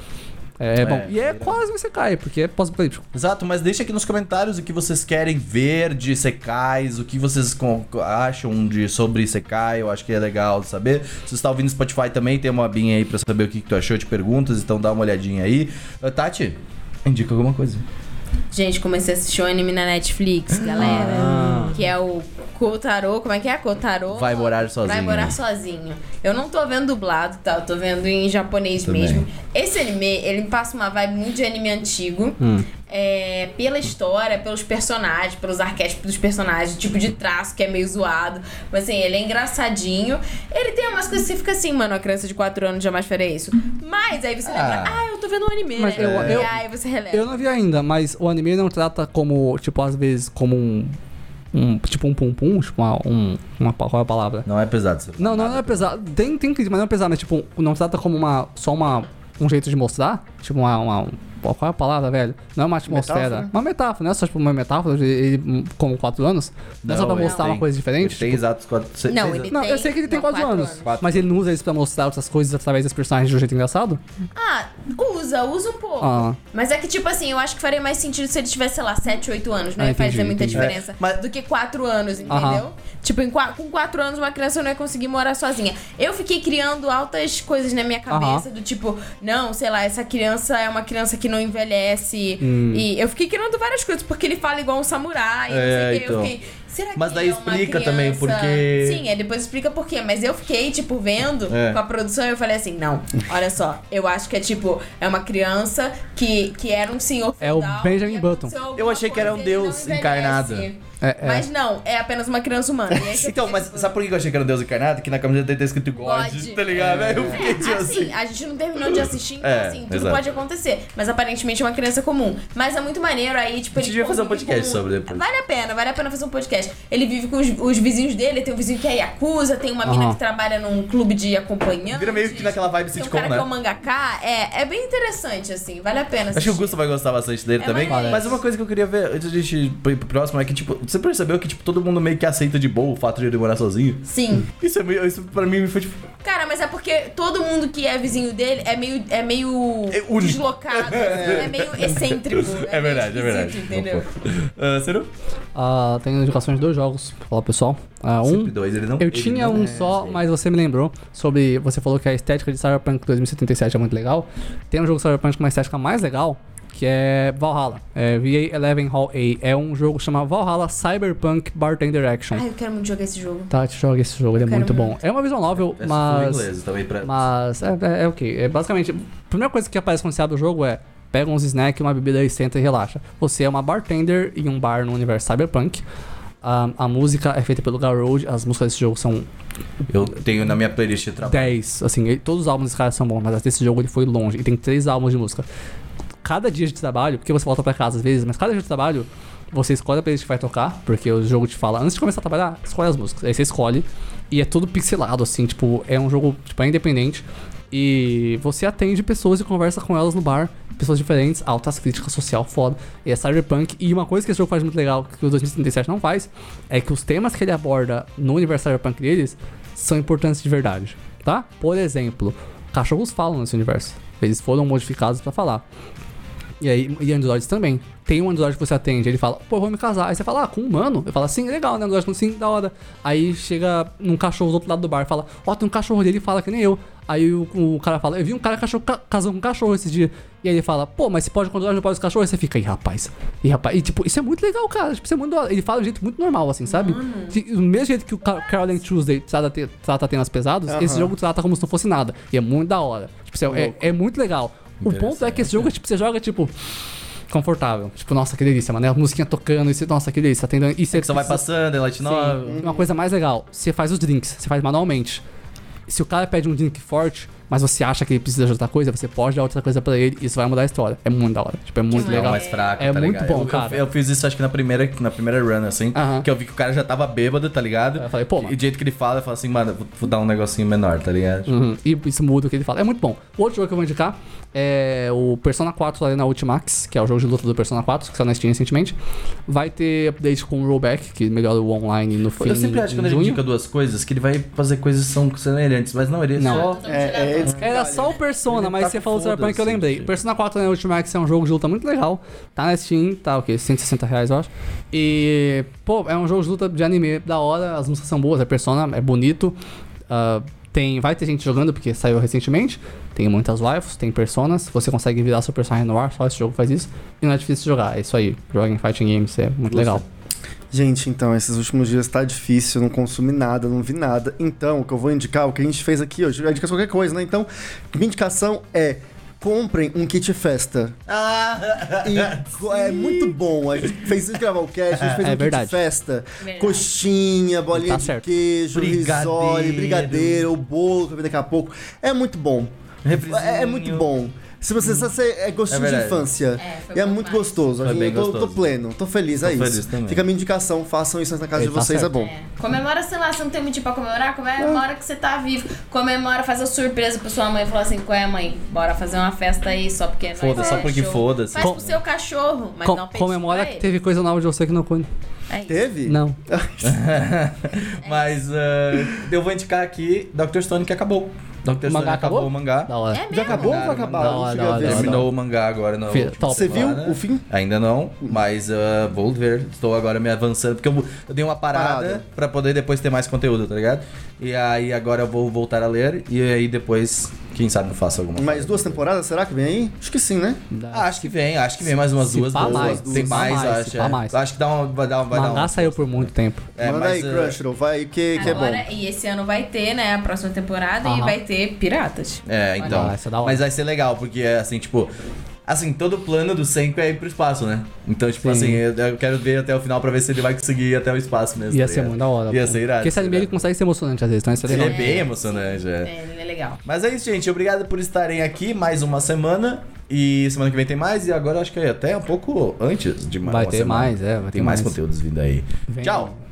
Speaker 4: É,
Speaker 1: É,
Speaker 4: bom. E é
Speaker 1: irado.
Speaker 4: quase um Sekai, porque é pós-apocalíptico.
Speaker 1: Exato, mas deixa aqui nos comentários o que vocês querem ver de secais, o que vocês com- acham de sobre secai, eu acho que é legal de saber. Se você está ouvindo no Spotify também, tem uma abinha aí pra saber o que, que tu achou de perguntas, então dá uma olhadinha aí. Ah, Tati, indica alguma coisa.
Speaker 3: Gente, comecei a assistir um anime na Netflix, galera.
Speaker 4: Ah.
Speaker 3: Que é o Kotaro. Como é que é? Kotaro.
Speaker 1: Vai morar sozinho. né?
Speaker 3: Vai morar sozinho. Eu não tô vendo dublado, tá? Eu tô vendo em japonês
Speaker 1: Também.
Speaker 3: mesmo. Esse anime, ele me passa uma vibe muito de anime antigo.
Speaker 1: Hum.
Speaker 3: É, pela história, pelos personagens, pelos arquétipos dos personagens, tipo de traço que é meio zoado. Mas assim, ele é engraçadinho. Ele tem umas coisas que você fica assim, mano, uma criança de 4 anos jamais faria isso. Mas aí você lembra,
Speaker 1: Ah.
Speaker 3: ah, eu tô vendo um anime,
Speaker 4: Mas
Speaker 3: né?
Speaker 4: eu- eu-
Speaker 3: e aí você releva.
Speaker 4: Eu não vi ainda, mas o anime não trata como, tipo, às vezes, como um. um tipo um pum-pum, tipo uma, um, uma. pa- Qual é a palavra?
Speaker 1: Não é pesado, você
Speaker 4: Não, não, não é pesado. Tem, tem crítica, mas não é pesado, mas tipo, não trata como uma. Só uma. Um jeito de mostrar. Tipo, uma. uma um- qual é a palavra, velho? Não é uma atmosfera.
Speaker 2: Metáfora?
Speaker 4: Uma metáfora, não é só tipo uma metáfora de ele como quatro anos. Não, é só pra
Speaker 1: ele
Speaker 4: mostrar uma
Speaker 1: tem-
Speaker 4: coisa
Speaker 1: ele
Speaker 4: diferente.
Speaker 1: Tem
Speaker 4: tipo-
Speaker 1: exatos quatro, seis,
Speaker 3: Não,
Speaker 1: seis
Speaker 3: ele-
Speaker 1: anos.
Speaker 4: não, eu
Speaker 3: Tem-
Speaker 4: sei que ele tem
Speaker 3: não,
Speaker 4: quatro,
Speaker 3: quatro
Speaker 4: anos,
Speaker 3: anos.
Speaker 1: Quatro.
Speaker 4: Mas ele não usa isso pra mostrar outras coisas através dos personagens de um jeito engraçado?
Speaker 3: Ah, usa, usa um pouco.
Speaker 4: Ah.
Speaker 3: Mas é que, tipo assim, eu acho que faria mais sentido se ele tivesse, sei lá, 7, 8 anos. Não
Speaker 4: Ah,
Speaker 3: ia fazer
Speaker 4: entendi,
Speaker 3: muita
Speaker 4: entendi.
Speaker 3: diferença.
Speaker 1: É, mas-
Speaker 3: Do que 4 anos, entendeu?
Speaker 4: Aham.
Speaker 3: Tipo, em qua- com 4 anos uma criança não ia conseguir morar sozinha. Eu fiquei criando altas coisas na minha cabeça, do tipo, não, sei lá, essa criança é uma criança que não envelhece.
Speaker 4: Hum.
Speaker 3: E eu fiquei criando várias coisas, porque ele fala igual um samurai,
Speaker 1: É,
Speaker 3: não sei o quê. Eu
Speaker 1: então.
Speaker 3: fiquei, será que
Speaker 1: Mas daí
Speaker 3: é uma
Speaker 1: explica
Speaker 3: criança-
Speaker 1: também, porque-
Speaker 3: Sim, é, depois explica por quê. Mas eu fiquei, tipo, vendo
Speaker 1: É.
Speaker 3: com a produção eu falei assim: não, olha só, eu acho que é tipo, é uma criança que, que era um senhor
Speaker 4: É o
Speaker 3: feudal,
Speaker 4: Benjamin
Speaker 3: e
Speaker 4: Button.
Speaker 3: aconteceu alguma
Speaker 1: Eu achei que era um
Speaker 3: coisa e ele não
Speaker 1: deus
Speaker 3: envelhece.
Speaker 1: encarnado.
Speaker 4: É, é.
Speaker 3: Mas não, é apenas uma criança humana. E aí você
Speaker 1: Então,
Speaker 3: fica,
Speaker 1: mas
Speaker 3: tipo,
Speaker 1: sabe por que eu achei que era um deus encarnado? Que na camiseta dele tá escrito God,
Speaker 3: God.
Speaker 1: tá ligado? Aí eu fiquei tipo
Speaker 3: assim,
Speaker 1: [LAUGHS] assim.
Speaker 3: a gente não terminou de assistir, então
Speaker 1: É,
Speaker 3: assim, tudo
Speaker 1: exato.
Speaker 3: pode acontecer. Mas aparentemente é uma criança comum. Mas é muito maneiro aí, tipo,
Speaker 1: A gente
Speaker 3: ele
Speaker 1: devia fazer um
Speaker 3: convive
Speaker 1: podcast
Speaker 3: com-
Speaker 1: sobre depois.
Speaker 3: Vale a pena, vale a pena fazer um podcast. Ele vive com os, os vizinhos dele, tem um vizinho que é Yakuza, tem uma mina
Speaker 4: Aham.
Speaker 3: que trabalha num clube de acompanhantes.
Speaker 1: Vira meio que naquela vibe
Speaker 3: Tem um
Speaker 1: sitcom,
Speaker 3: cara
Speaker 1: né?
Speaker 3: que é um mangaká, é, é bem interessante, assim, vale a pena.
Speaker 1: Acho que o
Speaker 3: assistir.
Speaker 1: Gusta vai gostar bastante dele
Speaker 3: É
Speaker 1: também.
Speaker 3: maneiro.
Speaker 1: Mas uma coisa que eu queria ver antes de a gente ir pro próximo é que, tipo, você percebeu que, tipo, todo mundo meio que aceita de boa o fato de ele morar sozinho?
Speaker 3: Sim.
Speaker 1: Isso, é meio, isso pra mim foi tipo.
Speaker 3: Cara, mas é porque todo mundo que é vizinho dele é meio, é meio
Speaker 1: É único.
Speaker 3: deslocado, é meio
Speaker 1: [LAUGHS]
Speaker 3: [LAUGHS] excêntrico.
Speaker 1: É
Speaker 3: meio
Speaker 1: verdade, é
Speaker 3: esquisito,
Speaker 1: verdade.
Speaker 3: Entendeu?
Speaker 1: [LAUGHS] Ah, Ciro?
Speaker 4: Ah, tem indicações de dois jogos pra falar pro pessoal. Ah, um.
Speaker 1: Sempre dois, ele não.
Speaker 4: Eu
Speaker 1: ele
Speaker 4: tinha
Speaker 1: não- é assim.
Speaker 4: um só, mas você me lembrou sobre. Você falou que a estética de Cyberpunk 2077 é muito legal. Tem um jogo Cyberpunk com uma estética mais legal, que é Valhalla. É VA11 Hall A. É um jogo que chama Valhalla Cyberpunk Bartender Action.
Speaker 3: Ai, eu quero muito jogar esse jogo.
Speaker 4: Tá, te joga esse jogo, ele é
Speaker 3: Quero
Speaker 4: muito bom.
Speaker 3: muito.
Speaker 4: É uma visual novel,
Speaker 1: É mas...
Speaker 4: mas.
Speaker 1: inglês também pra.
Speaker 4: Mas é, é, é ok. É, basicamente, a primeira coisa que aparece quando você abre o jogo é pega uns snacks, uma bebida e senta e relaxa. Você é uma bartender em um bar no universo cyberpunk. A, a música é feita pelo Garroad, as músicas desse jogo são
Speaker 1: Eu tenho na minha playlist de trabalho.
Speaker 4: 10. Assim, ele- todos os álbuns desse cara são bons, mas esse jogo ele foi longe. E tem três álbuns de música. Cada dia de trabalho, porque você volta pra casa às vezes, mas cada dia de trabalho, você escolhe a playlist que vai tocar, porque o jogo te fala, antes de começar a trabalhar, escolhe as músicas. Aí você escolhe, e é tudo pixelado, assim, tipo, é um jogo, tipo, é independente. E você atende pessoas e conversa com elas no bar, pessoas diferentes, altas críticas social foda. E é cyberpunk. E uma coisa que esse jogo faz muito legal, que o 2077 não faz, é que os temas que ele aborda no universo cyberpunk deles são importantes de verdade, tá? Por exemplo, cachorros falam nesse universo. Eles foram modificados pra falar. E aí, e androides também. Tem um android que você atende, ele fala, pô, eu vou me casar. Aí você fala, ah, com um humano? Eu falo, sim, legal, né? Android com sim, da hora. Aí chega um cachorro do outro lado do bar e fala, ó, tem um cachorro dele e fala que nem eu. Aí o, o cara fala, eu vi um cara cachorro, ca- casou com um cachorro esse dia. E aí ele fala, pô, mas você pode com android, não pode com cachorro? Aí você fica, ih, rapaz. E rapaz, e tipo, isso é muito legal, cara. Tipo, isso é muito da hora. Ele fala de um jeito muito normal, assim, sabe? De- Do mesmo jeito que o Ca- Caroline Tuesday trata, te- trata temas pesados, esse
Speaker 2: Aham.
Speaker 4: jogo trata como se não fosse nada. E é muito da hora. Tipo, isso é- é, é muito legal. O ponto é que esse jogo, tipo, você joga, tipo. Confortável. Tipo, nossa, que delícia, mano. A musiquinha tocando, e você, nossa, que delícia. Tá tendo, e você,
Speaker 1: Só vai passando, é Light
Speaker 4: Sim.
Speaker 1: 9.
Speaker 4: E Uma coisa mais legal, você faz os drinks, você faz manualmente. Se o cara pede um drink forte, mas você acha que ele precisa de outra coisa, você pode dar outra coisa pra ele e isso vai mudar a história. É muito da hora. Tipo, é muito
Speaker 3: Que
Speaker 1: É o
Speaker 4: legal.
Speaker 1: mais fraco,
Speaker 4: É
Speaker 1: tá
Speaker 4: muito
Speaker 1: ligado?
Speaker 4: bom,
Speaker 1: Eu- eu,
Speaker 4: cara.
Speaker 1: Eu, fiz isso acho que na primeira, na primeira run, assim.
Speaker 4: Aham.
Speaker 1: Que eu vi que o cara já tava bêbado, tá ligado?
Speaker 4: Eu falei, pô,
Speaker 1: E
Speaker 4: mano.
Speaker 1: do jeito que ele fala, eu falo assim, mano, vou, vou dar um negocinho menor, tá ligado?
Speaker 4: Uhum. E isso muda o que ele fala. É muito bom. O outro jogo que eu vou indicar é o Persona 4 Arena Ultimax, que é o jogo de luta do Persona 4, que saiu na Steam recentemente. Vai ter update com o rollback, que melhora o online no fim
Speaker 1: eu sempre acho que
Speaker 4: de
Speaker 1: quando ele
Speaker 4: junho.
Speaker 1: indica duas coisas, que ele vai fazer coisas que são semelhantes, mas não, ele é só.
Speaker 4: Não.
Speaker 2: É, é esse que
Speaker 4: Era
Speaker 2: vale.
Speaker 4: só o Persona,
Speaker 1: Ele
Speaker 4: mas
Speaker 1: tá
Speaker 4: você falou do Cyberpunk que eu
Speaker 1: foda-se,
Speaker 4: lembrei.
Speaker 1: gente.
Speaker 4: Persona 4 na Ultimax é um jogo de luta muito legal. Tá na Steam, tá o quê? 160 reais, eu acho. E, pô, é um jogo de luta de anime da hora, as músicas são boas, é Persona, é bonito. Ah, tem, vai ter gente jogando, porque saiu recentemente. Tem muitas lives, tem personas. Você consegue virar seu personagem no ar, só esse jogo faz isso. E não é difícil de jogar, é isso aí. Joga em Fighting Games, é muito legal.
Speaker 2: Gente, então, esses últimos dias tá difícil, eu não consumi nada, não vi nada. Então, o que eu vou indicar, o que a gente fez aqui hoje, vai indicar qualquer coisa, né? Então, minha indicação é. Comprem um kit festa. [LAUGHS]
Speaker 1: Ah!
Speaker 4: [LAUGHS]
Speaker 2: E é muito bom. A gente fez isso gravar o cast, a gente fez
Speaker 4: É
Speaker 2: um
Speaker 4: verdade.
Speaker 2: kit festa.
Speaker 3: Verdade.
Speaker 2: Coxinha, bolinha
Speaker 4: Tá
Speaker 2: de
Speaker 4: certo.
Speaker 2: queijo,
Speaker 1: Brigadeiro.
Speaker 2: risole, brigadeiro, o bolo que vai daqui a pouco. É muito bom. É, é muito bom. Se você se você é gostinho
Speaker 1: É
Speaker 2: de
Speaker 1: verdade.
Speaker 2: infância.
Speaker 3: É, foi
Speaker 2: e é
Speaker 3: bom
Speaker 2: muito
Speaker 3: demais.
Speaker 2: gostoso.
Speaker 1: Foi
Speaker 2: Assim,
Speaker 1: bem
Speaker 2: eu tô, tô
Speaker 1: gostoso.
Speaker 2: pleno, tô feliz,
Speaker 1: Tô
Speaker 2: é
Speaker 1: feliz
Speaker 2: isso.
Speaker 1: também.
Speaker 2: Fica a minha indicação, façam isso na casa
Speaker 4: Ele
Speaker 2: de
Speaker 4: tá
Speaker 2: vocês, é
Speaker 4: certo.
Speaker 2: bom.
Speaker 3: É. Comemora, sei lá, se não tem muito pra comemorar, comemora que você tá vivo. Comemora, faz a surpresa pra sua mãe. Fala assim, qual é, mãe? Bora fazer uma festa aí, só porque nós
Speaker 1: Foda-se, só
Speaker 3: é
Speaker 1: porque
Speaker 3: cachorro.
Speaker 1: foda-se.
Speaker 3: Faz
Speaker 1: Com-
Speaker 3: pro seu cachorro, mas
Speaker 4: Com-
Speaker 3: não pense
Speaker 4: comemora
Speaker 3: pra
Speaker 4: que
Speaker 3: ele.
Speaker 4: teve coisa nova de você que não conhe.
Speaker 3: É isso.
Speaker 2: Teve?
Speaker 4: Não.
Speaker 1: Mas ah, eu vou indicar aqui Dr. Stone que acabou. Dr. Stone
Speaker 4: mangá
Speaker 1: acabou?
Speaker 4: acabou?
Speaker 1: o mangá.
Speaker 4: Da hora.
Speaker 3: É mesmo?
Speaker 2: [LAUGHS] Já acabou ou vai acabar?
Speaker 4: Da
Speaker 2: Não
Speaker 4: hora,
Speaker 2: cheguei a
Speaker 4: da hora,
Speaker 2: ver.
Speaker 4: da hora.
Speaker 1: Terminou o mangá agora
Speaker 3: É?
Speaker 1: na
Speaker 4: Fi-
Speaker 1: última
Speaker 4: top.
Speaker 2: Você viu
Speaker 1: semana.
Speaker 2: o fim?
Speaker 1: Ainda não, mas ah, vou ver. Estou agora me avançando, porque eu, eu dei uma parada,
Speaker 2: Parada.
Speaker 1: pra poder depois ter mais conteúdo, tá ligado? E aí agora eu vou voltar a ler e aí depois, quem sabe, eu faço alguma
Speaker 2: Mais duas temporadas, será que vem aí? Acho que sim, né?
Speaker 1: Ah, acho que vem, acho que vem mais umas
Speaker 4: Se
Speaker 1: duas,
Speaker 4: pá
Speaker 1: duas,
Speaker 4: mais,
Speaker 1: tem
Speaker 4: se pá
Speaker 1: mais,
Speaker 4: mais, se
Speaker 1: acho.
Speaker 4: pá
Speaker 1: é.
Speaker 4: mais.
Speaker 1: Acho que dá uma, vai dar, um. vai dar
Speaker 4: Mangá
Speaker 1: uma.
Speaker 4: saiu por muito tempo.
Speaker 1: É,
Speaker 2: Manda
Speaker 1: mas,
Speaker 2: aí,
Speaker 1: eh,
Speaker 2: Crunchyroll, vai aí que, que é bom.
Speaker 3: Agora, e esse ano vai ter, né, a próxima temporada e
Speaker 4: Aham.
Speaker 3: vai ter piratas.
Speaker 1: É, então.
Speaker 4: Ah, essa é da hora.
Speaker 1: Mas vai ser legal, porque é assim, tipo. Assim, todo o plano do Senko é ir pro espaço, né? Então, tipo
Speaker 4: Sim.
Speaker 1: assim, eu, eu quero ver até o final pra ver se ele vai conseguir ir até o espaço mesmo.
Speaker 4: Ia
Speaker 1: tá
Speaker 4: ser
Speaker 1: ligado?
Speaker 4: muito da hora.
Speaker 1: Ia
Speaker 4: pô.
Speaker 1: ser irado.
Speaker 4: Porque esse anime ele
Speaker 1: tá ligado?
Speaker 4: consegue ser emocionante às vezes, então isso é legal.
Speaker 1: Ele é bem emocionante, é.
Speaker 3: É, ele é legal.
Speaker 1: Mas é isso, gente. Obrigado por estarem aqui mais uma semana. E semana que vem tem mais. E agora acho que é até um pouco antes de mais
Speaker 4: Vai
Speaker 1: uma
Speaker 4: ter
Speaker 1: semana.
Speaker 4: mais, é, vai
Speaker 1: Tem
Speaker 4: ter
Speaker 1: mais,
Speaker 4: mais.
Speaker 1: conteúdos vindo aí.
Speaker 4: Vem.
Speaker 1: Tchau!